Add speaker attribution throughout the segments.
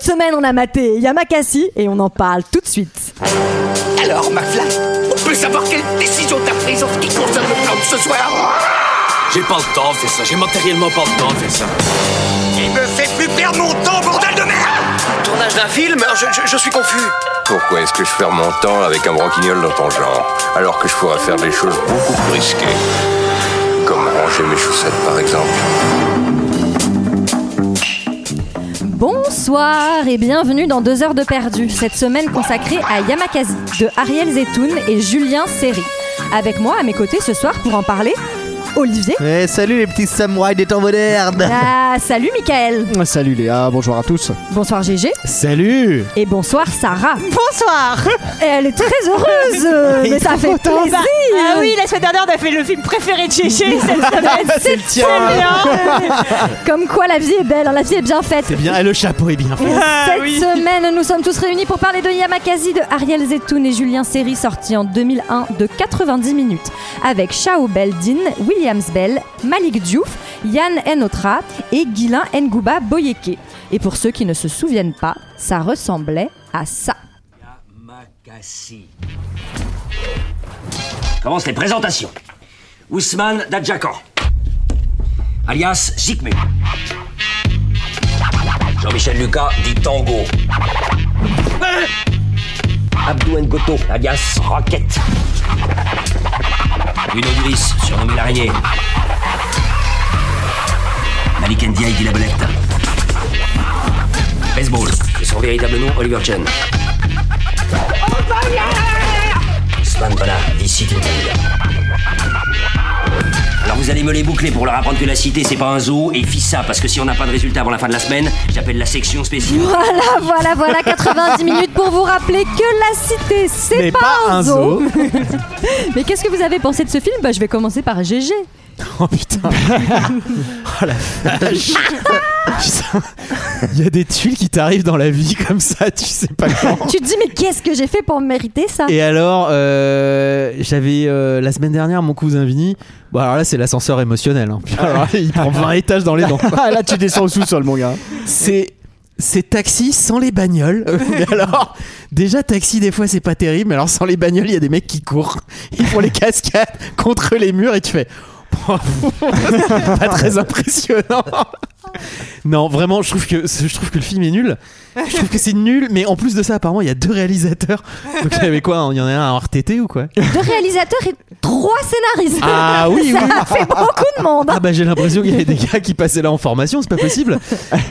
Speaker 1: semaine, on a maté Yamakasi et on en parle tout de suite.
Speaker 2: Alors, McFly, on peut savoir quelle décision t'as prise en ce qui concerne le plan de ce soir
Speaker 3: J'ai pas le temps de faire ça, j'ai matériellement pas le temps de faire ça.
Speaker 2: Il me fait plus perdre mon temps, bordel de merde
Speaker 4: Tournage d'un film euh, je, je- je suis confus.
Speaker 5: Pourquoi est-ce que je perds mon temps avec un branquignol dans ton genre Alors que je pourrais faire des choses beaucoup plus risquées. Comme ranger mes chaussettes par exemple.
Speaker 1: Bonsoir et bienvenue dans 2 heures de perdu, cette semaine consacrée à Yamakasi de Ariel Zetoun et Julien Seri. Avec moi à mes côtés ce soir pour en parler, Olivier.
Speaker 6: Eh, salut les petits samouraïs des temps modernes
Speaker 1: Ah, salut Michael.
Speaker 6: Salut Léa, bonjour à tous.
Speaker 1: Bonsoir GG
Speaker 6: Salut
Speaker 1: et bonsoir Sarah.
Speaker 7: Bonsoir
Speaker 1: Et elle est très heureuse, euh, mais ça fait plaisir.
Speaker 7: Ah oui, la semaine dernière, on a fait le film préféré de Chéché, cette semaine.
Speaker 6: C'est le tien
Speaker 1: Comme quoi la vie est belle, hein, la vie est bien faite.
Speaker 6: bien, et le chapeau est bien fait.
Speaker 1: Cette semaine, nous sommes tous réunis pour parler de Yamakasi de Ariel Zetoun et Julien Seri, sorti en 2001 de 90 minutes, avec Shao Beldin, Williams Bell, Malik Diouf, Yann Enotra et Guilin Ngouba Boyeke. Et pour ceux qui ne se souviennent pas, ça ressemblait à ça.
Speaker 3: Yamakasi. Commence les présentations. Ousmane Dadjakan, alias Zikme. Jean-Michel Lucas dit Tango. Abdou Ngoto, alias Rocket. Bruno Duris, surnommé l'araignée. Malik Ndiaye dit la belette. Baseball, et son véritable nom, Oliver Chen. Swan Bala, d'ici une Alors vous allez me les boucler pour leur apprendre que la cité c'est pas un zoo et fis ça parce que si on n'a pas de résultat avant la fin de la semaine, j'appelle la section spéciale.
Speaker 1: Voilà, voilà, voilà, 90 minutes pour vous rappeler que la cité, c'est
Speaker 6: Mais
Speaker 1: pas,
Speaker 6: pas
Speaker 1: un
Speaker 6: un
Speaker 1: zoo.
Speaker 6: zoo.
Speaker 1: mais qu'est-ce que vous avez pensé de ce film bah, Je vais commencer par GG.
Speaker 6: Oh putain Oh la vache Putain. Il y a des tuiles qui t'arrivent dans la vie comme ça, tu sais pas quand.
Speaker 1: Tu te dis, mais qu'est-ce que j'ai fait pour mériter ça
Speaker 8: Et alors, euh, j'avais euh, la semaine dernière mon cousin Vini. Bon, alors là, c'est l'ascenseur émotionnel. hein. Puis alors là, il prend 20 étages dans les dents.
Speaker 6: Ah là, tu descends au sous-sol, mon gars.
Speaker 8: C'est. C'est taxi sans les bagnoles. Mais alors, déjà, taxi, des fois, c'est pas terrible. Mais alors, sans les bagnoles, il y a des mecs qui courent. Ils font les cascades contre les murs et tu fais. pas très impressionnant. Non, vraiment, je trouve que je trouve que le film est nul. Je trouve que c'est nul, mais en plus de ça, apparemment, il y a deux réalisateurs. Donc, il y avait quoi hein Il y en a un à RTT ou quoi
Speaker 1: Deux réalisateurs et trois scénaristes.
Speaker 8: Ah oui,
Speaker 1: ça
Speaker 8: oui.
Speaker 1: a fait beaucoup de monde.
Speaker 8: Ah bah j'ai l'impression qu'il y avait des gars qui passaient là en formation, c'est pas possible.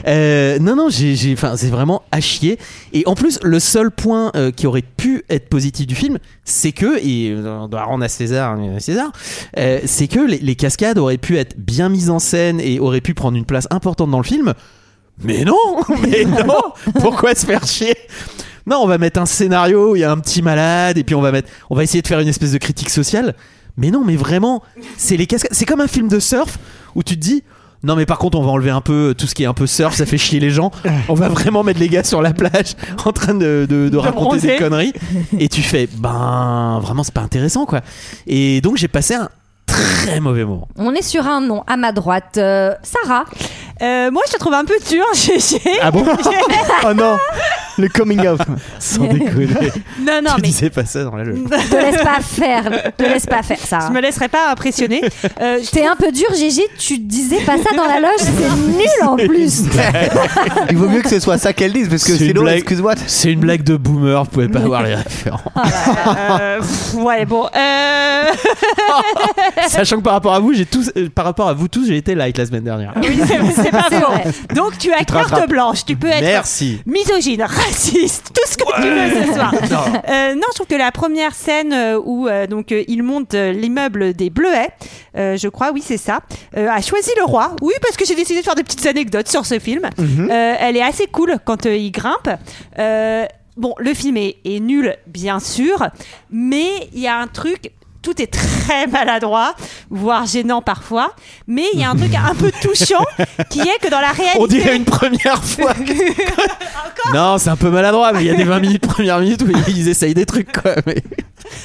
Speaker 8: Euh, non non, j'ai, j'ai- enfin c'est vraiment à chier. Et en plus, le seul point euh, qui aurait pu être positif du film, c'est que et euh, on doit rendre à César euh, César, euh, c'est que les, les cascades auraient pu être bien mises en scène et auraient pu prendre une place importante dans le film. Mais non, mais non, pourquoi se faire chier Non, on va mettre un scénario où il y a un petit malade et puis on va mettre on va essayer de faire une espèce de critique sociale. Mais non, mais vraiment, c'est les cascades, c'est comme un film de surf où tu te dis non mais par contre on va enlever un peu tout ce qui est un peu surf, ça fait chier les gens. On va vraiment mettre les gars sur la plage en train de, de- de raconter
Speaker 7: bronzer.
Speaker 8: des conneries. Et tu fais ben vraiment c'est pas intéressant quoi. Et donc j'ai passé un très mauvais moment.
Speaker 1: On est sur un nom à ma droite. euh, Sarah.
Speaker 7: Euh, moi, je te trouve un peu dur, Chéché.
Speaker 6: Ah bon Oh non Le coming out
Speaker 8: Sans déconner.
Speaker 7: Non, non,
Speaker 8: tu
Speaker 7: mais
Speaker 8: disais pas ça dans la le-
Speaker 1: Te laisse pas faire. Te laisse pas faire,
Speaker 7: je
Speaker 1: Sarah.
Speaker 7: me laisserai pas impressionner. Euh, je-
Speaker 1: T'es un peu dur, Gégé. Tu disais pas ça dans la loge. C'est nul en plus.
Speaker 6: Il vaut mieux que ce soit ça qu'elle dise, parce que
Speaker 8: C'est une
Speaker 6: sinon,
Speaker 8: blague.
Speaker 6: excuse-moi.
Speaker 8: C'est une blague de boomer, vous pouvez pas avoir les références.
Speaker 7: euh, pff, ouais, bon. Euh,
Speaker 8: Sachant que par rapport à vous, j'ai tous euh, par rapport à vous tous, j'ai été like la semaine dernière.
Speaker 7: oui, c'est c'est pas
Speaker 1: C'est
Speaker 7: faux.
Speaker 1: vrai.
Speaker 7: Donc, tu as carte
Speaker 6: rattrapes.
Speaker 7: blanche. Tu peux être
Speaker 8: Merci.
Speaker 7: misogyne, raciste, tout ce que tu veux ce soir. Euh, non, je trouve que la première scène euh, où euh, donc euh, il monte euh, l'immeuble des Bleuets, euh, je crois, oui c'est ça, euh, a choisi le roi. Oui, parce que j'ai décidé de faire des petites anecdotes sur ce film.
Speaker 8: Mhm.
Speaker 7: Euh, elle est assez cool quand euh, il grimpe. Euh, bon, le film est, est nul, bien sûr, mais il y a un truc. Tout est très maladroit, voire gênant parfois, mais il y a un truc un peu touchant qui est que dans la réalité.
Speaker 8: On dirait une première fois. que- non, c'est un peu maladroit, mais il y a des 20 minutes, premières minutes où ils essayent des trucs, quoi. Mais...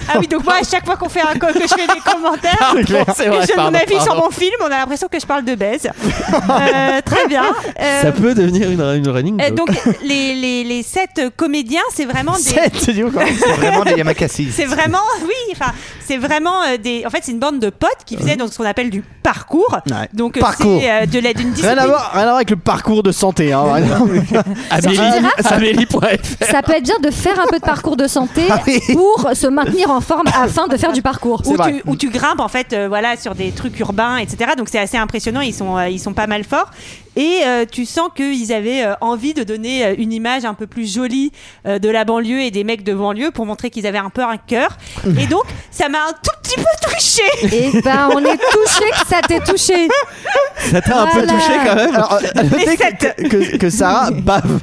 Speaker 7: Ah oui, donc moi, à chaque fois qu'on fait un co- que je fais des commentaires,
Speaker 6: C'est clair, Ah, c'est vrai,
Speaker 7: que je donne mon
Speaker 6: pardon,
Speaker 7: avis sur
Speaker 6: pardon.
Speaker 7: mon film, on a l'impression que je parle de baise. Euh, très bien. Euh,
Speaker 6: Ça peut devenir une, une running
Speaker 7: euh,
Speaker 6: joke.
Speaker 7: donc les, les, les sept comédiens, c'est vraiment des,
Speaker 6: Sept, c'est dur, quoi.
Speaker 9: C'est vraiment des Yamakasi.
Speaker 7: C'est vraiment, oui, enfin, c'est vraiment euh, des. En fait, c'est une bande de potes qui faisaient donc ce qu'on appelle du parcours.
Speaker 9: Ouais.
Speaker 7: Donc, euh,
Speaker 9: Parcours.
Speaker 7: c'est euh, de l'aide d'une
Speaker 9: Rien
Speaker 7: discipline.
Speaker 9: à, voir, rien à voir avec le parcours de santé. Hein, vraiment.
Speaker 6: Amélie, Amélie.fr.
Speaker 1: Ça peut être bien de faire un peu de parcours de santé
Speaker 9: Ah oui.
Speaker 1: pour se maintenir en forme afin de faire du parcours.
Speaker 7: Où
Speaker 9: C'est vrai.
Speaker 7: tu, où tu grimpes en fait, euh, voilà, sur des trucs urbains, etc. Donc c'est assez impressionnant. Ils sont, euh, ils sont pas mal forts. Et euh, tu sens qu'ils avaient euh, envie de donner euh, une image un peu plus jolie euh, de la banlieue et des mecs de banlieue pour montrer qu'ils avaient un peu un cœur. Et donc ça m'a un tout petit peu touché.
Speaker 1: Et ben on est touché que ça t'ait touché.
Speaker 6: Ça t'a un peu
Speaker 1: Voilà.
Speaker 6: touché quand même.
Speaker 9: Alors, euh, notez
Speaker 7: sept.
Speaker 9: que, que, que Sarah bave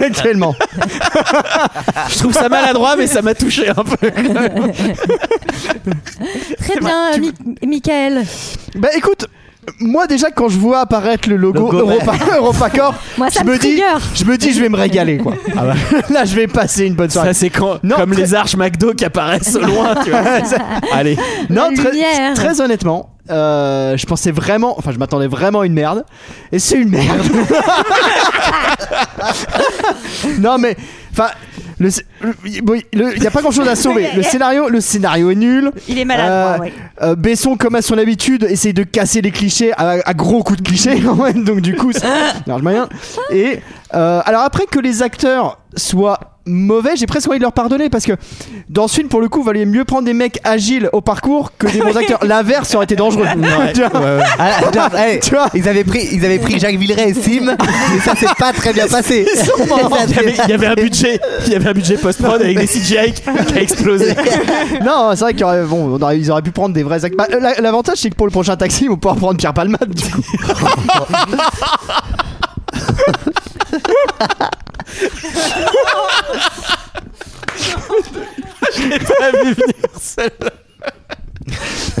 Speaker 9: actuellement.
Speaker 6: Je trouve ça maladroit, mais ça m'a touché un peu.
Speaker 1: Très bien, Mi- Michael.
Speaker 9: Bah écoute, moi déjà quand je vois apparaître le logo,
Speaker 6: Logo,
Speaker 9: Europa, EuropaCorp,
Speaker 1: Moi, ça
Speaker 9: je
Speaker 1: me
Speaker 9: me dis,
Speaker 1: trigger.
Speaker 9: je me dis, je vais me régaler quoi.
Speaker 8: Ah
Speaker 9: Là, je vais passer une bonne soirée.
Speaker 6: Ça, c'est quand,
Speaker 9: Non,
Speaker 6: comme
Speaker 9: très-
Speaker 6: les arches McDo qui apparaissent au loin, tu vois. Allez.
Speaker 9: non,
Speaker 1: La
Speaker 9: très,
Speaker 1: lumière.
Speaker 9: très honnêtement, euh, je pensais vraiment, enfin, je m'attendais vraiment à une merde, et c'est une merde. non mais, enfin, le, sc- le- bon, le- il n'y a pas grand-chose à sauver. Le scénario, le scénario est nul.
Speaker 7: Il est maladroit.
Speaker 9: Euh,
Speaker 7: ouais.
Speaker 9: euh, Besson, comme à son habitude, essaye de casser les clichés à, à gros coups de clichés, quand même, donc du coup, ça marche moyen. Et euh, alors, après que les acteurs soient mauvais, j'ai presque envie de leur pardonner parce que dans ce film, pour le coup, valait mieux prendre des mecs agiles au parcours que des bons acteurs. L'inverse aurait été dangereux. Tu vois
Speaker 10: Ah, là, genre, hey,
Speaker 9: Tu vois
Speaker 10: ils avaient pris, ils avaient pris Jacques Villeray et Sim, mais ça s'est pas très bien passé. Ça
Speaker 6: Il y,
Speaker 10: s'est
Speaker 6: avait, il y avait un
Speaker 10: pas-
Speaker 6: budget, il y avait un budget post-prod avec des CGI qui a explosé.
Speaker 9: Non, c'est vrai qu'ils auraient, bon, on aurait- ils auraient pu prendre des vrais acteurs. Bah, euh, la- L'avantage, c'est que pour le prochain taxi, ils vont pouvoir prendre Pierre Palmade. Du coup.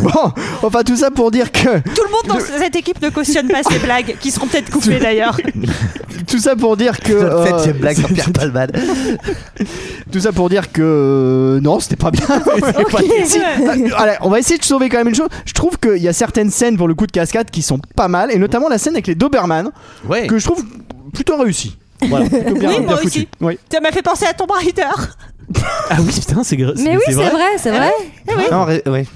Speaker 9: Bon, enfin, tout ça pour dire que.
Speaker 7: Tout le monde dans cette équipe ne cautionne pas ces blagues, qui seront peut-être coupées d'ailleurs.
Speaker 9: Tout ça pour dire que.
Speaker 10: Cette
Speaker 9: euh,
Speaker 10: septième blague sur Pierre Palman.
Speaker 9: Tout ça pour dire que euh, non, c'était pas bien. C'était pas- Si, euh, allez, on va essayer de sauver quand même une chose. Je trouve qu'il y a certaines scènes pour le coup de cascade qui sont pas mal, et notamment la scène avec les Doberman,
Speaker 6: Ouais.
Speaker 9: que je trouve plutôt réussie. Voilà, plutôt bien,
Speaker 7: Oui, moi
Speaker 9: bien foutue.
Speaker 7: aussi.
Speaker 9: Oui.
Speaker 7: Ça m'a fait penser à Tomb Raider.
Speaker 6: Ah oui, putain, c'est gr-
Speaker 1: Mais oui, c'est vrai, c'est vrai.
Speaker 10: Non, ré- ouais.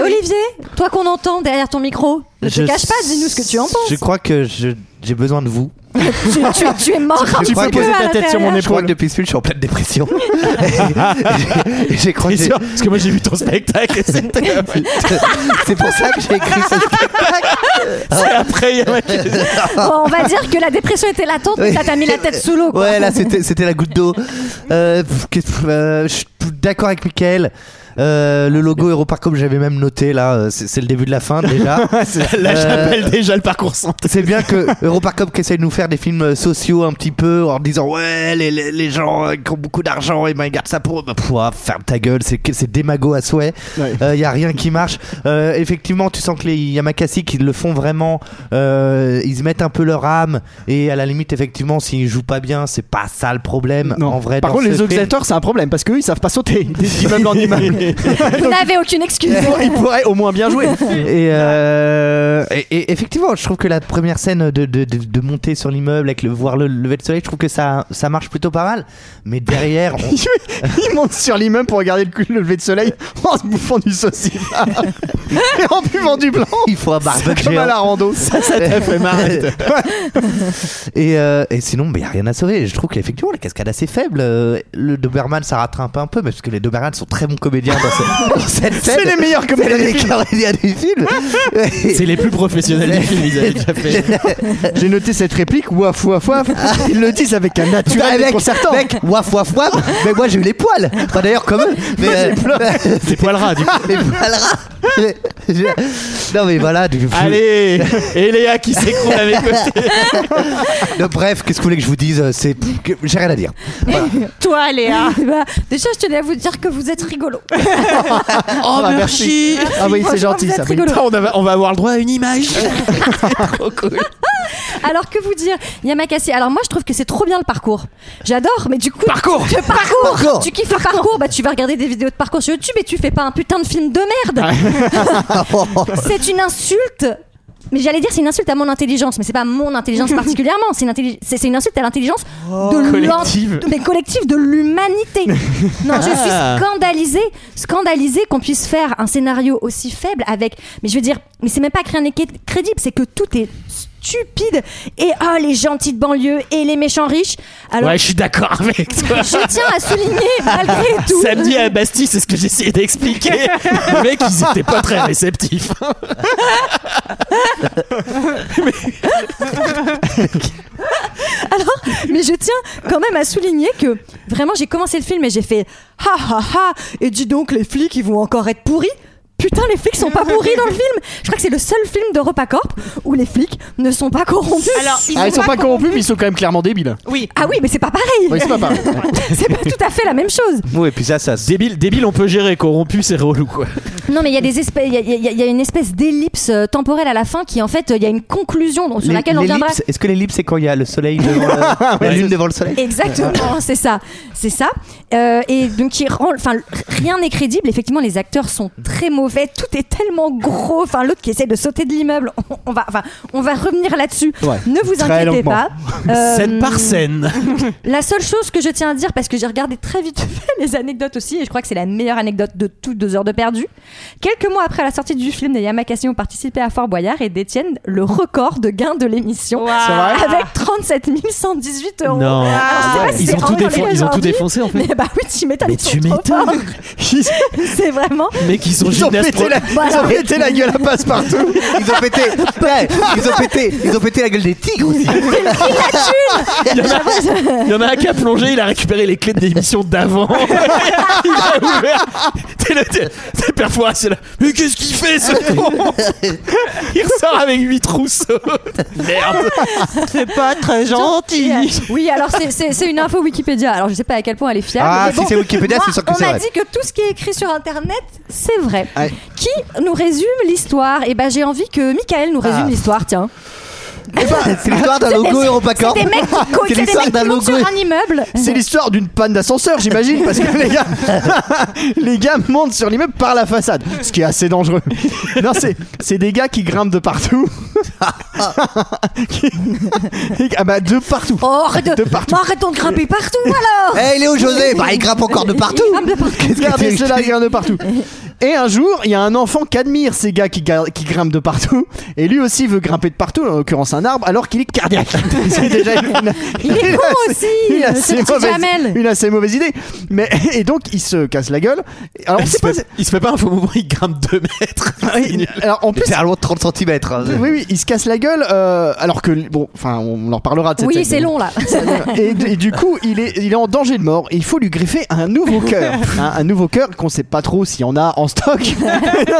Speaker 1: Olivier, toi qu'on entend derrière ton micro, ne te cache pas, dis-nous ce que tu en penses.
Speaker 10: Je crois que je- j'ai besoin de vous.
Speaker 1: tu, tu- tu es mort un
Speaker 10: Tu
Speaker 1: petit
Speaker 10: peux
Speaker 1: peu
Speaker 10: poser
Speaker 1: à
Speaker 9: ta tête sur mon
Speaker 1: l'intérieur.
Speaker 10: Je crois
Speaker 9: Épaule.
Speaker 10: que depuis ce film, je suis en pleine dépression. Et J'ai crois que
Speaker 6: T'es
Speaker 10: j'ai-
Speaker 6: sûr Parce que moi j'ai vu ton spectacle et c'était
Speaker 10: c'est pour ça que j'ai écrit ce
Speaker 6: c'est après. il y a-
Speaker 1: Bon, on va dire que la dépression était latente, mais
Speaker 10: Oui.
Speaker 1: là t'as mis la tête sous l'eau. quoi.
Speaker 10: Ouais, là, c'était c'était la goutte d'eau. Euh, pff, qu'est-ce- euh, je suis d'accord avec Michael. Euh, le logo Europarcom, j'avais même noté là, euh, c'est c'est le début de la fin déjà.
Speaker 6: Là,
Speaker 10: Euh,
Speaker 6: j'appelle déjà le parcours santé.
Speaker 10: C'est bien que Europarcom qui essaye de nous faire des films euh, sociaux un petit peu en disant ouais les, les, les gens euh, qui ont beaucoup d'argent et ben ils gardent ça pour eux. Bah, pff, ouah, ferme ta gueule c'est que- c'est démago à souhait il
Speaker 9: Ouais.
Speaker 10: y a rien qui marche Euh, effectivement tu sens que les Yamakasi qui le font vraiment euh, ils mettent un peu leur âme et à la limite effectivement s'ils jouent pas bien c'est pas ça le problème
Speaker 9: Non.
Speaker 10: en vrai
Speaker 9: Par
Speaker 10: dans
Speaker 9: contre,
Speaker 10: ce
Speaker 9: les
Speaker 10: film.
Speaker 9: organisateurs, c'est un problème parce qu'eux, ils savent pas sauter d'immeuble en immeuble.
Speaker 1: Vous n'avez aucune excuse.
Speaker 9: ils pourraient au moins bien jouer.
Speaker 10: et, euh, et, et effectivement, je trouve que la première scène de, de, de, de monter sur l'immeuble avec le voir le lever de soleil, je trouve que ça, ça marche plutôt pas mal. Mais derrière, on-
Speaker 9: Ils montent sur l'immeuble pour regarder le, coup- le lever de soleil en se bouffant du saucisson et en buvant du blanc.
Speaker 10: il faut un barbecue.
Speaker 9: Comme à la rando.
Speaker 10: et, euh, et sinon, il n'y a rien à sauver. Je trouve qu'effectivement, la cascade est assez faible. Euh, Le Doberman, ça rattrape un peu, mais parce que les Doberman sont très bons comédiens dans ce- dans cette scène.
Speaker 9: C'est les meilleurs
Speaker 10: C'est les
Speaker 9: comédiens du film.
Speaker 10: meilleurs comédiens du film. Et-
Speaker 6: C'est les plus professionnels du film, ils avaient déjà fait.
Speaker 9: J'ai noté cette réplique, waf waf waf. Il le disent avec un
Speaker 10: Putain,
Speaker 9: naturel
Speaker 10: mec,
Speaker 9: concertant.
Speaker 10: Ah. mec, waf waf waf. Mais moi j'ai eu les poils. Enfin d'ailleurs comme eux. Mais euh, Ah,
Speaker 6: C'est poil ras, du coup.
Speaker 10: les poils ras. Mais, je- non mais voilà. Du coup,
Speaker 6: Allez Et Léa qui s'écroule avec côtés.
Speaker 10: Donc, bref, qu'est-ce que vous voulez que je vous dise C'est que- j'ai rien à dire.
Speaker 7: Toi, Léa.
Speaker 1: Bah, déjà, je tenais à vous dire que vous êtes rigolo.
Speaker 6: Oh,
Speaker 9: bah,
Speaker 6: merci.
Speaker 9: Ah oui, c'est
Speaker 1: Franchement,
Speaker 9: gentil
Speaker 1: vous êtes
Speaker 9: ça. oui.
Speaker 1: rigolo.
Speaker 6: Putain, on, va, on va avoir le droit à une image.
Speaker 1: Alors que vous dire, Yamakasi Alors moi je trouve que c'est trop bien le parcours. J'adore, mais du coup.
Speaker 6: Parcours.
Speaker 1: Le parcours,
Speaker 9: Parcours.
Speaker 1: Tu kiffes le parcours, bah tu vas regarder des vidéos de parcours sur YouTube et tu fais pas un putain de film de merde
Speaker 6: Ah.
Speaker 1: C'est une insulte mais j'allais dire c'est une insulte à mon intelligence, mais c'est pas mon intelligence particulièrement, c'est une, intelli- c'est c'est une insulte à l'intelligence de l'en-
Speaker 6: Oh. collective.
Speaker 1: mais collective de l'humanité. non, je suis
Speaker 6: Ah.
Speaker 1: scandalisée, scandalisée qu'on puisse faire un scénario aussi faible avec. Mais je veux dire, mais c'est même pas créer un équi- crédible, c'est que tout est stupide et oh les gentils de banlieue et les méchants riches. Alors
Speaker 6: Ouais, je suis d'accord avec toi.
Speaker 1: je tiens à souligner malgré tout.
Speaker 6: Samedi à Bastille, c'est ce que j'essayais d'expliquer. Les mecs, ils étaient pas très réceptifs.
Speaker 1: Mais je tiens quand même à souligner que vraiment j'ai commencé le film et j'ai fait ha ha ha et dis donc les flics ils vont encore être pourris. Putain, les flics sont pas pourris dans le film. Je crois que c'est le seul film de Repacorp où les flics ne sont pas corrompus.
Speaker 7: Alors, ils,
Speaker 9: Ah, ils sont pas corrompus, mais ils sont quand même clairement débiles.
Speaker 7: Oui.
Speaker 1: ah oui, mais c'est pas pareil.
Speaker 9: Oui, c'est pas pareil.
Speaker 1: c'est pas tout à fait la même chose.
Speaker 10: Oui, et puis ça, ça. se-
Speaker 6: Débile, débile, on peut gérer. Corrompu, c'est relou, quoi.
Speaker 1: Non, mais il y a des espèces, il y, a- il y a- il y a une espèce d'ellipse euh, temporelle à la fin qui en fait, euh, il y a une conclusion dont- sur
Speaker 10: Les-
Speaker 1: laquelle on viendra.
Speaker 10: l'ellipse, Est-ce que l'ellipse, c'est quand il y a le soleil devant le- la lune devant le soleil
Speaker 1: Exactement, c'est ça, c'est ça. Euh, et donc qui rend, enfin, rien n'est crédible. Effectivement, les acteurs sont très mauvais. Tout est tellement gros. Enfin, l'autre qui essaie de sauter de l'immeuble. On, on va, enfin, on va revenir là-dessus.
Speaker 9: Ouais.
Speaker 1: Ne vous
Speaker 9: Très
Speaker 1: inquiétez
Speaker 9: longuement.
Speaker 1: pas. Euh,
Speaker 6: Scène par scène.
Speaker 1: La seule chose que je tiens à dire, parce que j'ai regardé très vite fait les anecdotes aussi, et je crois que c'est la meilleure anecdote de toutes deux heures de perdu. Quelques mois après la sortie du film, les Yamakasi ont participé à Fort Boyard et détiennent le record de gains de l'émission. Avec 37 118 euros.
Speaker 6: Non. Ah,
Speaker 1: Alors, je sais pas si
Speaker 6: Ils
Speaker 1: c'est
Speaker 6: ont, tout
Speaker 1: encore
Speaker 6: défon-
Speaker 1: les
Speaker 6: ils ont tout
Speaker 1: aujourd'hui,
Speaker 6: défoncé, en fait.
Speaker 1: Mais bah oui, tu m'étonnes.
Speaker 6: Mais
Speaker 1: ils sont
Speaker 6: tu
Speaker 1: trop
Speaker 6: m'étonnes.
Speaker 1: forts.
Speaker 6: Ils-
Speaker 1: C'est vraiment.
Speaker 6: Mais qui sont
Speaker 9: Ils ont
Speaker 6: gymnastes
Speaker 9: pété
Speaker 6: pro-
Speaker 9: la, ils ont pété la gueule à passe partout.
Speaker 10: Ils ont pété. Ouais, ils ont pété. Ils ont pété la gueule des tigres aussi.
Speaker 6: Il y en a un qui a plongé, il a récupéré les clés de l'émission d'avant. il a ouvert. T'es là, t'es- t'es perfoiré, c'est là. Mais qu'est-ce qu'il fait ce con Il ressort avec huit trousseaux. Merde.
Speaker 7: C'est pas très gentil.
Speaker 1: Oui, alors c'est- c'est c'est une info Wikipédia. Alors je sais pas à quel point elle est fiable.
Speaker 10: Ah,
Speaker 1: mais
Speaker 10: si
Speaker 1: bon,
Speaker 10: c'est Wikipédia,
Speaker 1: moi,
Speaker 10: c'est sûr que c'est
Speaker 1: On m'a
Speaker 10: vrai.
Speaker 1: dit que tout ce qui est écrit sur Internet, c'est vrai.
Speaker 9: Ouais.
Speaker 1: Qui nous résume l'histoire Et ben j'ai envie que Michael nous résume l'histoire, tiens.
Speaker 10: C'est l'histoire d'un Ah. logo Europacorp.
Speaker 1: C'est des mecs qui, co-
Speaker 10: C'est
Speaker 1: c'est des
Speaker 10: l'histoire
Speaker 1: mecs
Speaker 10: d'un
Speaker 1: qui montent
Speaker 10: logo.
Speaker 1: sur un immeuble.
Speaker 9: C'est l'histoire d'une panne d'ascenseur, j'imagine, parce que les gars, les gars montent sur l'immeuble par la façade, ce qui est assez dangereux. Non, c'est, c'est des gars qui grimpent de partout. Qui- ah bah de partout.
Speaker 1: Oh, arrête de,
Speaker 9: De partout.
Speaker 1: Mais arrêtons de grimper partout alors
Speaker 10: Eh, il est où José Bah, il grimpe encore de partout.
Speaker 1: Ils grimpent de partout.
Speaker 10: Qu'est-ce que
Speaker 9: Regardez
Speaker 10: tu-
Speaker 9: cela, ils grimpent de partout. Et un jour, il y a un enfant qui admire ces gars qui, gar- qui grimpent de partout, et lui aussi veut grimper de partout, en l'occurrence un arbre, alors qu'il est cardiaque. C'est déjà une-
Speaker 1: Il est
Speaker 9: une
Speaker 1: con
Speaker 9: assez-
Speaker 1: aussi,
Speaker 9: une
Speaker 1: ce
Speaker 9: assez,
Speaker 1: petit
Speaker 9: mauvaise,
Speaker 1: Jamel.
Speaker 9: une assez mauvaise idée. Mais, et donc, il se casse la gueule. Alors, on
Speaker 6: il,
Speaker 9: sait
Speaker 6: se
Speaker 9: pas, Ah
Speaker 6: fait, il se fait pas un faux mouvement, il grimpe 2 mètres.
Speaker 9: alors en plus,
Speaker 10: C'est à loin de 30 cm.
Speaker 6: hein.
Speaker 9: oui, oui, il se casse la gueule, euh, alors que, bon, enfin, on en reparlera de cette
Speaker 1: Oui,
Speaker 9: scène,
Speaker 1: c'est
Speaker 9: mais-
Speaker 1: long là.
Speaker 9: et, et du coup, il est, il est en danger de mort. Et il faut lui greffer un nouveau cœur. Hein, Un, un nouveau cœur qu'on sait pas trop s'il y en a en stock.
Speaker 1: Bon,
Speaker 9: mais il y, en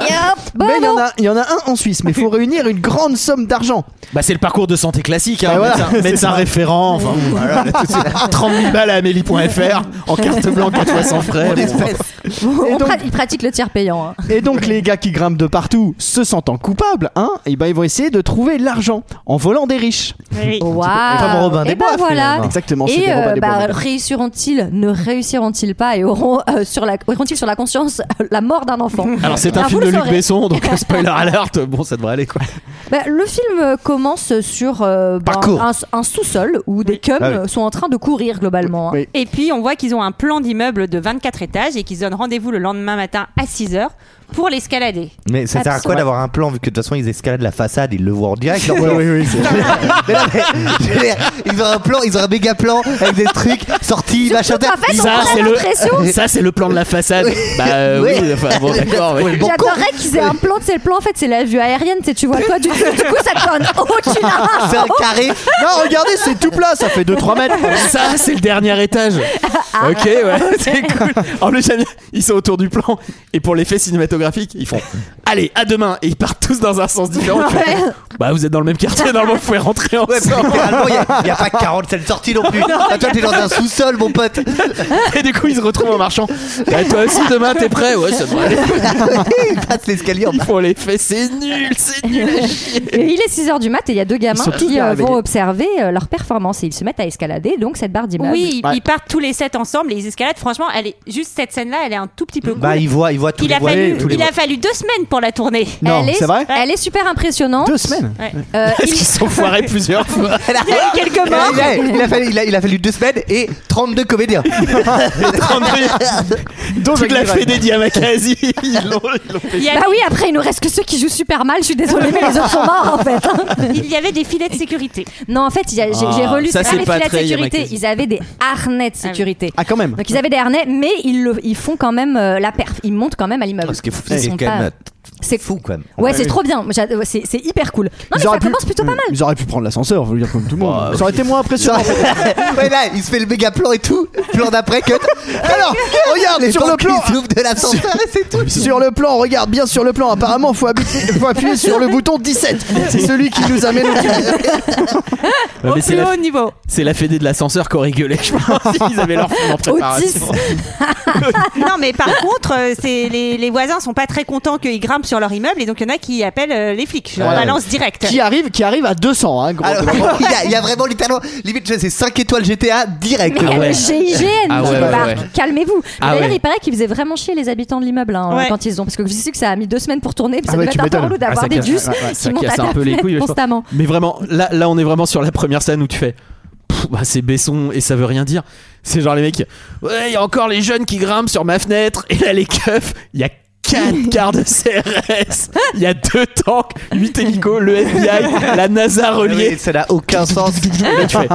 Speaker 1: Ah, bon.
Speaker 9: a, il y en a un en Suisse. Mais il faut réunir une grande somme d'argent.
Speaker 6: Bah, c'est le parcours de santé classique. Hein.
Speaker 9: Bah, voilà.
Speaker 6: médecin, médecin référent. Enfin, voilà, là, tout de suite. 30 000 balles à amélie.fr en carte blanche, 4 fois sans frais.
Speaker 10: En espèce.
Speaker 1: On
Speaker 9: donc-
Speaker 1: pra- il pratique le tiers payant. hein.
Speaker 9: Et donc, les gars qui grimpent de partout, se sentant coupables, hein, et ben ils vont essayer de trouver l'argent en volant des riches.
Speaker 1: Waouh.
Speaker 10: Comme Robin
Speaker 1: Eh
Speaker 10: des
Speaker 1: ben
Speaker 10: Bois,
Speaker 1: voilà.
Speaker 10: finalement.
Speaker 9: Exactement. c'est
Speaker 1: Et
Speaker 9: des
Speaker 1: euh,
Speaker 9: Robins des
Speaker 1: bah,
Speaker 9: Bois.
Speaker 1: réussiront-ils, ne réussiront-ils pas et auront euh, sur la auront-ils sur la conscience euh, la mort d'un enfant
Speaker 6: Alors, c'est un
Speaker 1: Alors,
Speaker 6: film
Speaker 1: vous
Speaker 6: de
Speaker 1: le
Speaker 6: Luc
Speaker 1: saurez.
Speaker 6: Besson, donc euh, spoiler alert. Bon, ça devrait aller quoi.
Speaker 1: Bah, Le film euh, commence sur euh, bah,
Speaker 10: Parcours.
Speaker 1: un, un sous-sol où des cums
Speaker 10: Ah oui.
Speaker 1: euh, sont en train de courir globalement. hein.
Speaker 9: Oui.
Speaker 7: Et puis on voit qu'ils ont un plan d'immeuble de 24 étages et qu'ils donnent rendez-vous le lendemain matin à 6h pour l'escalader.
Speaker 10: Mais ça sert à quoi
Speaker 1: hein. Absolument.
Speaker 10: d'avoir un plan vu que de toute façon ils escaladent la façade, ils le voient en direct. leur
Speaker 9: Ouais,
Speaker 10: plan.
Speaker 9: oui, oui, c'est-
Speaker 10: Mais non, mais, je veux dire, ils ont un plan, ils ont un méga plan avec des trucs sortis, machin.
Speaker 1: En fait,
Speaker 6: Bizarre,
Speaker 1: on
Speaker 6: c'est
Speaker 1: a
Speaker 6: le-
Speaker 1: l'impression.
Speaker 6: Ça, c'est le plan de la façade. Bah, euh, oui,
Speaker 10: Oui.
Speaker 6: enfin, bon, d'accord. ouais.
Speaker 1: J'adorerais qu'ils aient un plan, c'est le plan en fait, c'est la vue aérienne, c'est tu vois toi du, du coup ça te donne aucune info.
Speaker 10: C'est un carré.
Speaker 9: Non, regardez, c'est tout plat, ça fait 2-3 mètres.
Speaker 6: Ça, c'est le dernier étage. ok, ouais, c'est cool. En plus, j'aime bien, ils sont autour du plan. Et pour l'effet
Speaker 8: cinématographique. Ils font Allez, à demain Et ils partent tous dans un sens différent. Ils font, bah, vous êtes dans le même quartier, normalement, vous pouvez rentrer ensemble.
Speaker 10: Littéralement, il n'y a, pas 47 sorties non plus. Ah, toi, t'es dans un sous-sol, mon pote.
Speaker 8: Et du coup, ils se retrouvent en marchant. Bah, toi aussi, demain, t'es prêt Ouais, ça devrait aller.
Speaker 10: Il passe l'escalier en
Speaker 8: Ils font les faits, c'est nul, c'est nul.
Speaker 1: Et il est 6h du mat et il y a deux gamins
Speaker 9: sont tous
Speaker 1: qui
Speaker 9: bien
Speaker 1: euh,
Speaker 9: réveillés.
Speaker 1: vont observer euh, leur performance et ils se mettent à escalader donc cette barre
Speaker 10: Bah,
Speaker 1: d'immeuble.
Speaker 7: Oui, ils-
Speaker 9: Ouais.
Speaker 7: ils partent tous les sept ensemble et ils escaladent. Franchement, elle est juste cette scène-là, elle est un tout petit peu cool.
Speaker 10: Bah, il voit, il voit tous
Speaker 7: il
Speaker 10: les
Speaker 7: a
Speaker 10: voix-
Speaker 7: fallu,
Speaker 10: tous les
Speaker 7: il a fallu deux semaines pour la tournée.
Speaker 9: Non,
Speaker 1: elle est,
Speaker 9: c'est vrai
Speaker 1: elle est super impressionnante.
Speaker 9: Deux semaines.
Speaker 1: Euh,
Speaker 8: Parce qu'ils se sont foirés plusieurs fois.
Speaker 7: Il y a eu quelques
Speaker 10: voix.
Speaker 7: morts.
Speaker 10: Il a, Ah, il a fallu, il, a, il a fallu deux semaines et 32 comédiens.
Speaker 9: Dont
Speaker 8: Toute la
Speaker 9: Jackie
Speaker 8: fédé d'Yamakasi. Ils l'ont ils l'ont fait.
Speaker 7: Il y,
Speaker 1: Bah
Speaker 7: avait,
Speaker 1: oui, après, il nous reste que ceux qui jouent super mal. Je suis désolée, mais les autres sont morts en fait.
Speaker 7: il y avait des filets de sécurité.
Speaker 1: Non, en fait, il y a- j'ai
Speaker 8: Ah,
Speaker 1: j'ai relu
Speaker 8: ça,
Speaker 1: sur
Speaker 8: c'est
Speaker 1: les
Speaker 8: pas
Speaker 1: filets de
Speaker 8: très
Speaker 1: sécurité.
Speaker 8: Yamakasi.
Speaker 1: Ils avaient des harnais de sécurité.
Speaker 9: Ah, quand même.
Speaker 1: Donc ils avaient des harnais, mais ils, le- ils font quand même euh, la perf. Ils montent quand même à l'immeuble.
Speaker 10: Parce que fou,
Speaker 1: Ils
Speaker 10: c'est
Speaker 1: sont
Speaker 10: quand
Speaker 1: pas-
Speaker 10: même-
Speaker 1: C'est fou.
Speaker 10: fou quand même.
Speaker 1: Ouais, c'est trop bien. J'a- ouais, C'est c'est hyper cool. Non, mais ça commence plutôt pas mal.
Speaker 9: Ils auraient pu prendre l'ascenseur, je veux dire, comme tout le monde. ça aurait été moins impressionnant.
Speaker 10: Bah, ouais, là, il se fait le méga plan et tout. Plan d'après, cut. Alors, regarde,
Speaker 9: Sur
Speaker 10: sur le
Speaker 9: le plan.
Speaker 10: plan. Il s'ouvre de l'ascenseur et c'est tout.
Speaker 9: sur le plan, regarde bien sur le plan. Apparemment, faut, habiter- faut appuyer sur le bouton 17. C'est celui qui nous amène au
Speaker 8: Ouais, mais c'est la-
Speaker 7: niveau.
Speaker 8: C'est la fédé de l'ascenseur qui aurait gueulé, je pense. Ils avaient leur film en préparation.
Speaker 7: Non, mais par contre, euh, c'est les, les voisins sont pas très contents qu'ils grimpent sur leur immeuble et donc il y en a qui appellent euh, les flics. On
Speaker 9: Ouais.
Speaker 7: balance direct.
Speaker 9: qui arrive, qui arrive à 200. Hein, gros.
Speaker 10: Alors, il, y a, il y a vraiment littéralement, limite, je sais, 5 étoiles GTA direct.
Speaker 1: Mais il y a
Speaker 8: ouais.
Speaker 1: le GIGN
Speaker 8: Ah
Speaker 1: qui
Speaker 8: ouais, ouais,
Speaker 1: débarque.
Speaker 8: ouais.
Speaker 1: Calmez-vous.
Speaker 8: Ah
Speaker 1: D'ailleurs,
Speaker 8: ouais.
Speaker 1: il paraît qu'ils faisaient vraiment chier les habitants de l'immeuble hein,
Speaker 7: Ouais.
Speaker 1: quand ils ont. Parce que je sais que ça a mis deux semaines pour tourner. puis
Speaker 9: Ah
Speaker 1: Ça
Speaker 9: ouais,
Speaker 1: devait
Speaker 9: tu
Speaker 1: être un peu
Speaker 9: m'étonnes.
Speaker 1: relou
Speaker 8: Ah,
Speaker 1: d'avoir
Speaker 8: ça
Speaker 1: des
Speaker 8: casse-
Speaker 1: bus
Speaker 8: ouais, ouais,
Speaker 1: qui
Speaker 8: ça
Speaker 1: montent à
Speaker 8: casse
Speaker 1: ta
Speaker 8: un peu les
Speaker 1: fenêtre
Speaker 8: couilles, je pense.
Speaker 1: constamment.
Speaker 8: Mais vraiment, là, là, on est vraiment sur la première scène où tu fais. Pff, Bah, c'est Besson et ça veut rien dire. C'est genre les mecs. Ouais, il y a encore les jeunes qui grimpent sur ma fenêtre. Et là, les keufs, il y a 4 quarts de CRS. Il y a deux tanks, 8 hélicos, le FBI, la NASA reliée.
Speaker 10: Ah Oui, ça n'a aucun sens.
Speaker 8: Et là, tu fais.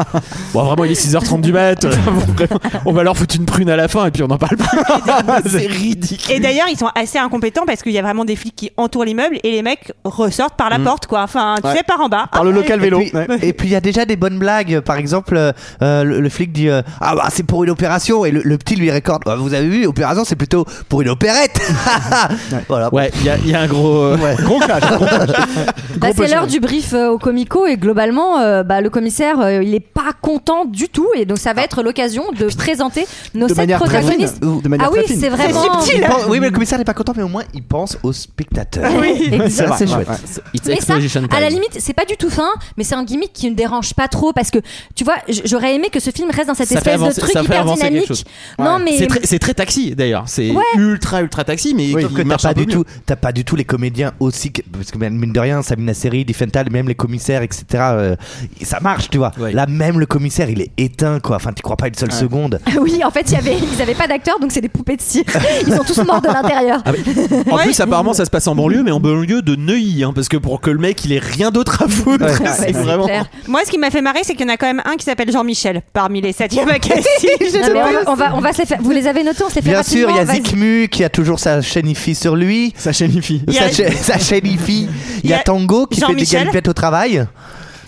Speaker 8: Bon, vraiment, il est 6h30 du mat. Vraiment, on va leur foutre une prune à la fin et puis on en parle pas. c'est ridicule.
Speaker 7: Et d'ailleurs, ils sont assez incompétents parce qu'il y a vraiment des flics qui entourent l'immeuble et les mecs ressortent par la porte, quoi. Enfin, tu
Speaker 9: Ouais.
Speaker 7: sais, par en bas. Ah,
Speaker 9: Par le local vélo.
Speaker 10: Et puis-
Speaker 9: Ouais.
Speaker 10: Et puis il y a déjà des bonnes blagues. Par exemple, euh, euh, le, le flic dit euh, Ah bah c'est pour une opération. Et le, le petit lui récorde Bah, Vous avez vu, opération c'est plutôt pour une opérette. voilà.
Speaker 8: Ouais, il y a- il y, a un gros. euh,
Speaker 9: Gros clash. gros clash.
Speaker 1: Bah, c'est l'heure du brief euh, au comico et globalement, euh, bah, le commissaire, euh, il est pas content du tout et donc ça va être l'occasion de présenter nos
Speaker 9: Ah. De
Speaker 1: sept
Speaker 9: manière très fine.
Speaker 1: protagonistes.
Speaker 9: De manière
Speaker 1: Ah
Speaker 9: très
Speaker 1: oui,
Speaker 9: fine.
Speaker 1: c'est vraiment.
Speaker 10: Il pense- oui, mais le commissaire n'est pas content, mais au moins il pense aux spectateurs.
Speaker 9: C'est
Speaker 10: Ça,
Speaker 9: vrai,
Speaker 10: c'est
Speaker 9: ouais,
Speaker 10: chouette.
Speaker 9: ouais.
Speaker 8: It's
Speaker 1: Mais ça,
Speaker 8: Explosion
Speaker 1: à la
Speaker 8: Time.
Speaker 1: limite, c'est pas du tout fin, mais c'est un gimmick qui ne dérange pas trop parce que tu vois, j- j'aurais aimé que ce film reste dans cette
Speaker 8: Ça fait
Speaker 1: espèce
Speaker 8: avancer-
Speaker 1: de truc
Speaker 8: ça fait
Speaker 1: hyper
Speaker 8: avancer quelque
Speaker 1: dynamique.
Speaker 8: chose.
Speaker 1: Non, mais
Speaker 8: C'est très, c'est très taxi d'ailleurs, c'est
Speaker 1: Ouais.
Speaker 8: ultra ultra taxi, mais
Speaker 10: Oui,
Speaker 8: qui
Speaker 10: sauf que t'as
Speaker 8: marche
Speaker 10: pas
Speaker 8: un peu
Speaker 10: du
Speaker 8: mieux.
Speaker 10: tout, t'as pas du tout les comédiens aussi, que- parce que mine de rien, Sabina Seri, Diffental, même les commissaires, etc. euh, ça marche, tu vois.
Speaker 8: Ouais.
Speaker 10: Là, même le commissaire, il est éteint, quoi. Enfin, tu crois pas une seule seconde.
Speaker 1: oui, en fait, il y avait, ils avaient pas d'acteurs, donc c'est des poupées de cire. Ils sont tous morts de l'intérieur.
Speaker 8: Ah oui. En plus, apparemment, ça se passe en banlieue, mais en banlieue de Neuilly, hein, parce que pour que le mec il ait rien d'autre à foutre,
Speaker 10: Ouais.
Speaker 1: Ah Ouais,
Speaker 8: c'est
Speaker 1: c'est
Speaker 8: vraiment.
Speaker 1: clair.
Speaker 7: Moi, ce qui m'a fait marrer, c'est qu'il y en a quand même un qui s'appelle Jean-Michel parmi les 7 Yamakasi.
Speaker 1: Non, mais on, on va, on va se les faire. Vous les avez notés, on se les fait
Speaker 10: Bien sûr, il y a
Speaker 1: rapidement, vas-y.
Speaker 10: Zikmu qui a toujours sa chaîne IFI sur lui.
Speaker 9: Ça chaîne IFI.
Speaker 7: Il y a-
Speaker 10: sa, cha- sa chaîne IFI. Il y a Tango qui fait des
Speaker 7: Jean-Michel.
Speaker 10: galipettes au travail.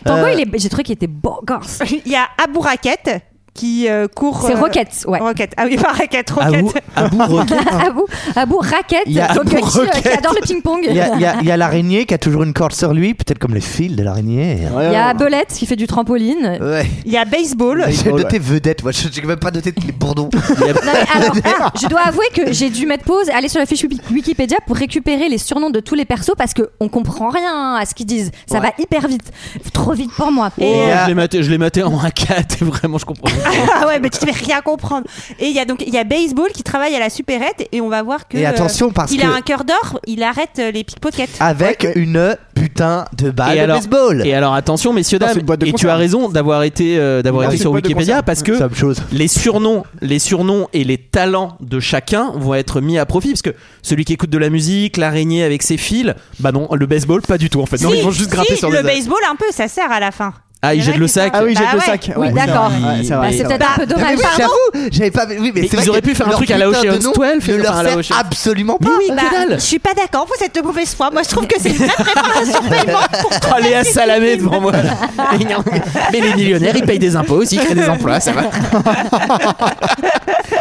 Speaker 1: Tango,
Speaker 10: Euh,
Speaker 1: il est- j'ai trouvé qu'il était beau gosse.
Speaker 7: Il y a Abou Raquette qui euh, court.
Speaker 1: C'est
Speaker 7: euh,
Speaker 1: Rocket, ouais.
Speaker 7: Rocket. Ah oui, pas Raquette,
Speaker 8: À vous,
Speaker 7: Rocket.
Speaker 8: à vous, Rocket.
Speaker 1: Abou, Abou Racket,
Speaker 10: Il y a Abou
Speaker 1: donc, euh, qui, euh, qui
Speaker 10: Racket.
Speaker 1: adore le ping-pong.
Speaker 10: Il y a, il y a- il y a l'araignée qui a toujours une corde sur lui, peut-être comme les fils de l'araignée.
Speaker 1: Il y
Speaker 8: euh,
Speaker 1: a Belette qui fait du trampoline.
Speaker 10: Ouais.
Speaker 7: Il y a Baseball.
Speaker 10: J'ai noté vedette, moi. Je n'ai même pas noté les bourdons.
Speaker 1: Non, mais alors, ah, je dois avouer que j'ai dû mettre pause, aller sur la fiche Wiki- Wikipédia pour récupérer les surnoms de tous les persos parce qu'on comprend rien à ce qu'ils disent. Ça va hyper vite. Trop vite pour moi.
Speaker 7: Et,
Speaker 8: Oh,
Speaker 7: euh,
Speaker 8: je l'ai maté, je l'ai maté en 1-4, et vraiment, je comprends.
Speaker 7: Ah ouais, mais tu ne rien comprendre. Et il y a donc il y a Baseball qui travaille à la supérette et on va voir que.
Speaker 10: Et
Speaker 7: euh,
Speaker 10: attention, parce
Speaker 7: il
Speaker 10: que-
Speaker 7: a un cœur d'or, il arrête euh, les pickpockets.
Speaker 9: Ah,
Speaker 10: Avec une putain de balle
Speaker 8: Et
Speaker 10: de
Speaker 8: alors-
Speaker 10: baseball.
Speaker 8: Et alors, attention, messieurs,
Speaker 9: Non, c'est
Speaker 8: dames,
Speaker 9: une boîte de
Speaker 8: et tu
Speaker 9: conserve.
Speaker 8: as raison d'avoir été, euh, d'avoir
Speaker 9: Non,
Speaker 8: été
Speaker 9: c'est
Speaker 8: sur
Speaker 9: une boîte de
Speaker 8: Wikipédia
Speaker 9: conserve.
Speaker 8: parce que
Speaker 10: Même chose.
Speaker 8: les surnoms, les surnoms et les talents de chacun vont être mis à profit parce que celui qui écoute de la musique, l'araignée avec ses fils, bah non, le baseball pas du tout en fait. Non,
Speaker 7: Si,
Speaker 8: ils vont juste grimper
Speaker 7: si,
Speaker 8: sur
Speaker 7: le
Speaker 8: des
Speaker 7: baseball un peu, ça sert à la fin.
Speaker 8: Ah, il
Speaker 7: y en a
Speaker 8: jette le
Speaker 7: qui
Speaker 8: sac.
Speaker 9: Ah oui, j'ai
Speaker 7: Bah
Speaker 9: le
Speaker 7: ouais.
Speaker 9: sac.
Speaker 7: Oui,
Speaker 9: ouais.
Speaker 7: d'accord.
Speaker 9: Ouais, c'est
Speaker 1: Bah,
Speaker 10: euh,
Speaker 9: vrai.
Speaker 1: c'est peut-être un peu dommage.
Speaker 10: Ah, mais j'avoue, j'avais pas vu. Oui,
Speaker 8: Mais
Speaker 10: mais c'est
Speaker 8: ils
Speaker 10: vrai
Speaker 8: auraient
Speaker 10: que
Speaker 8: pu faire un
Speaker 10: leur
Speaker 8: truc à la
Speaker 10: putain de
Speaker 8: Ocean's
Speaker 10: nom
Speaker 8: 12,
Speaker 10: Ne
Speaker 8: enfin, à
Speaker 10: leur
Speaker 8: la
Speaker 10: sert
Speaker 8: Ocean's-
Speaker 10: absolument pas.
Speaker 8: oui, que dalle.
Speaker 7: Bah, je suis pas d'accord, vous êtes de mauvaise foi. Moi, je trouve que c'est une vraie préparation paiement pour
Speaker 8: Ah,
Speaker 6: Oh, Léa Salamé devant moi. là.
Speaker 8: mais les millionnaires, ils payent des impôts aussi, ils créent des emplois, ça va.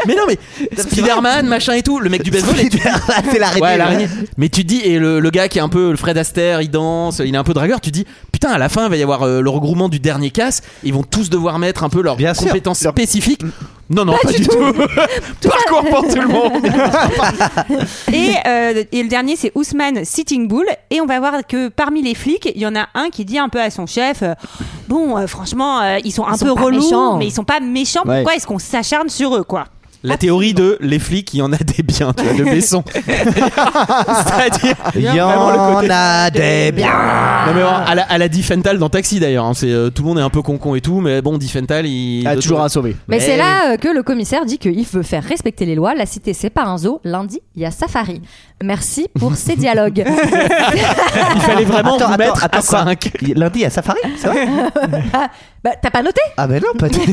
Speaker 8: mais non, mais Spider-Man, machin et tout, le mec du baseball. et tu-
Speaker 10: c'est l'araignée.
Speaker 8: Ouais, l'araignée. Mais tu te dis, et le, le gars qui est un peu le Fred Astaire, il danse, il est un peu dragueur, tu te dis, putain, à la fin, il va y avoir euh, le regroupement du dernier casse, ils vont tous devoir mettre un peu leurs
Speaker 10: Bien sûr.
Speaker 8: compétences
Speaker 10: Leur-
Speaker 8: spécifiques. Non, non, pas, du tout. Parcours pour tout le monde.
Speaker 7: Et, euh, et le dernier, c'est Ousmane Sitting Bull. Et on va voir que parmi les flics, il y en a un qui dit un peu à son chef euh, Bon, euh, franchement, euh, ils sont un
Speaker 1: sont
Speaker 7: peu
Speaker 1: pas
Speaker 7: relous,
Speaker 1: méchants.
Speaker 7: mais ils sont pas méchants.
Speaker 9: Ouais.
Speaker 7: Pourquoi est-ce qu'on s'acharne sur eux, quoi
Speaker 8: La théorie de les flics, il y en a des biens, tu vois, de Besson. C'est-à-dire.
Speaker 10: Il y
Speaker 8: Vraiment, le
Speaker 10: en
Speaker 8: côté-
Speaker 10: a des biens.
Speaker 8: Non mais alors, à la, à la Di Fental dans Taxi d'ailleurs, hein, c'est euh, tout le monde est un peu concon et tout, mais bon Di Fental il
Speaker 9: Ah,
Speaker 8: de-
Speaker 9: toujours à sauver.
Speaker 1: Mais
Speaker 8: Mais-
Speaker 1: c'est là euh, que le commissaire dit qu'il veut faire respecter les lois. La cité, c'est pas un zoo. Lundi, il y a safari. Merci pour ces dialogues.
Speaker 8: il fallait vraiment
Speaker 10: Attends,
Speaker 8: vous
Speaker 10: attends,
Speaker 8: mettre à
Speaker 10: attends, quoi.
Speaker 8: 5
Speaker 10: Lundi, à Safari, c'est vrai
Speaker 1: bah, t'as pas noté
Speaker 10: Ah, ben non, pas du tout.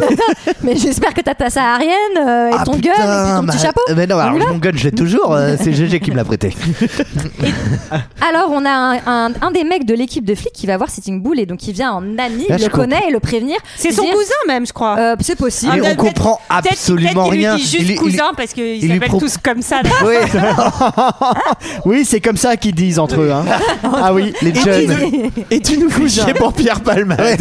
Speaker 1: Mais j'espère que t'as ta saharienne euh, et
Speaker 10: Ah,
Speaker 1: ton
Speaker 10: putain,
Speaker 1: gun et puis ton
Speaker 10: ma-
Speaker 1: petit chapeau.
Speaker 10: Mais non,
Speaker 1: On y
Speaker 10: alors
Speaker 1: va
Speaker 10: mon gun, je l'ai toujours. euh, c'est GG qui me l'a prêté.
Speaker 1: Alors, on a un, un- un des mecs de l'équipe de flics qui va voir Sitting Bull et donc il vient en ami,
Speaker 10: Là,
Speaker 1: il
Speaker 10: je
Speaker 1: le connaît et le prévenir.
Speaker 7: C'est son
Speaker 1: Dire,
Speaker 7: cousin, même, je crois.
Speaker 1: euh, c'est possible.
Speaker 10: Mais
Speaker 7: Ah,
Speaker 10: on
Speaker 7: peut-être-
Speaker 10: comprend
Speaker 7: Peut-être-
Speaker 10: absolument
Speaker 7: peut-être qu'il
Speaker 10: rien.
Speaker 7: lui dit juste
Speaker 10: Il- il-
Speaker 7: cousin parce qu'ils
Speaker 10: lui
Speaker 7: s'appellent
Speaker 10: pro-
Speaker 7: tous comme ça. là.
Speaker 10: Oui,
Speaker 9: Oui, c'est comme ça qu'ils disent entre eux. hein. Ah oui,
Speaker 10: les jeunes.
Speaker 8: et tu nous fous chier pour Pierre Palmade.
Speaker 10: Ouais.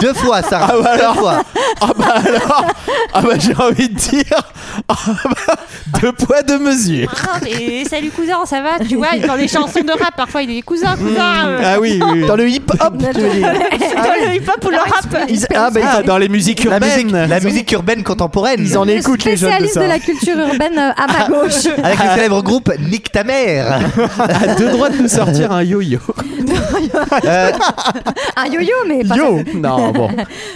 Speaker 10: Deux fois, Sarah.
Speaker 8: Ah, bah alors.
Speaker 10: Deux fois.
Speaker 8: Ah bah alors, ah bah j'ai envie de dire, ah bah, deux poids deux mesures.
Speaker 7: Ah, mais salut cousin, ça va Tu vois, dans les chansons de rap, parfois il est cousin, cousin. euh,
Speaker 8: Ah oui, oui, oui.
Speaker 9: Dans le hip-hop, tu veux dire.
Speaker 10: Ah,
Speaker 7: dans le hip-hop ou le rap.
Speaker 9: Ils- ah, bah, ils-
Speaker 8: Ah, dans les musiques
Speaker 10: La musique,
Speaker 8: urbaines.
Speaker 10: la musique urbaine contemporaine.
Speaker 9: ils en
Speaker 1: le
Speaker 9: écoutent les jeunes de
Speaker 1: spécialiste de,
Speaker 9: ça.
Speaker 1: la culture urbaine euh, à
Speaker 10: Ah.
Speaker 1: ma gauche.
Speaker 10: Avec le célèbre groupe Nick ta mère.
Speaker 8: à deux droits de nous sortir un yo-yo.
Speaker 10: Euh,
Speaker 1: Un yo-yo, mais pas
Speaker 8: Yo Non, bon.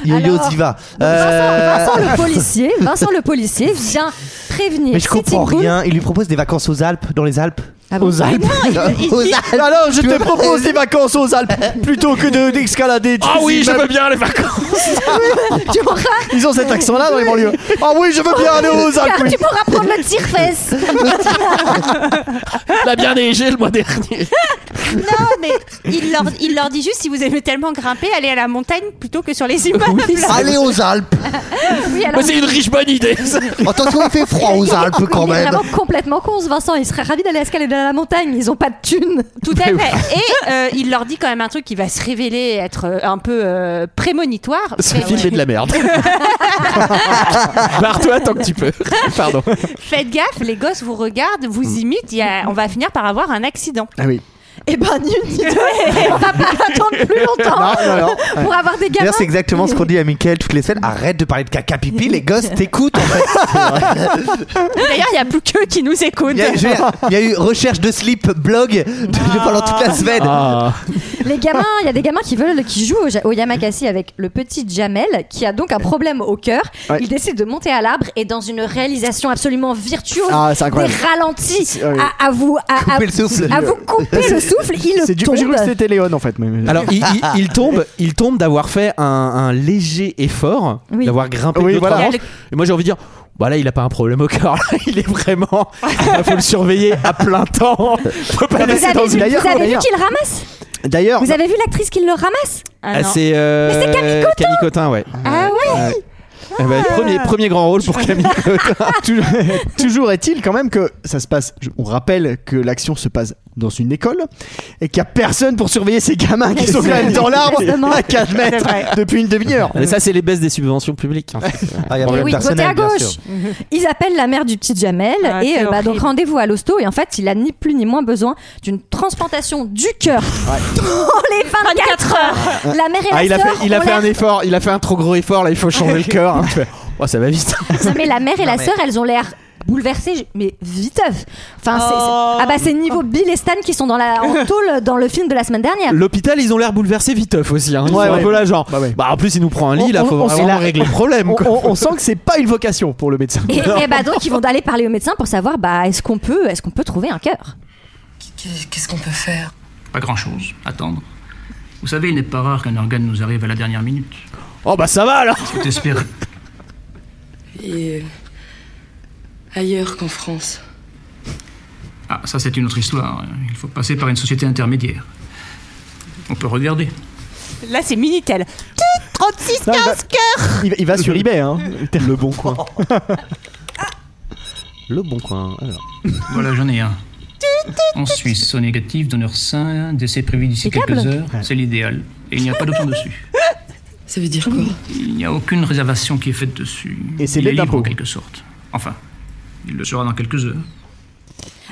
Speaker 10: Yo-Yo
Speaker 1: Alors,
Speaker 10: Ziva. Euh,
Speaker 1: Vincent, Vincent le policier, Vincent le policier vient prévenir
Speaker 10: mais je comprends
Speaker 1: Sitting Bull.
Speaker 10: rien. Il lui propose des vacances aux Alpes, dans les Alpes.
Speaker 1: Ah bon
Speaker 9: Aux Alpes.
Speaker 10: aux Alpes.
Speaker 9: Alors, je te propose des vacances aux Alpes plutôt que de- d'escalader. tous
Speaker 6: Ah oui,
Speaker 9: ces
Speaker 6: je
Speaker 9: immeubles.
Speaker 6: veux bien les vacances.
Speaker 1: tu, pourras,
Speaker 9: Ils ont cet accent-là dans les banlieues. Ah oui, je veux bien aller aux Alpes. oui.
Speaker 1: tu pourras prendre le tire-fesse.
Speaker 6: La bien neigé le mois dernier.
Speaker 7: Non, Ah, mais il leur, il leur dit juste si vous aimez tellement grimper, allez à la montagne plutôt que sur les immeubles.
Speaker 10: Allez aux Alpes.
Speaker 1: Oui, alors,
Speaker 6: Mais c'est une riche bonne idée. ça.
Speaker 10: Attention, il fait froid aux Alpes quand
Speaker 1: il est
Speaker 10: même.
Speaker 1: vraiment complètement con ce Vincent. Il serait ravi d'aller escalader à la montagne. Ils ont pas de thunes.
Speaker 7: Tout à fait. Et euh, il leur dit quand même un truc qui va se révéler être euh, un peu euh, prémonitoire.
Speaker 8: Ce
Speaker 7: Mais
Speaker 8: film est de la merde. Barre-toi tant que tu peux. Pardon.
Speaker 7: Faites gaffe, les gosses vous regardent, vous imitent, il y a- on va finir par avoir un accident.
Speaker 9: Ah oui.
Speaker 1: Eh ben, ni une ni deux. On va pas attendre plus longtemps
Speaker 9: Non, non, non.
Speaker 1: pour avoir des gamins.
Speaker 10: D'ailleurs, c'est exactement ce qu'on dit à Mickaël toutes les semaines. Arrête de parler de caca pipi, les gosses t'écoutent en fait.
Speaker 7: D'ailleurs, il n'y a plus qu'eux qui nous écoutent.
Speaker 10: Il y, a, je veux dire, il y a eu recherche de slip blog de- de- pendant toute la semaine.
Speaker 8: Ah.
Speaker 1: Les gamins, il y a des gamins qui veulent, qui jouent au, ja- au Yamakasi avec le petit Jamel, qui a donc un problème au cœur.
Speaker 9: Ouais.
Speaker 1: Il décide de monter à l'arbre et dans une réalisation absolument virtuose,
Speaker 9: Ah, c'est incroyable.
Speaker 1: des ralentis
Speaker 9: ah oui.
Speaker 1: à, à vous, à, à-
Speaker 10: Couper le souffle.
Speaker 1: à vous couper le souffle, il
Speaker 9: C'est du.
Speaker 1: tombe.
Speaker 9: J'ai cru que c'était Léon en fait. mais-
Speaker 8: Alors, il, il- il tombe, il tombe d'avoir fait un, un léger effort,
Speaker 1: Oui.
Speaker 8: d'avoir grimpé
Speaker 9: Oui,
Speaker 8: deux, trois
Speaker 9: voilà.
Speaker 8: branches. Et moi, j'ai envie de dire. Bah là, il a pas un problème au corps. Il est vraiment. Il faut le surveiller à plein temps. Faut pas
Speaker 1: Vous
Speaker 8: laisser
Speaker 1: avez
Speaker 8: dans
Speaker 1: vu,
Speaker 8: une.
Speaker 9: D'ailleurs,
Speaker 1: vous avez vu
Speaker 9: d'ailleurs-
Speaker 1: qu'il le ramasse
Speaker 9: D'ailleurs,
Speaker 1: Vous avez vu l'actrice qui le ramasse
Speaker 7: Ah non.
Speaker 8: c'est. euh,
Speaker 1: Mais c'est Camille
Speaker 8: Camille Cotin, ouais.
Speaker 1: Ah ouais
Speaker 8: Eh ben,
Speaker 9: Ah.
Speaker 8: premier, premier grand rôle pour Camille Cotin.
Speaker 9: tou- toujours est-il quand même que ça se passe. je- On rappelle que l'action se passe dans une école et qu'il n'y a personne pour surveiller ces gamins qui sont quand même dans l'arbre
Speaker 1: Exactement.
Speaker 9: à 4 mètres depuis une demi-heure.
Speaker 8: Mais ça, c'est les baisses des subventions publiques. hein. en fait.
Speaker 10: Ah, il y a
Speaker 1: Et
Speaker 10: problème
Speaker 1: oui, de côté
Speaker 10: personnel,
Speaker 1: à
Speaker 10: bien
Speaker 1: gauche. Mhm.
Speaker 10: sûr.
Speaker 1: Ils appellent la mère du petit Jamel
Speaker 7: Ah,
Speaker 1: et
Speaker 7: c'est
Speaker 1: euh, bah, donc
Speaker 7: horrible.
Speaker 1: rendez-vous à l'hosto. Et en fait, il a ni plus ni moins besoin d'une transplantation du cœur dans les 24 heures. La mère et la
Speaker 8: Ah, il a
Speaker 1: sœur
Speaker 8: fait, il a
Speaker 1: ont
Speaker 8: fait
Speaker 1: l'air-
Speaker 8: un effort. Il a fait un trop gros effort. Là, il faut changer le cœur. hein. Tu fais, Oh, ça va vite.
Speaker 1: Non, mais la mère et la
Speaker 10: mais-
Speaker 1: sœur, elles ont l'air bouleversées, je- mais viteuf. Enfin, c'est- c'est-
Speaker 7: Oh.
Speaker 1: ah bah c'est niveau Bill et Stan qui sont dans la en tôle dans le film de la semaine dernière.
Speaker 8: L'hôpital, ils ont l'air bouleversés viteuf aussi. Hein. Ils
Speaker 9: Ouais,
Speaker 8: sont un
Speaker 9: ouais.
Speaker 8: peu là, genre. Bah,
Speaker 9: Bah ouais.
Speaker 8: en plus, il nous prend un lit, là,
Speaker 9: On-
Speaker 8: faut
Speaker 9: on- on
Speaker 8: vraiment
Speaker 9: s'est la-
Speaker 8: régler le problème.
Speaker 9: On,
Speaker 8: quoi.
Speaker 9: on- on sent que c'est pas une vocation pour le médecin.
Speaker 1: Et, et bah donc ils vont aller parler au médecin pour savoir bah est-ce qu'on peut est-ce qu'on peut trouver un cœur.
Speaker 11: Qu'est- Qu'est-ce qu'on peut faire
Speaker 2: Pas grand-chose. Attendre.
Speaker 11: Vous savez, il n'est pas rare qu'un organe nous arrive à la dernière minute.
Speaker 6: Oh bah ça va alors
Speaker 11: Qu'est-ce que t'espères
Speaker 12: Et euh, ailleurs qu'en France.
Speaker 11: Ah, ça c'est une autre histoire. Il faut passer par une société intermédiaire. On peut regarder.
Speaker 7: Là, c'est Minitel. 36
Speaker 9: Non,
Speaker 7: 15
Speaker 9: il va-
Speaker 7: cœurs
Speaker 9: Il, va- il va sur eBay, hein. Le bon coin.
Speaker 8: Le bon coin, alors.
Speaker 11: Voilà, j'en ai un. En Suisse, au négatif, donneur sain, décès prévu d'ici
Speaker 12: Impeccable.
Speaker 11: quelques heures, c'est l'idéal. Et il n'y a pas d'autant dessus.
Speaker 12: Ça veut dire quoi
Speaker 11: Il n'y a aucune réservation qui est faite dessus.
Speaker 9: Et c'est
Speaker 11: Il est
Speaker 9: l'aide
Speaker 11: libre
Speaker 9: d'impôt.
Speaker 11: en quelque sorte. Enfin, il le sera dans quelques heures.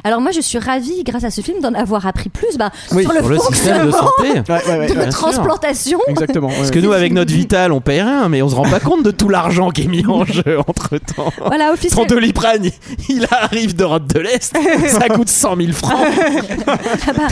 Speaker 1: Alors moi, je suis ravie, grâce à ce film, d'en avoir appris plus bah,
Speaker 8: Oui,
Speaker 1: sur le
Speaker 8: sur le système de
Speaker 1: fonctionnement
Speaker 8: santé. Ouais,
Speaker 9: ouais, ouais,
Speaker 1: de
Speaker 8: bien sûr.
Speaker 1: transplantation.
Speaker 9: Exactement. ouais.
Speaker 8: Parce que nous, avec notre Vital, on paye rien, mais on se rend pas compte de tout l'argent qui est mis en jeu entre temps.
Speaker 1: Voilà, officiellement.
Speaker 8: Ton doliprane, il- il arrive d'Europe de l'Est, ça coûte 100 000 francs. bah.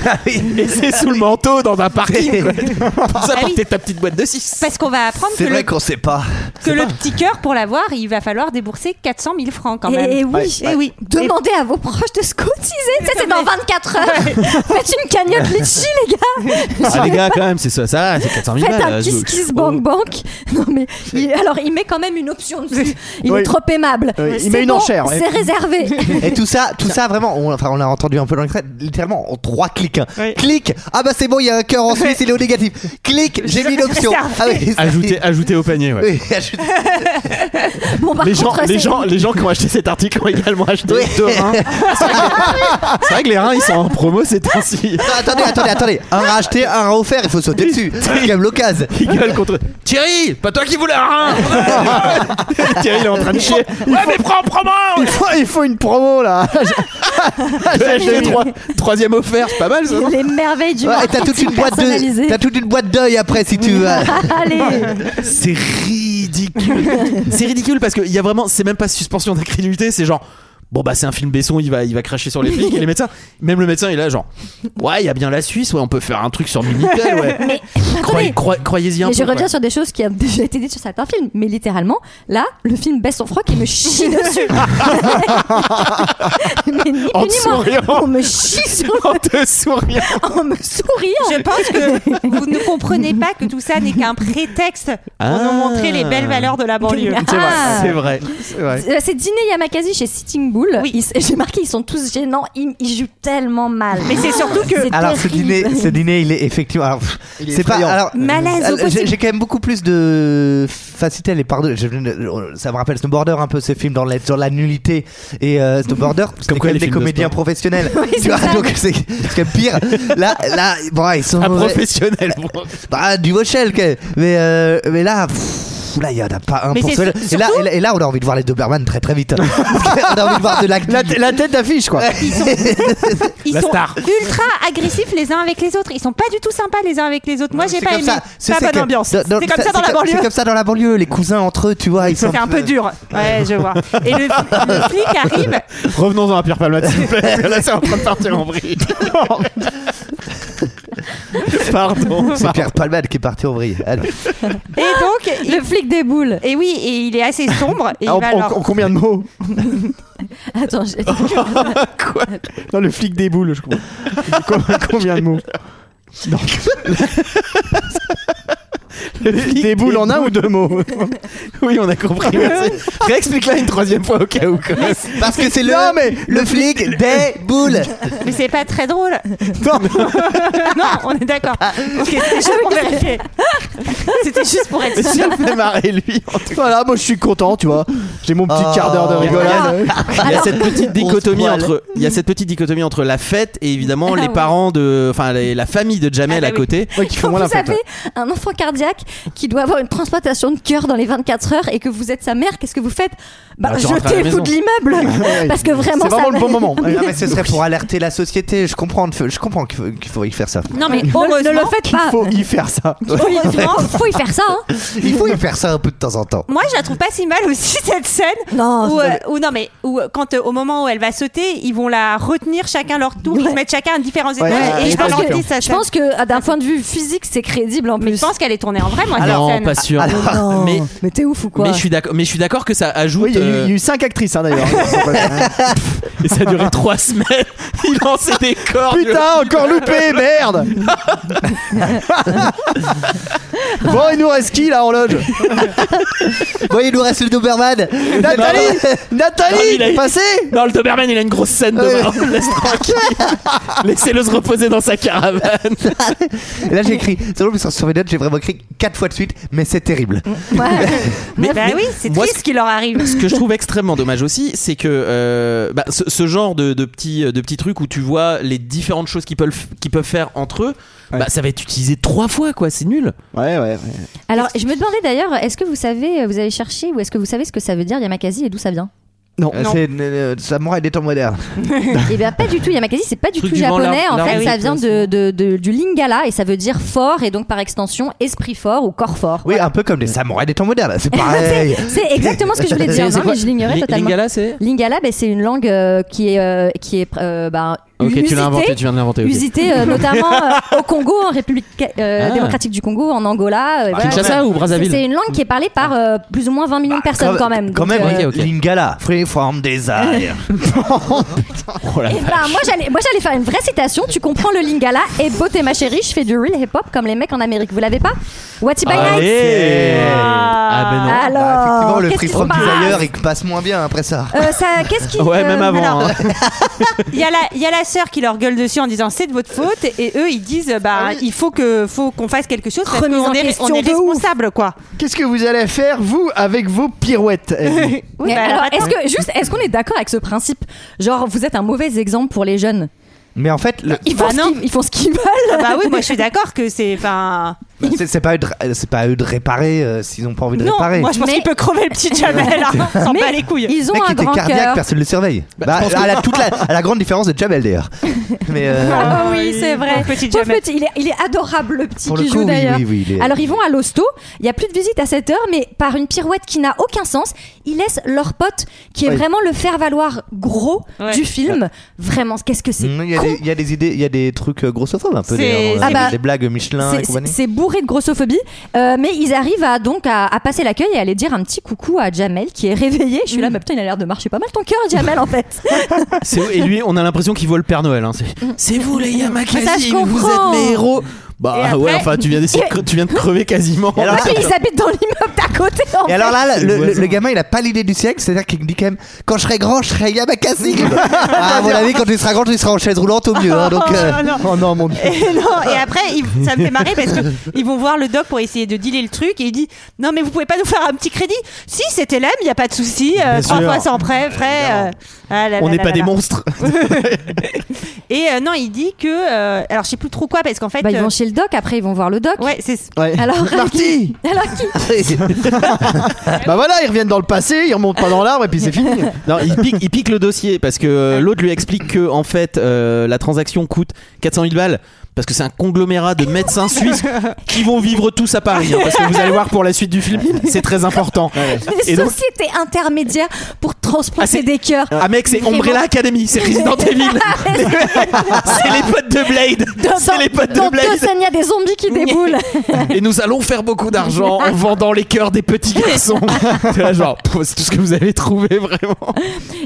Speaker 8: Ah Et c'est sous le manteau dans un parking. quoi. Pour ça,
Speaker 7: Ah oui.
Speaker 8: porter ta petite boîte de 6.
Speaker 7: Parce qu'on va apprendre que,
Speaker 10: C'est vrai
Speaker 7: le,
Speaker 10: qu'on sait pas.
Speaker 7: que le petit cœur, pour l'avoir, il va falloir débourser 400 000 francs quand même.
Speaker 1: Et, et Eh oui,
Speaker 7: Ouais.
Speaker 1: et oui. Demandez à vos proches de se cotiser. Ça, c'est dans 24 heures. Faites une cagnotte litchi, les gars.
Speaker 8: Ah, les gars, quand même, c'est ça, ça, c'est 400 000
Speaker 1: Faites
Speaker 8: balles.
Speaker 1: un
Speaker 8: euh,
Speaker 1: kiss
Speaker 8: zo-
Speaker 1: kiss bang bang. Non mais il- alors il met quand même une option dessus. Il
Speaker 9: Oui.
Speaker 1: est trop aimable.
Speaker 9: Oui, il
Speaker 1: C'est
Speaker 9: met une
Speaker 1: bon,
Speaker 9: enchère.
Speaker 1: C'est réservé.
Speaker 10: Et tout ça, tout ça vraiment, on, enfin, on l'a entendu un peu dans l'extrait, littéralement en trois clics. hein. Clic Ah bah c'est bon, il y a un cœur en Suisse, il est au négatif. Clic J'ai mis l'option. Ah oui, ça-
Speaker 8: Ajouter, ajouter au panier, ouais.
Speaker 10: Oui, ajoute-
Speaker 1: Bon, par
Speaker 6: les gens,
Speaker 1: contre,
Speaker 6: les,
Speaker 1: c'est-
Speaker 6: gens, les gens qui ont acheté cet article ont également acheté
Speaker 10: Oui.
Speaker 6: deux reins.
Speaker 8: C'est vrai que les reins, ils sont en promo, c'est ainsi.
Speaker 10: Ah, attendez, attendez, attendez. Un racheté, un offert, il faut sauter dessus. C'est quand même l'occasion.
Speaker 6: Ils gueulent contre. Thierry, pas toi qui voulais un rein Thierry, il est en train de chier. Ouais, mais prends, prends-moi
Speaker 9: Il faut, il faut une promo là. Ah,
Speaker 6: J'ai acheté trois- Troisième offert, c'est pas mal ça. non
Speaker 1: les merveilles du
Speaker 10: Ouais,
Speaker 1: marketing
Speaker 10: t'as toute une boîte de,
Speaker 1: personnalisé.
Speaker 10: t'as toute une boîte d'œil après si tu veux.
Speaker 1: Allez.
Speaker 8: C'est ridicule. c'est ridicule parce qu'il y a vraiment, c'est même pas suspension d'incrédulité, c'est genre. Bon bah c'est un film Besson, il va il va cracher sur les flics et les médecins. Même le médecin il est là genre ouais il y a bien la Suisse ouais on peut faire un truc sur Minitel ouais.
Speaker 1: Mais
Speaker 8: Croyez,
Speaker 1: attendez.
Speaker 8: croyez- croyez-y un
Speaker 1: Mais
Speaker 8: peu.
Speaker 1: je reviens
Speaker 8: quoi.
Speaker 1: sur des choses qui ont déjà été dites sur certains films. Mais littéralement, là, le film baisse son froc et me chie dessus. mais ni
Speaker 6: En
Speaker 1: plus ni moins.
Speaker 6: souriant.
Speaker 1: On me chie sur
Speaker 6: En te souriant.
Speaker 1: en me souriant.
Speaker 7: Je pense que vous ne comprenez pas que tout ça n'est qu'un prétexte pour
Speaker 10: Ah.
Speaker 7: nous montrer les belles valeurs de la banlieue.
Speaker 1: C'est vrai. Ah.
Speaker 8: C'est vrai.
Speaker 1: Euh, C'est Dîner Yamakasi chez Sitting Bull.
Speaker 7: Oui.
Speaker 1: Ils- J'ai marqué, ils sont tous gênants. Ils, ils jouent tellement mal.
Speaker 7: Mais c'est surtout que-
Speaker 10: Alors ce
Speaker 1: terrible.
Speaker 10: dîner, ce dîner, il est effectivement. alors, pff, c'est pas. Alors,
Speaker 7: Malaise au
Speaker 10: alors, Euh, j'ai
Speaker 7: possible.
Speaker 10: j'ai quand même beaucoup plus de facilité à les pardonner. Je- Ça me rappelle Snowboarder un peu ce film dans la, sur la nullité et euh, Snowboarder. C'était
Speaker 8: quoi,
Speaker 10: quand même
Speaker 8: les
Speaker 10: des
Speaker 8: films de
Speaker 10: comédiens
Speaker 8: sport.
Speaker 10: professionnels.
Speaker 1: c'est
Speaker 10: tu vois,
Speaker 1: ça.
Speaker 10: donc c'est c'est quand même pire. Là, là, bon, ils sont
Speaker 8: Un
Speaker 10: mauvais.
Speaker 8: professionnel. bon.
Speaker 10: Bah, du Vauchel, quand même. mais euh, mais là. pff, Là, il n'y en a pas un
Speaker 7: Mais
Speaker 10: pour
Speaker 7: c'est
Speaker 10: seul.
Speaker 7: sur-
Speaker 10: Et là,
Speaker 7: surtout-
Speaker 10: et là- et là, on a envie de voir les Doberman très très vite. on a envie de voir de l'acting.
Speaker 9: La, t- la tête d'affiche quoi.
Speaker 7: Ils
Speaker 8: La
Speaker 7: sont
Speaker 8: star.
Speaker 7: ultra agressifs les uns avec les autres. Ils sont pas du tout sympas les uns avec les autres. Moi, j'ai
Speaker 10: C'est
Speaker 7: pas
Speaker 10: comme
Speaker 7: aimé.
Speaker 10: ça. C'est-
Speaker 7: Pas
Speaker 10: c'est
Speaker 7: bonne
Speaker 10: que-
Speaker 7: ambiance. C'est comme ça dans la
Speaker 10: comme-
Speaker 7: banlieue.
Speaker 10: C'est comme ça dans la banlieue. Les cousins entre eux, tu vois, ils sont.
Speaker 7: C'est un peu dur. Ouais, je vois. Et le, le flic arrive.
Speaker 8: Revenons-en à Pierre Palmade s'il vous plaît. parce que Là c'est en train de partir en vrille. Pardon.
Speaker 10: C'est Pierre Palmade qui est parti en vrille. Allez.
Speaker 7: Et donc, il-
Speaker 1: Le flic des boules.
Speaker 7: et oui, et il est assez sombre. Et
Speaker 9: Ah,
Speaker 7: il
Speaker 9: en,
Speaker 7: va
Speaker 9: en-
Speaker 7: leur-
Speaker 9: en combien de mots
Speaker 1: Attends, j'ai-
Speaker 9: Non, le flic des boules, je crois. Com- combien de mots Non. Le flic des boules en un ou deux mots
Speaker 8: Oui on a compris. Réexplique-la une troisième fois au cas où. quoi.
Speaker 10: Parce que c'est le,
Speaker 9: Non, mais
Speaker 10: le flic des boules.
Speaker 7: Mais c'est pas très drôle.
Speaker 9: Non,
Speaker 7: non, on est d'accord. Ok, c'était juste pour vérifier. C'était juste pour être
Speaker 8: Mais si elle fait marrer lui.
Speaker 9: Voilà, moi je suis content, tu vois. J'ai mon petit
Speaker 10: Oh.
Speaker 9: quart d'heure de rigolade.
Speaker 8: Il y a cette petite dichotomie
Speaker 10: On se poil.
Speaker 8: entre il y a cette petite dichotomie entre la fête et évidemment
Speaker 1: Ah
Speaker 8: les
Speaker 1: ouais.
Speaker 8: parents de enfin les- la famille de Jamel
Speaker 7: Ah bah
Speaker 8: à
Speaker 7: oui.
Speaker 8: côté.
Speaker 9: Ouais, qui font
Speaker 1: Quand
Speaker 9: moins la
Speaker 1: vous
Speaker 9: fête.
Speaker 1: avez un enfant cardiaque qui doit avoir une transplantation de cœur dans les 24 heures et que vous êtes sa mère, qu'est-ce que vous faites Bah,
Speaker 8: Bah, tu rentres à la
Speaker 1: jetez-vous de
Speaker 8: maison.
Speaker 1: l'immeuble Parce que vraiment,
Speaker 9: C'est
Speaker 1: ça-
Speaker 9: vraiment le bon moment.
Speaker 10: Ah, mais ce serait pour alerter la société. Je comprends, je comprends qu'il faut, qu'il faut y faire ça.
Speaker 7: Non, mais
Speaker 1: Ne, ne le
Speaker 7: heureusement,
Speaker 1: faites
Speaker 9: Il
Speaker 1: pas
Speaker 9: faut y faire ça.
Speaker 7: heureusement,
Speaker 1: Non, faut y faire ça. hein.
Speaker 10: Il faut y faire ça un peu de temps en temps.
Speaker 7: Moi, je la trouve pas si mal aussi cette scène.
Speaker 1: Non,
Speaker 7: où,
Speaker 1: c'est
Speaker 7: euh,
Speaker 1: pas-
Speaker 7: où- non mais où, euh, quand euh, au moment où elle va sauter, ils vont la retenir chacun leur tour, ils se mettent chacun à différents
Speaker 1: Ouais,
Speaker 7: étages
Speaker 1: et
Speaker 7: Ah, et
Speaker 1: je
Speaker 7: ils
Speaker 1: pense que-
Speaker 7: ralentissent sa
Speaker 1: je
Speaker 7: scène.
Speaker 1: pense que ah, d'un point de vue physique, c'est crédible en plus. Mais je pense
Speaker 7: qu'elle est tournée en vrai, moi.
Speaker 8: Alors, Ah non, pas sûr.
Speaker 7: Ah,
Speaker 1: non.
Speaker 8: mais,
Speaker 1: mais t'es ouf ou quoi
Speaker 8: mais je suis d'accord. Mais je suis d'accord que ça ajoute.
Speaker 9: Il y a eu-
Speaker 8: euh,
Speaker 9: il y a eu 5 actrices hein, d'ailleurs.
Speaker 8: et ça a duré trois semaines. Il lançait des cordes.
Speaker 9: Putain, encore loupé, merde Bon, il nous reste qui là en loge
Speaker 10: Bon, il nous reste le Doberman.
Speaker 9: Nathalie Nathalie
Speaker 6: il a-
Speaker 9: Passez
Speaker 6: Non, le Doberman, il a une grosse scène demain. Laisse tranquille. Laissez-le se reposer dans sa caravane.
Speaker 10: Et là, j'ai écrit. C'est drôle, mais sur Surveillance, j'ai vraiment écrit 4 fois de suite, mais c'est terrible.
Speaker 7: Ouais.
Speaker 8: Mais-
Speaker 7: bah
Speaker 8: mais-
Speaker 7: oui, c'est
Speaker 8: moi,
Speaker 7: triste ce qui leur arrive.
Speaker 8: ce que je trouve extrêmement dommage aussi, c'est que euh, bah, ce, ce genre de, de petits de petits trucs où tu vois les différentes choses qu'ils peuvent qu'ils peuvent faire entre eux, bah, ça va être utilisé trois fois quoi. C'est nul.
Speaker 9: Ouais, ouais.
Speaker 10: Euh,
Speaker 1: Alors, je me demandais d'ailleurs, est-ce que vous savez, vous avez cherché ou est-ce que vous savez ce que ça veut dire Yamakasi et d'où ça vient
Speaker 9: Non,
Speaker 10: Euh,
Speaker 1: Non.
Speaker 10: c'est euh, Samouraï des temps modernes.
Speaker 1: Eh bien, pas du tout. Yamakasi, c'est pas du
Speaker 10: Truc
Speaker 1: tout
Speaker 10: du vent,
Speaker 1: japonais.
Speaker 10: l'arbre-
Speaker 1: En
Speaker 10: l'arbre-
Speaker 1: fait, ça
Speaker 10: oui,
Speaker 1: vient de, de- de- du lingala et ça veut dire fort et donc par extension esprit fort ou corps fort.
Speaker 10: Oui, un peu comme les samouraïs des temps modernes. C'est pareil.
Speaker 1: C'est exactement ce que je voulais dire,
Speaker 10: C'est
Speaker 1: non,
Speaker 10: quoi
Speaker 1: mais je l'ignorais
Speaker 10: Li-
Speaker 1: totalement.
Speaker 10: Lingala, c'est
Speaker 1: Lingala, ben, c'est une langue euh, qui est, euh, qui est euh, bah,
Speaker 8: Ok, tu l'as
Speaker 1: usitée-
Speaker 8: inventé, tu viens de l'inventer, ok.
Speaker 1: Usitée euh, notamment euh, au Congo, en République euh,
Speaker 8: Ah.
Speaker 1: démocratique du Congo, en Angola. euh, voilà.
Speaker 8: Kinshasa ou Brazzaville
Speaker 1: C'est c'est une langue qui est parlée par euh, plus ou moins 20 millions de personnes quand même.
Speaker 10: Ah, Quand
Speaker 1: Donc,
Speaker 10: même,
Speaker 1: euh,
Speaker 10: Lingala, Free From Desire.
Speaker 8: Oh la
Speaker 1: Eh ben, moi j'allais moi j'allais faire une vraie citation, tu comprends le lingala et beauté ma chérie, je fais du real hip hop comme les mecs en Amérique. Vous l'avez pas What's by
Speaker 8: Allez Ah ben Ah non.
Speaker 1: Alors,
Speaker 10: Bah, effectivement, le
Speaker 1: qu'est-ce
Speaker 10: Free
Speaker 1: qui
Speaker 10: From
Speaker 1: se passe
Speaker 10: Desire, il passe moins bien après ça.
Speaker 1: Euh, ça, qu'est-ce qui
Speaker 8: Ouais,
Speaker 1: euh,
Speaker 8: même avant.
Speaker 7: alors-
Speaker 8: hein.
Speaker 7: Il y a la, il y a la sœur qui leur gueule dessus en disant c'est de votre faute et eux ils disent bah
Speaker 1: Ah
Speaker 7: il faut que faut qu'on fasse quelque chose parce
Speaker 9: Remise en
Speaker 7: qu'on est,
Speaker 9: question
Speaker 7: on est
Speaker 9: de ouf.
Speaker 7: responsable quoi.
Speaker 9: Qu'est-ce que vous allez faire, vous, avec vos pirouettes elle
Speaker 1: Mais
Speaker 7: bah,
Speaker 1: alors, est-ce que juste est-ce qu'on est d'accord avec ce principe Genre vous êtes un mauvais exemple pour les jeunes. Bah
Speaker 10: Mais en fait, le-
Speaker 1: Ils font ce qu'ils- ils font ce qu'ils veulent.
Speaker 7: Ah bah oui, moi je suis d'accord que c'est enfin
Speaker 10: Bah, c'est c'est pas, à eux de- euh, c'est pas à eux de réparer euh, s'ils n'ont pas envie de
Speaker 7: non,
Speaker 10: réparer.
Speaker 7: moi je pense qu'il peut crever le petit Jamel hein, s'en bat les couilles.
Speaker 1: Ils
Speaker 10: Mec, il était cardiaque, personne ne le surveille. Bah,
Speaker 7: je pense
Speaker 10: à,
Speaker 7: que-
Speaker 10: la, toute la, à la grande différence de Jamel d'ailleurs. Mais euh,
Speaker 1: Ah oui, c'est vrai.
Speaker 7: Pauvre petit
Speaker 1: Pauvre petit, il, est, il est adorable le petit
Speaker 10: Pour le
Speaker 1: qui
Speaker 10: coup,
Speaker 1: joue
Speaker 10: oui,
Speaker 1: d'ailleurs.
Speaker 10: oui, oui, il est-
Speaker 1: Alors ils vont à l'hosto, il y a plus de visite à cette heure, mais par une pirouette qui n'a aucun sens, ils laissent leur pote qui est
Speaker 10: Oui.
Speaker 1: vraiment le faire valoir gros du film. Vraiment, qu'est-ce que c'est
Speaker 10: hmm, Mmh, il y, a
Speaker 1: con.
Speaker 10: des- il y a des idées, il y a des trucs euh, grossophobes un peu.
Speaker 1: C'est-
Speaker 10: d'ailleurs,
Speaker 1: Ah
Speaker 10: euh,
Speaker 1: bah,
Speaker 10: des blagues Michelin et
Speaker 1: C'est- C'est
Speaker 10: compagnie.
Speaker 1: c'est bourré de grossophobie, euh, mais ils arrivent à donc à, à passer l'accueil et à aller dire un petit coucou à Jamel qui est réveillé. Je suis là, mais putain, il a l'air de marcher pas mal ton cœur, Jamel en fait.
Speaker 8: C'est- Mm. Et lui, on a l'impression qu'il voit le Père Noël. hein. C'est- C'est vous les
Speaker 1: Mm. Ça,
Speaker 8: Yamakasi,
Speaker 1: je
Speaker 8: vous êtes
Speaker 1: comprends.
Speaker 8: mes héros. Bah
Speaker 1: Et après-
Speaker 8: ouais, enfin tu viens d'essayer, de cre- tu viens de crever quasiment.
Speaker 10: Et alors-
Speaker 1: Ah, puis ils habitent dans l'immeuble d'à côté. En
Speaker 10: Et alors
Speaker 1: fait.
Speaker 10: là,
Speaker 8: C'est
Speaker 10: le, le-
Speaker 8: voisin.
Speaker 10: le gamin il a pas l'idée du siècle, c'est-à-dire qu'il dit quand même quand je serai grand, je serai Yamakasi. ah, à mon avis, quand tu seras grand, tu seras en chaise roulante au mieux. hein, donc, euh,
Speaker 7: Oh, non.
Speaker 9: Oh non, mon dieu.
Speaker 7: Et non, et après, ils- ça me fait marrer parce qu'ils vont voir le doc pour essayer de dealer le truc et il dit Non, mais vous pouvez pas nous faire un petit crédit Si, c'était l'aime, il n'y a pas de souci,
Speaker 8: Bien
Speaker 7: euh, trois
Speaker 8: sûr.
Speaker 7: fois sans prêt, frais. euh, ah là
Speaker 8: on
Speaker 7: là
Speaker 1: Oh
Speaker 8: n'est
Speaker 7: là
Speaker 8: pas
Speaker 7: là
Speaker 8: des
Speaker 7: là.
Speaker 8: monstres.
Speaker 7: Et euh, non, il dit que. euh, alors, je sais plus trop quoi parce qu'en fait.
Speaker 1: Bah, ils
Speaker 7: euh,
Speaker 1: vont chez le doc, après ils vont voir le doc.
Speaker 7: Ouais, c'est.
Speaker 1: Alors,
Speaker 9: Marty
Speaker 1: alors qui
Speaker 9: Bah voilà, ils reviennent dans le passé, ils remontent pas dans l'arbre et puis c'est fini.
Speaker 8: Non, il pique, il pique le dossier parce que euh, l'autre lui explique que en fait euh, la transaction coûte 400 000 balles parce que c'est un conglomérat de médecins suisses qui vont vivre tous à Paris. hein, parce que vous allez voir pour la suite du film, c'est très important.
Speaker 1: Des
Speaker 8: Et donc,
Speaker 1: sociétés intermédiaires pour transplanter
Speaker 8: c'est-
Speaker 1: des cœurs.
Speaker 8: ah mec, c'est
Speaker 1: Vraiment.
Speaker 8: Umbrella Academy, c'est Resident Evil, c'est les potes de Blade,
Speaker 1: Dans-
Speaker 8: c'est les potes
Speaker 1: dans
Speaker 8: de
Speaker 1: deux
Speaker 8: Blade.
Speaker 1: scènes, il y a des zombies qui déboulent.
Speaker 8: et nous allons faire beaucoup d'argent en vendant les cœurs des petits garçons. T'es là, genre, pff, c'est tout ce que vous avez trouvé vraiment.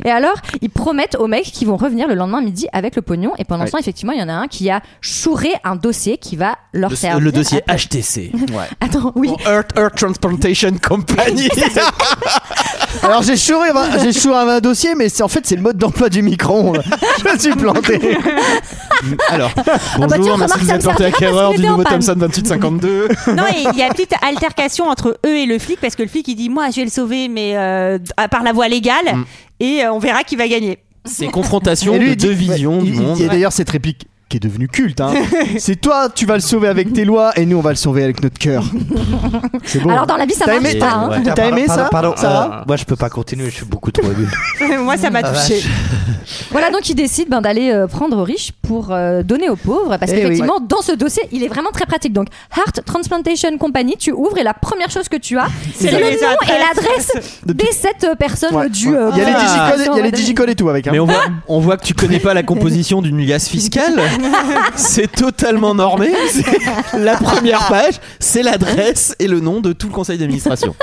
Speaker 1: Et alors, ils promettent aux mecs qu'ils vont revenir le lendemain midi avec le pognon. Et pendant
Speaker 8: Ouais.
Speaker 1: ce temps, effectivement, il y en a un qui a chouré un dossier qui va leur servir.
Speaker 8: Le, dossier
Speaker 1: à-
Speaker 8: HTC.
Speaker 1: Attends, oui.
Speaker 8: Pour Earth, Earth Transportation Company.
Speaker 9: Alors j'ai chouré, un- j'ai chouré un dossier, mais c'est en fait c'est le mode d'emploi du micro-ondes. Je me suis planté.
Speaker 8: Alors,
Speaker 1: bah tiens,
Speaker 8: bonjour,
Speaker 1: remarque,
Speaker 8: merci de nous
Speaker 1: ça me
Speaker 8: apporter
Speaker 1: servira parce
Speaker 8: acquéreur
Speaker 1: qu'il
Speaker 8: du
Speaker 1: était en
Speaker 8: nouveau
Speaker 1: panne.
Speaker 8: Thomson 2852.
Speaker 7: Non, et il y a une petite altercation entre eux et le flic parce que le flic il dit Moi, je vais le sauver, mais euh, à- par la voie légale
Speaker 9: Mm.
Speaker 7: et euh, on verra qui va gagner.
Speaker 8: C'est confrontation
Speaker 9: Et lui,
Speaker 8: de
Speaker 9: il dit-
Speaker 8: deux visions
Speaker 9: Il-
Speaker 8: du
Speaker 9: il-
Speaker 8: monde.
Speaker 9: Et d'ailleurs cette réplique qui est devenu culte. hein. C'est toi, tu vas le sauver avec tes lois et nous, on va le sauver avec notre cœur. C'est beau. hein.
Speaker 1: Alors, dans la vie,
Speaker 8: Ah,
Speaker 1: ça
Speaker 9: T'as
Speaker 1: marche
Speaker 9: aimé-
Speaker 1: pas, hein.
Speaker 9: T'as
Speaker 10: Pardon,
Speaker 9: aimé
Speaker 10: pardon,
Speaker 9: ça
Speaker 10: pardon,
Speaker 9: Ça va
Speaker 10: euh, Moi, je peux pas continuer, je suis beaucoup trop ému.
Speaker 7: Moi, ça m'a
Speaker 10: Ah,
Speaker 7: touché.
Speaker 10: vache.
Speaker 1: Voilà, donc il décide ben, d'aller euh, prendre aux riches pour euh, donner aux pauvres, parce
Speaker 9: Eh
Speaker 1: qu'effectivement,
Speaker 9: oui.
Speaker 1: dans ce dossier, il est vraiment très pratique. Donc, Heart Transplantation Company, tu ouvres et la première chose que tu as, c'est le
Speaker 7: les
Speaker 1: nom et
Speaker 7: adresses.
Speaker 1: l'adresse des sept euh, personnes
Speaker 9: Ouais,
Speaker 1: du.
Speaker 9: ouais.
Speaker 1: euh,
Speaker 9: Il y a les
Speaker 1: produit.
Speaker 9: digicodes- il y a les
Speaker 1: Attends,
Speaker 9: digicodes et tout avec. hein.
Speaker 8: Mais on voit, on voit que tu connais pas la composition d'une liasse fiscale. C'est totalement normé. C'est- La première page, c'est l'adresse et le nom de tout le conseil d'administration.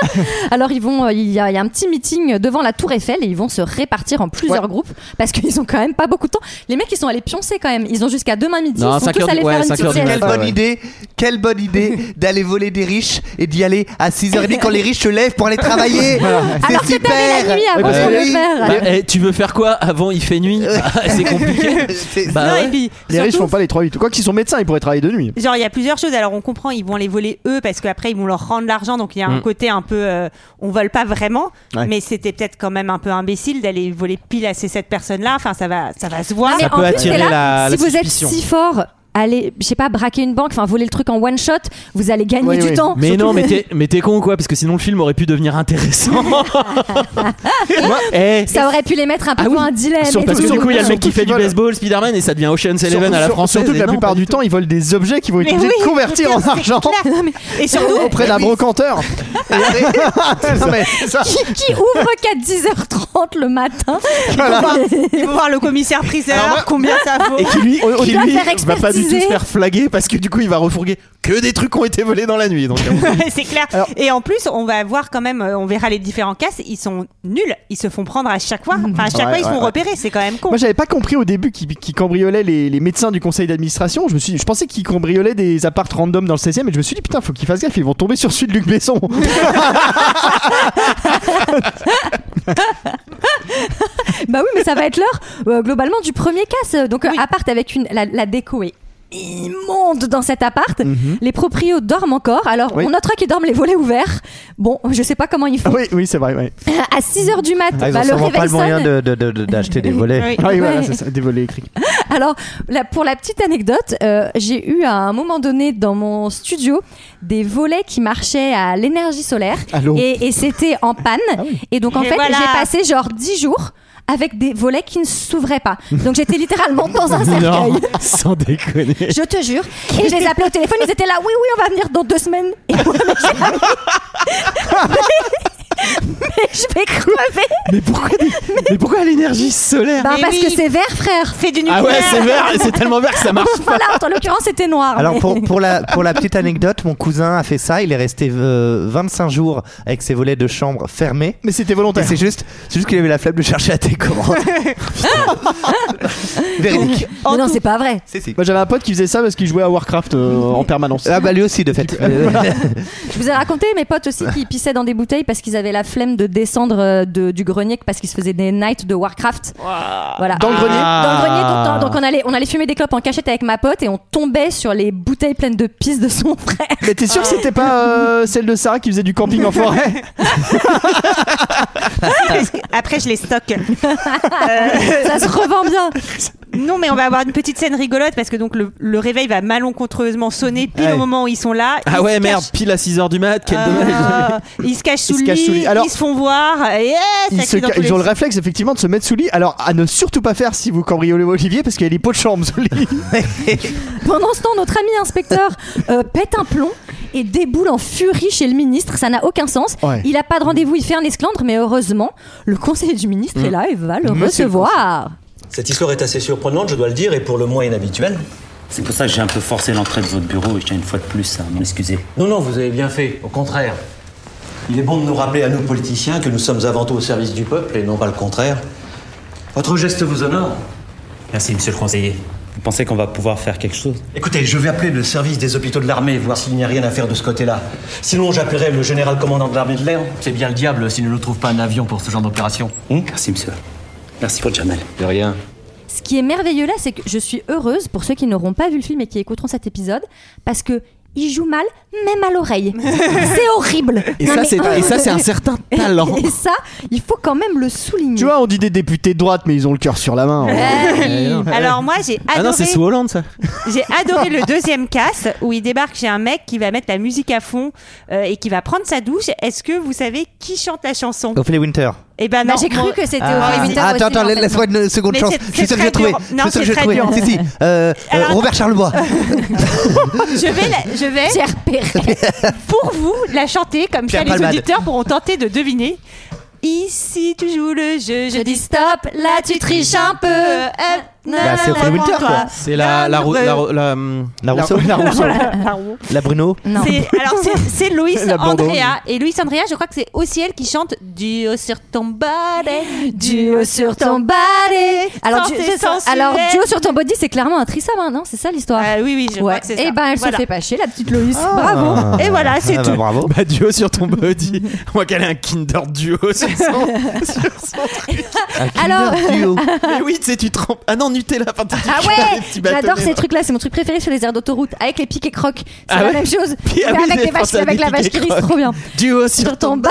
Speaker 1: Alors ils vont, euh, il y, a, il y a un petit meeting devant la Tour Eiffel et ils vont se répartir en plusieurs groupes parce qu'ils ont quand même pas beaucoup de temps. Les mecs ils sont allés pioncer quand même. Ils ont jusqu'à demain midi.
Speaker 8: Non,
Speaker 1: ils sont
Speaker 8: cinq
Speaker 1: tous
Speaker 8: heures
Speaker 1: allés
Speaker 8: du- ouais,
Speaker 1: faire une
Speaker 8: cinq
Speaker 1: petite
Speaker 8: heures du
Speaker 1: sieste.
Speaker 8: mat.
Speaker 10: Quelle
Speaker 8: Ah,
Speaker 10: bonne
Speaker 8: ouais.
Speaker 10: idée Quelle bonne idée d'aller voler des riches et d'y aller à 6h30 quand les riches se lèvent pour aller travailler
Speaker 1: Alors
Speaker 10: C'est
Speaker 1: que t'avais la
Speaker 10: super
Speaker 1: nuit avant
Speaker 10: Ouais.
Speaker 1: de le
Speaker 10: Oui.
Speaker 1: faire.
Speaker 8: Bah, eh, tu veux faire quoi avant il fait nuit Bah, C'est compliqué.
Speaker 10: C'est-
Speaker 8: Bah
Speaker 7: Non,
Speaker 8: ouais.
Speaker 7: et puis,
Speaker 9: Les riches
Speaker 7: surtout,
Speaker 9: font pas les 3-8. Quoi qu'ils sont médecins, ils pourraient travailler de nuit.
Speaker 7: Genre, il y a plusieurs choses. Alors, on comprend, ils vont les voler eux parce qu'après, ils vont leur rendre l'argent. Donc, il y a un
Speaker 8: Mm.
Speaker 7: côté un peu. euh, on vole pas vraiment.
Speaker 9: Ouais.
Speaker 7: Mais c'était peut-être quand même un peu imbécile d'aller voler pile à ces sept personnes-là. Enfin, ça va, ça va se voir.
Speaker 1: Ah, mais
Speaker 8: Ça
Speaker 1: en
Speaker 8: peut
Speaker 1: plus,
Speaker 8: attirer
Speaker 1: t'es là,
Speaker 8: la-
Speaker 1: si
Speaker 8: la
Speaker 1: vous êtes
Speaker 8: suspicion.
Speaker 1: si fort, allez, je sais pas, braquer une banque, enfin voler le truc en one shot, vous allez gagner
Speaker 9: Oui,
Speaker 1: du
Speaker 9: oui.
Speaker 1: temps.
Speaker 8: Mais
Speaker 1: Surtout-
Speaker 8: non, mais t'es, mais t'es con ou quoi Parce que sinon le film aurait pu devenir intéressant. Eh,
Speaker 1: ça aurait pu les mettre un peu
Speaker 8: Ah oui.
Speaker 1: dans un dilemme.
Speaker 8: sur-
Speaker 1: et
Speaker 8: parce que
Speaker 1: tout.
Speaker 8: du coup, il y a le mec
Speaker 9: surtout
Speaker 8: qui fait
Speaker 9: qu'ils
Speaker 8: du
Speaker 9: veulent-
Speaker 8: baseball, Spider-Man, et ça devient Ocean's Eleven à la
Speaker 9: Surtout-
Speaker 8: française.
Speaker 9: Surtout que
Speaker 8: Et
Speaker 9: la
Speaker 8: non,
Speaker 9: plupart
Speaker 8: pas
Speaker 9: du, temps, ils volent des objets qui vont être obligés de convertir en argent
Speaker 7: clair. Non, mais- Et surtout,
Speaker 9: auprès d'un brocanteur. non, mais c'est ça.
Speaker 1: qui, qui ouvre qu'à 10h30 le matin.
Speaker 7: ils vont voir- ils vont voir le commissaire priseur, combien ça vaut.
Speaker 8: Et qui lui, qui,
Speaker 1: dois
Speaker 8: lui,
Speaker 1: faire
Speaker 8: va pas du tout
Speaker 1: expertiser.
Speaker 8: se faire flaguer parce que du coup il va refourguer que des trucs qui ont été volés dans la nuit. Donc,
Speaker 7: Ouais, c'est clair. et en plus, on va voir quand même, euh, on verra les différents casses, ils sont nuls, ils se font prendre à chaque fois. Enfin, à chaque
Speaker 9: Ouais,
Speaker 7: fois, ils se
Speaker 9: ouais,
Speaker 7: font
Speaker 9: ouais.
Speaker 7: repérer, c'est quand même con.
Speaker 9: Moi, j'avais pas compris au début qu'ils qu'ils cambriolaient les, les médecins du conseil d'administration. Je me suis, dit- je pensais qu'ils cambriolaient des appartes random dans le 16 e et je me suis dit putain, faut qu'ils fassent gaffe, ils vont tomber sur celui de Luc Besson.
Speaker 1: Bah oui, mais ça va être l'heure euh, globalement du premier casse. Donc euh, appart avec une la, la déco est immonde dans cet appart.
Speaker 8: Mhm.
Speaker 1: Les proprios dorment encore. Alors
Speaker 9: Oui.
Speaker 1: on notera qu'ils dorment les volets ouverts. Bon, je sais pas comment ils font.
Speaker 9: Ah
Speaker 8: Ah
Speaker 9: oui, oui, c'est vrai. Ouais.
Speaker 1: À 6h du mat,
Speaker 10: Ah, ils
Speaker 1: bah,
Speaker 10: ont
Speaker 1: le
Speaker 10: sûrement
Speaker 1: réveil
Speaker 10: pas le moyen
Speaker 1: sonne.
Speaker 10: de- de- de- de- d'acheter des volets.
Speaker 7: Oui.
Speaker 9: Ah oui, voilà,
Speaker 1: Ouais.
Speaker 9: c'est ça, des volets écrits.
Speaker 1: Alors, là, pour la petite anecdote, euh, j'ai eu à un moment donné dans mon studio des volets qui marchaient à l'énergie solaire
Speaker 9: Allô
Speaker 1: et, et c'était en panne.
Speaker 8: Ah
Speaker 1: Et donc, en
Speaker 7: Et
Speaker 1: fait,
Speaker 7: voilà.
Speaker 1: j'ai passé genre 10 jours avec des volets qui ne s'ouvraient pas. Donc, j'étais littéralement dans un cercueil.
Speaker 8: non, sans déconner.
Speaker 1: Je te jure. Et je les appelais au téléphone, ils étaient là, oui, oui, on va venir dans deux semaines. Et moi, mais j'ai- mais, mais je vais crever.
Speaker 8: Mais pourquoi, des- mais pourquoi l'énergie solaire
Speaker 1: Ben,
Speaker 7: Mais
Speaker 1: parce
Speaker 7: oui.
Speaker 1: que c'est vert, frère.
Speaker 7: Fais du nucléaire.
Speaker 8: Ah ouais, c'est vert, et c'est tellement vert que ça marche.
Speaker 1: Voilà, en l'occurrence, c'était
Speaker 9: Ah,
Speaker 1: noir.
Speaker 10: Alors
Speaker 1: mais-
Speaker 10: pour, pour, la, pour la petite anecdote, mon cousin a fait ça, il est resté euh, 25 jours avec ses volets de chambre fermés.
Speaker 9: Mais c'était
Speaker 10: Et
Speaker 9: volontaire.
Speaker 10: c'est juste, c'est juste qu'il avait la flemme de chercher à tes commandes. Véridique.
Speaker 1: Mais non, c'est pas vrai.
Speaker 10: Si, si.
Speaker 9: Moi, Oh, bah, j'avais un pote qui faisait ça parce qu'il jouait à Warcraft euh, en permanence.
Speaker 10: Ah bah lui aussi de fait.
Speaker 1: Je vous ai raconté mes potes aussi qui pissaient dans des bouteilles parce qu'ils avaient la flemme de descendre euh, de- du grenier parce qu'ils se faisaient des nights de Warcraft. Voilà.
Speaker 9: Dans le grenier
Speaker 1: Dans le grenier, donc, donc, on allait, on allait fumer des clopes en cachette avec ma pote et on tombait sur les bouteilles pleines de pisse de son frère.
Speaker 9: Mais t'es sûr que c'était pas euh, celle de Sarah qui faisait du camping en forêt
Speaker 7: Parce que Après, je les stocke.
Speaker 1: Ça se revend bien.
Speaker 7: Non, mais on va avoir une petite scène rigolote parce que donc le, le réveil va malencontreusement sonner pile
Speaker 8: Ouais.
Speaker 7: au moment où ils sont là. Ils
Speaker 8: Ah ouais,
Speaker 7: se
Speaker 8: merde,
Speaker 7: cachent-
Speaker 8: pile à 6h du mat, quel dommage.
Speaker 7: Ah, ils se cachent sous,
Speaker 9: Ils se
Speaker 7: le
Speaker 9: cachent
Speaker 7: lit,
Speaker 9: sous le lit. Alors-
Speaker 7: ils se font voir. Et, yeah, ça
Speaker 9: ils,
Speaker 7: crie
Speaker 9: se
Speaker 7: dans
Speaker 9: ca-
Speaker 7: tous les
Speaker 9: ils ont le
Speaker 7: sens.
Speaker 9: réflexe effectivement de se mettre sous le lit. Alors à ne surtout pas faire si vous cambriolez Olivier parce qu'il y a les pots de chambre sous le lit.
Speaker 1: Pendant ce temps, notre ami inspecteur euh, pète un plomb et déboule en furie chez le ministre. Ça n'a aucun sens.
Speaker 9: Ouais.
Speaker 1: Il n'a pas de rendez-vous, il fait un esclandre, mais heureusement, le conseiller du ministre
Speaker 9: Mm.
Speaker 1: est là et va le
Speaker 10: Monsieur le
Speaker 1: recevoir.
Speaker 13: Cette histoire est assez surprenante, je dois le dire, et pour le moins inhabituelle.
Speaker 3: C'est pour ça que j'ai un peu forcé l'entrée de votre bureau et je tiens une fois de plus à m'en excuser.
Speaker 13: Non, non, vous avez bien fait, au contraire. Il est bon de nous rappeler à nous politiciens que nous sommes avant tout au service du peuple et non pas le contraire. Votre geste vous honore.
Speaker 3: Merci, monsieur le conseiller. Vous pensez qu'on va pouvoir faire quelque chose
Speaker 13: Écoutez, je vais appeler le service des hôpitaux de l'armée, voir s'il n'y a rien à faire de ce côté-là. Sinon, j'appellerai le général commandant de l'armée de l'air. C'est bien le diable s'il ne nous trouve pas un avion pour ce genre d'opération.
Speaker 3: Hum Merci, monsieur. Merci pour le Jamel.
Speaker 13: De rien.
Speaker 1: Ce qui est merveilleux là, c'est que je suis heureuse pour ceux qui n'auront pas vu le film et qui écouteront cet épisode, parce que il joue mal, même à l'oreille. c'est horrible.
Speaker 9: Et
Speaker 1: Non,
Speaker 9: ça,
Speaker 1: mais
Speaker 9: c'est- et ça, c'est un certain talent.
Speaker 1: Et ça, il faut quand même le souligner. Euh,
Speaker 9: Tu vois, on dit des députés de droite, mais ils ont le cœur sur la main. hein.
Speaker 7: Alors moi j'ai adoré.
Speaker 9: Ah non, c'est sous Hollande ça.
Speaker 7: J'ai adoré le deuxième casse où il débarque chez un mec qui va mettre la musique à fond euh, et qui va prendre sa douche. Est-ce que vous savez qui chante la chanson
Speaker 10: Ophélie Winter.
Speaker 7: Eh ben non.
Speaker 10: Bah, j'ai cru
Speaker 7: moi-
Speaker 10: que c'était Ah, Ophélie Winter attends, aussi, attends, en fait. laisse-moi une seconde
Speaker 7: Mais
Speaker 10: chance.
Speaker 7: c'est-
Speaker 10: Je suis
Speaker 7: c'est
Speaker 10: sûr que
Speaker 7: très
Speaker 10: j'ai trouvé.
Speaker 7: dur.
Speaker 10: Je
Speaker 7: Non,
Speaker 10: suis sûr
Speaker 7: c'est
Speaker 10: que j'ai
Speaker 7: très
Speaker 10: trouvé.
Speaker 7: dur.
Speaker 10: Si, si. Euh, euh, Robert Charlebois.
Speaker 7: Je vais, la- je vais pour vous la chanter comme
Speaker 10: Pierre
Speaker 7: ça les
Speaker 10: Palmade.
Speaker 7: auditeurs pourront tenter de deviner. Ici tu joues le jeu, je dis stop, là tu triches un peu.
Speaker 8: Bah, c'est Ophélie
Speaker 7: Winter
Speaker 8: C'est la la Ro- la Ro- la hum,
Speaker 10: La Rousseau.
Speaker 8: la Rousseau.
Speaker 10: La Bruno.
Speaker 7: C'est- alors c'est- c'est Luis
Speaker 10: La blonde
Speaker 7: Andrea et Luis Andrea je crois que c'est aussi elle qui chante Duo sur ton body Duo sur ton body
Speaker 1: Alors,
Speaker 7: Santé
Speaker 1: du- c'est-
Speaker 7: sensuelle.
Speaker 1: alors duo sur ton body, c'est clairement un trisome, hein, non C'est ça l'histoire
Speaker 7: Ah Oui, oui, je crois que c'est
Speaker 1: Et
Speaker 7: ça.
Speaker 1: ben, elle
Speaker 7: Voilà.
Speaker 1: se fait pas chier, la petite Loïs.
Speaker 7: Ah.
Speaker 1: Bravo.
Speaker 7: Et voilà, c'est Ah bah, tout.
Speaker 10: bravo.
Speaker 8: Bah, duo sur ton body. Moi, qu'elle est un Kinder duo sur son.
Speaker 1: Alors- duo.
Speaker 8: Mais oui, tu sais, tu trempes. Ah non, Nutella. Enfin, tu- tu
Speaker 1: Ah
Speaker 8: crées des
Speaker 1: ouais
Speaker 8: petits
Speaker 1: J'adore
Speaker 8: bâtonnets.
Speaker 1: ces trucs-là, c'est mon truc préféré sur les aires d'autoroute, avec les piques et crocs. C'est
Speaker 8: Ah
Speaker 1: la
Speaker 8: ouais
Speaker 1: même chose.
Speaker 8: Puis- ah
Speaker 1: Mais
Speaker 8: oui, les
Speaker 1: avec les vaches,
Speaker 8: Français
Speaker 1: avec la
Speaker 8: avec
Speaker 1: vache
Speaker 8: les
Speaker 1: qui
Speaker 8: piques et
Speaker 1: rit, c'est trop bien.
Speaker 8: Duo sur,
Speaker 1: ton bas.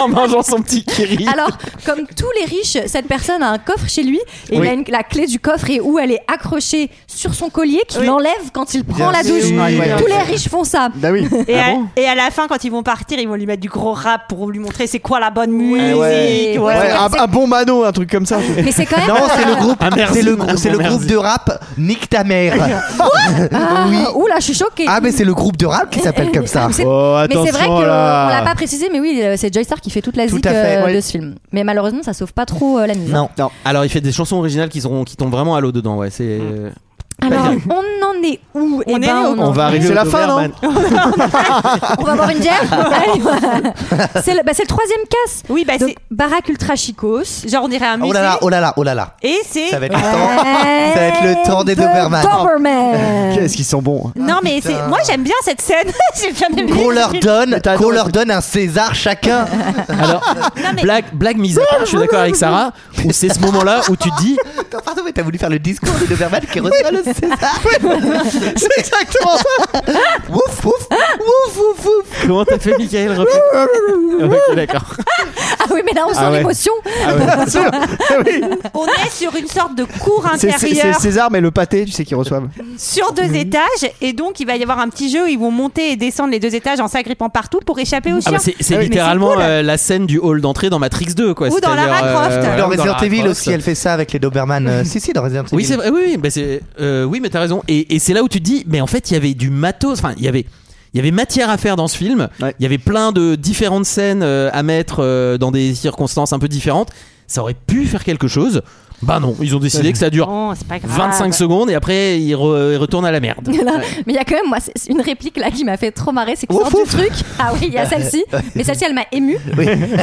Speaker 8: en mangeant son petit kiri.
Speaker 1: Alors, comme tous les riches, cette personne a un coffre chez lui et
Speaker 8: Oui.
Speaker 1: il a une- la clé du coffre et où elle est accrochée sur son collier qu'il enlève quand il prend
Speaker 7: Bien
Speaker 1: la douche.
Speaker 7: sûr.
Speaker 10: Ah,
Speaker 7: Oui, oui,
Speaker 1: Tous
Speaker 7: oui.
Speaker 1: les riches font ça.
Speaker 9: Bah oui.
Speaker 7: Et, à, et à la fin, quand ils vont partir, ils vont lui mettre du gros rap pour lui montrer c'est quoi la bonne musique.
Speaker 9: Ouais, ouais.
Speaker 7: voilà.
Speaker 9: Ouais, un, un bon mano, un truc comme ça.
Speaker 7: Mais c'est quand même-
Speaker 10: ah, Non, c'est le groupe,
Speaker 8: Ah,
Speaker 9: Un merci,
Speaker 10: c'est le,
Speaker 9: un bon
Speaker 10: c'est le
Speaker 9: merci.
Speaker 10: groupe de rap Nique ta mère.
Speaker 1: Ah,
Speaker 10: oui.
Speaker 1: Oula, je suis choquée.
Speaker 10: Ah, mais c'est le groupe de rap qui s'appelle comme ça.
Speaker 1: Mais c'est-
Speaker 8: Oh,
Speaker 1: mais c'est vrai qu'on l'a pas précisé, mais oui, euh, c'est Joy Star qui fait toute la
Speaker 10: Tout
Speaker 1: zik
Speaker 10: à fait,
Speaker 1: euh,
Speaker 10: oui.
Speaker 1: de ce film. Mais malheureusement, ça sauve pas trop euh, la mise.
Speaker 8: Alors, il fait des chansons originales qui, seront, qui tombent vraiment à l'eau dedans. Ouais, c'est. euh,
Speaker 1: Alors, on en est où Eh
Speaker 7: On est
Speaker 1: ben,
Speaker 7: au-
Speaker 1: en-
Speaker 8: On va arriver C'est au la fin, Doberman.
Speaker 1: On va boire une bière Allez, voilà. C'est le, bah, c'est le troisième casse.
Speaker 7: Oui, bah
Speaker 1: c'est Baraque Ultra Chicos.
Speaker 7: Genre, on dirait un
Speaker 10: Oh là là, oh là là, oh là là.
Speaker 7: Et c'est.
Speaker 10: Ça va être
Speaker 1: Ah.
Speaker 10: le temps. Ça va être le temps des Doberman.
Speaker 1: Euh, Doberman.
Speaker 9: Qu'est-ce qu'ils sont bons. hein.
Speaker 7: Non, mais c'est. Moi, j'aime bien cette scène. J'ai bien aimé.
Speaker 10: Qu'on leur donne, qu'on leur donne un César chacun.
Speaker 8: Alors, blague, blague mise à part, je suis d'accord avec Sarah, où c'est ce moment-là où tu te dis.
Speaker 10: Attends, pardon, mais t'as voulu faire le discours des Doberman qui reçoit le César.
Speaker 8: C'est exactement
Speaker 10: ça. Ouf, ouf, ouf, ouf, ouf.
Speaker 8: Comment t'as fait, Michael Repris- Ok, d'accord.
Speaker 1: Ah oui, mais là, on sent
Speaker 8: Ah ouais.
Speaker 1: l'émotion.
Speaker 8: Ah ouais, bien sûr.
Speaker 7: On est sur une sorte de cour
Speaker 9: C'est- C'est c'est
Speaker 7: intérieure.
Speaker 9: César, mais le pâté, tu sais qu'ils reçoivent.
Speaker 7: sur deux étages et donc il va y avoir un petit jeu où ils vont monter et descendre les deux étages en s'agrippant partout pour échapper aux
Speaker 8: Ah
Speaker 7: chiens.
Speaker 8: bah, c'est c'est
Speaker 7: Mais
Speaker 8: littéralement
Speaker 7: cool.
Speaker 8: euh, la scène du hall d'entrée dans Matrix 2 quoi.
Speaker 7: Ou dans
Speaker 8: C'est-à-dire,
Speaker 7: Lara Croft.
Speaker 8: euh,
Speaker 10: Dans
Speaker 8: dans
Speaker 10: Resident
Speaker 8: Lara
Speaker 10: Evil
Speaker 8: Croft.
Speaker 10: aussi, elle fait ça avec les Doberman. Euh, Si, si, dans Resident Evil.
Speaker 8: Oui, c'est vrai. Oui, oui, bah, c'est- euh, oui, mais t'as raison. Et, et c'est là où tu te dis, mais en fait, il y avait du matos. Enfin, il y avait. Il y avait matière à faire dans ce film. Il y avait plein de différentes scènes euh, à mettre euh, dans des circonstances un peu différentes. Ça aurait pu faire quelque chose. Bah non, ils ont décidé que ça dure
Speaker 7: Non, Oh, c'est pas grave.
Speaker 8: 25 secondes et après ils, re- ils retournent à la merde.
Speaker 1: Là, Mais il y a quand même moi, c'est c'est une réplique là qui m'a fait trop marrer, c'est qu'ils sortent du truc. Ah oui, il
Speaker 8: Euh,
Speaker 1: y a celle-ci, mais celle-ci elle m'a émue.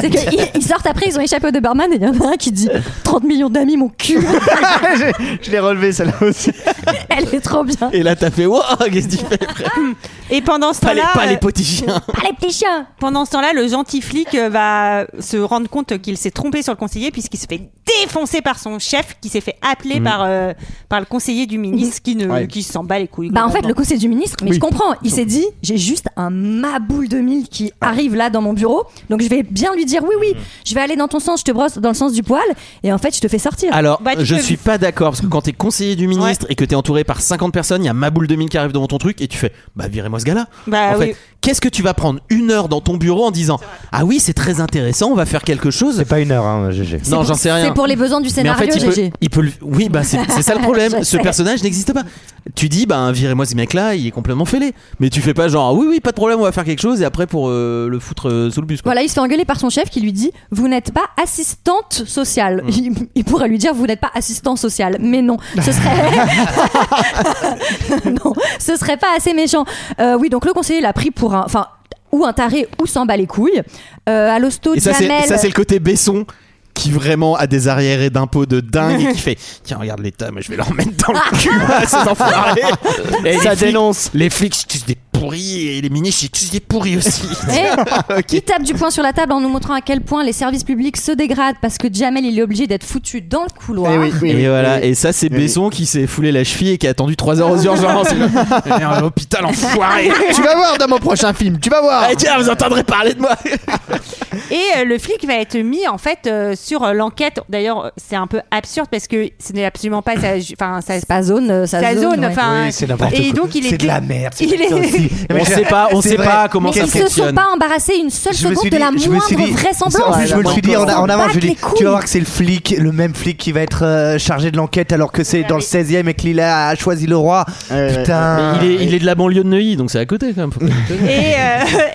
Speaker 1: C'est qu'ils ils sortent après, ils ont échappé au Doberman et il y en a un qui dit 30 millions d'amis, mon cul,
Speaker 9: je je l'ai relevé celle-là aussi.
Speaker 1: elle est trop bien.
Speaker 8: Et là t'as fait wow, qu'est-ce que tu fais
Speaker 7: Et pendant ce
Speaker 8: Pas les,
Speaker 7: temps-là.
Speaker 8: pas les
Speaker 7: euh,
Speaker 8: petits chiens.
Speaker 1: Pas Ah, les petits chiens
Speaker 7: Pendant ce temps-là, le gentil flic euh, va se rendre compte qu'il s'est trompé sur le conseiller puisqu'il se fait défoncer par son chef qui s'est fait appeler
Speaker 8: Mm.
Speaker 1: Mhm.
Speaker 7: par, euh, par le conseiller du ministre qui ne
Speaker 1: Ouais.
Speaker 7: qui s'en bat les couilles.
Speaker 1: Bah en fait le
Speaker 7: complètement.
Speaker 1: conseil du ministre, mais
Speaker 7: Oui.
Speaker 1: je comprends, il s'est dit j'ai juste un maboule de mille qui arrive là dans mon bureau, donc je vais bien lui dire oui oui,
Speaker 8: Mm.
Speaker 1: je vais aller dans ton sens, je te brosse dans le sens du poil et en fait je te fais sortir.
Speaker 8: Alors, je suis pas d'accord parce que quand t'es conseiller du ministre et que t'es entouré par 50 personnes, il y a ma boule de mine qui arrive devant ton truc et tu fais Bah, virez-moi ce gars-là.
Speaker 7: Bah
Speaker 1: Ah
Speaker 8: en
Speaker 7: oui.
Speaker 8: fait, qu'est-ce que tu vas prendre une heure dans ton bureau en disant Ah oui, c'est très intéressant, on va faire quelque chose C'est
Speaker 10: pas une heure, hein, GG.
Speaker 8: Non,
Speaker 1: pour-
Speaker 8: j'en sais rien.
Speaker 1: c'est pour les besoins du
Speaker 8: Mais en fait,
Speaker 1: scénario,
Speaker 8: il peut-
Speaker 1: GG.
Speaker 8: il peut le- Oui, bah, c'est c'est ça le problème. ce
Speaker 1: Je sais.
Speaker 8: personnage n'existe pas. Tu dis Bah, virez-moi ce mec-là, il est complètement fêlé. Mais tu fais pas genre ah Oui, oui, pas de problème, on va faire quelque chose et après pour euh, le foutre euh, sous le bus. Quoi.
Speaker 1: Voilà, il se fait engueuler par son chef qui lui dit Vous n'êtes pas assistante sociale.
Speaker 8: Mm.
Speaker 1: Il, il pourrait lui dire Vous n'êtes pas assistant social. Mais non, ce serait. non, ce serait pas assez méchant. Euh, oui, donc le conseiller l'a pris pour un. Enfin, ou un taré ou s'en bat les couilles. Euh, à l'hosto,
Speaker 8: Et ça, c'est
Speaker 1: Jamel-
Speaker 8: ça, c'est le côté Besson qui vraiment a des arriérés d'impôts de dingue et qui fait tiens regarde l'état mais je vais leur mettre dans le cul à ces enfoirés et
Speaker 9: Ça
Speaker 8: les flics-
Speaker 9: dénonce.
Speaker 8: les flics c'est des
Speaker 6: pourri et les ministres c'est tous des pourris aussi.
Speaker 1: Eh, Qui tape du poing sur la table en nous montrant à quel point les services publics se dégradent parce que Jamel il est obligé d'être foutu dans le couloir.
Speaker 9: Eh
Speaker 7: Eh
Speaker 8: et voilà, et ça c'est Besson qui s'est foulé la cheville et qui a attendu 3 heures aux urgences. Il est à l'hôpital enfoiré.
Speaker 9: tu vas voir dans mon prochain film, tu vas
Speaker 8: Ah,
Speaker 9: voir.
Speaker 6: tiens, vous entendrez parler de moi.
Speaker 7: Et euh, le flic va être mis en fait euh, sur euh, l'enquête. D'ailleurs, c'est un peu absurde parce que ce n'est absolument pas sa, ju- enfin sa,
Speaker 1: pas zone, euh, sa
Speaker 7: zone.
Speaker 1: zone, ouais.
Speaker 7: enfin,
Speaker 10: Ah,
Speaker 1: Oui, c'est n'importe
Speaker 7: et
Speaker 1: quoi.
Speaker 7: donc il
Speaker 1: C'est
Speaker 7: est
Speaker 1: de la merde, c'est
Speaker 7: Il
Speaker 1: pas
Speaker 7: est.
Speaker 1: ça aussi.
Speaker 8: On sait pas, on
Speaker 10: C'est
Speaker 8: sait
Speaker 10: vrai.
Speaker 8: pas comment
Speaker 1: Mais
Speaker 8: ça
Speaker 1: ils se sont
Speaker 8: fonctionne.
Speaker 1: pas embarrassés une seule
Speaker 10: Je me
Speaker 1: seconde
Speaker 10: suis
Speaker 1: de
Speaker 10: dit-
Speaker 1: la
Speaker 10: je me
Speaker 1: moindre
Speaker 10: suis dit-
Speaker 1: vraisemblance.
Speaker 10: Ouais, je me le suis dit en,
Speaker 1: Ils s'en
Speaker 10: en avant,
Speaker 1: battent
Speaker 10: je dis,
Speaker 1: les couilles.
Speaker 10: tu vas voir que c'est le flic, le même flic qui va être euh, chargé de l'enquête alors que
Speaker 1: Ah
Speaker 10: c'est dans le 16 e et qu'il a choisi le roi. Putain.
Speaker 8: Mais il, est, il est de la banlieue de Neuilly, donc c'est à côté quand même. faut pas le
Speaker 7: Et,
Speaker 8: tenir.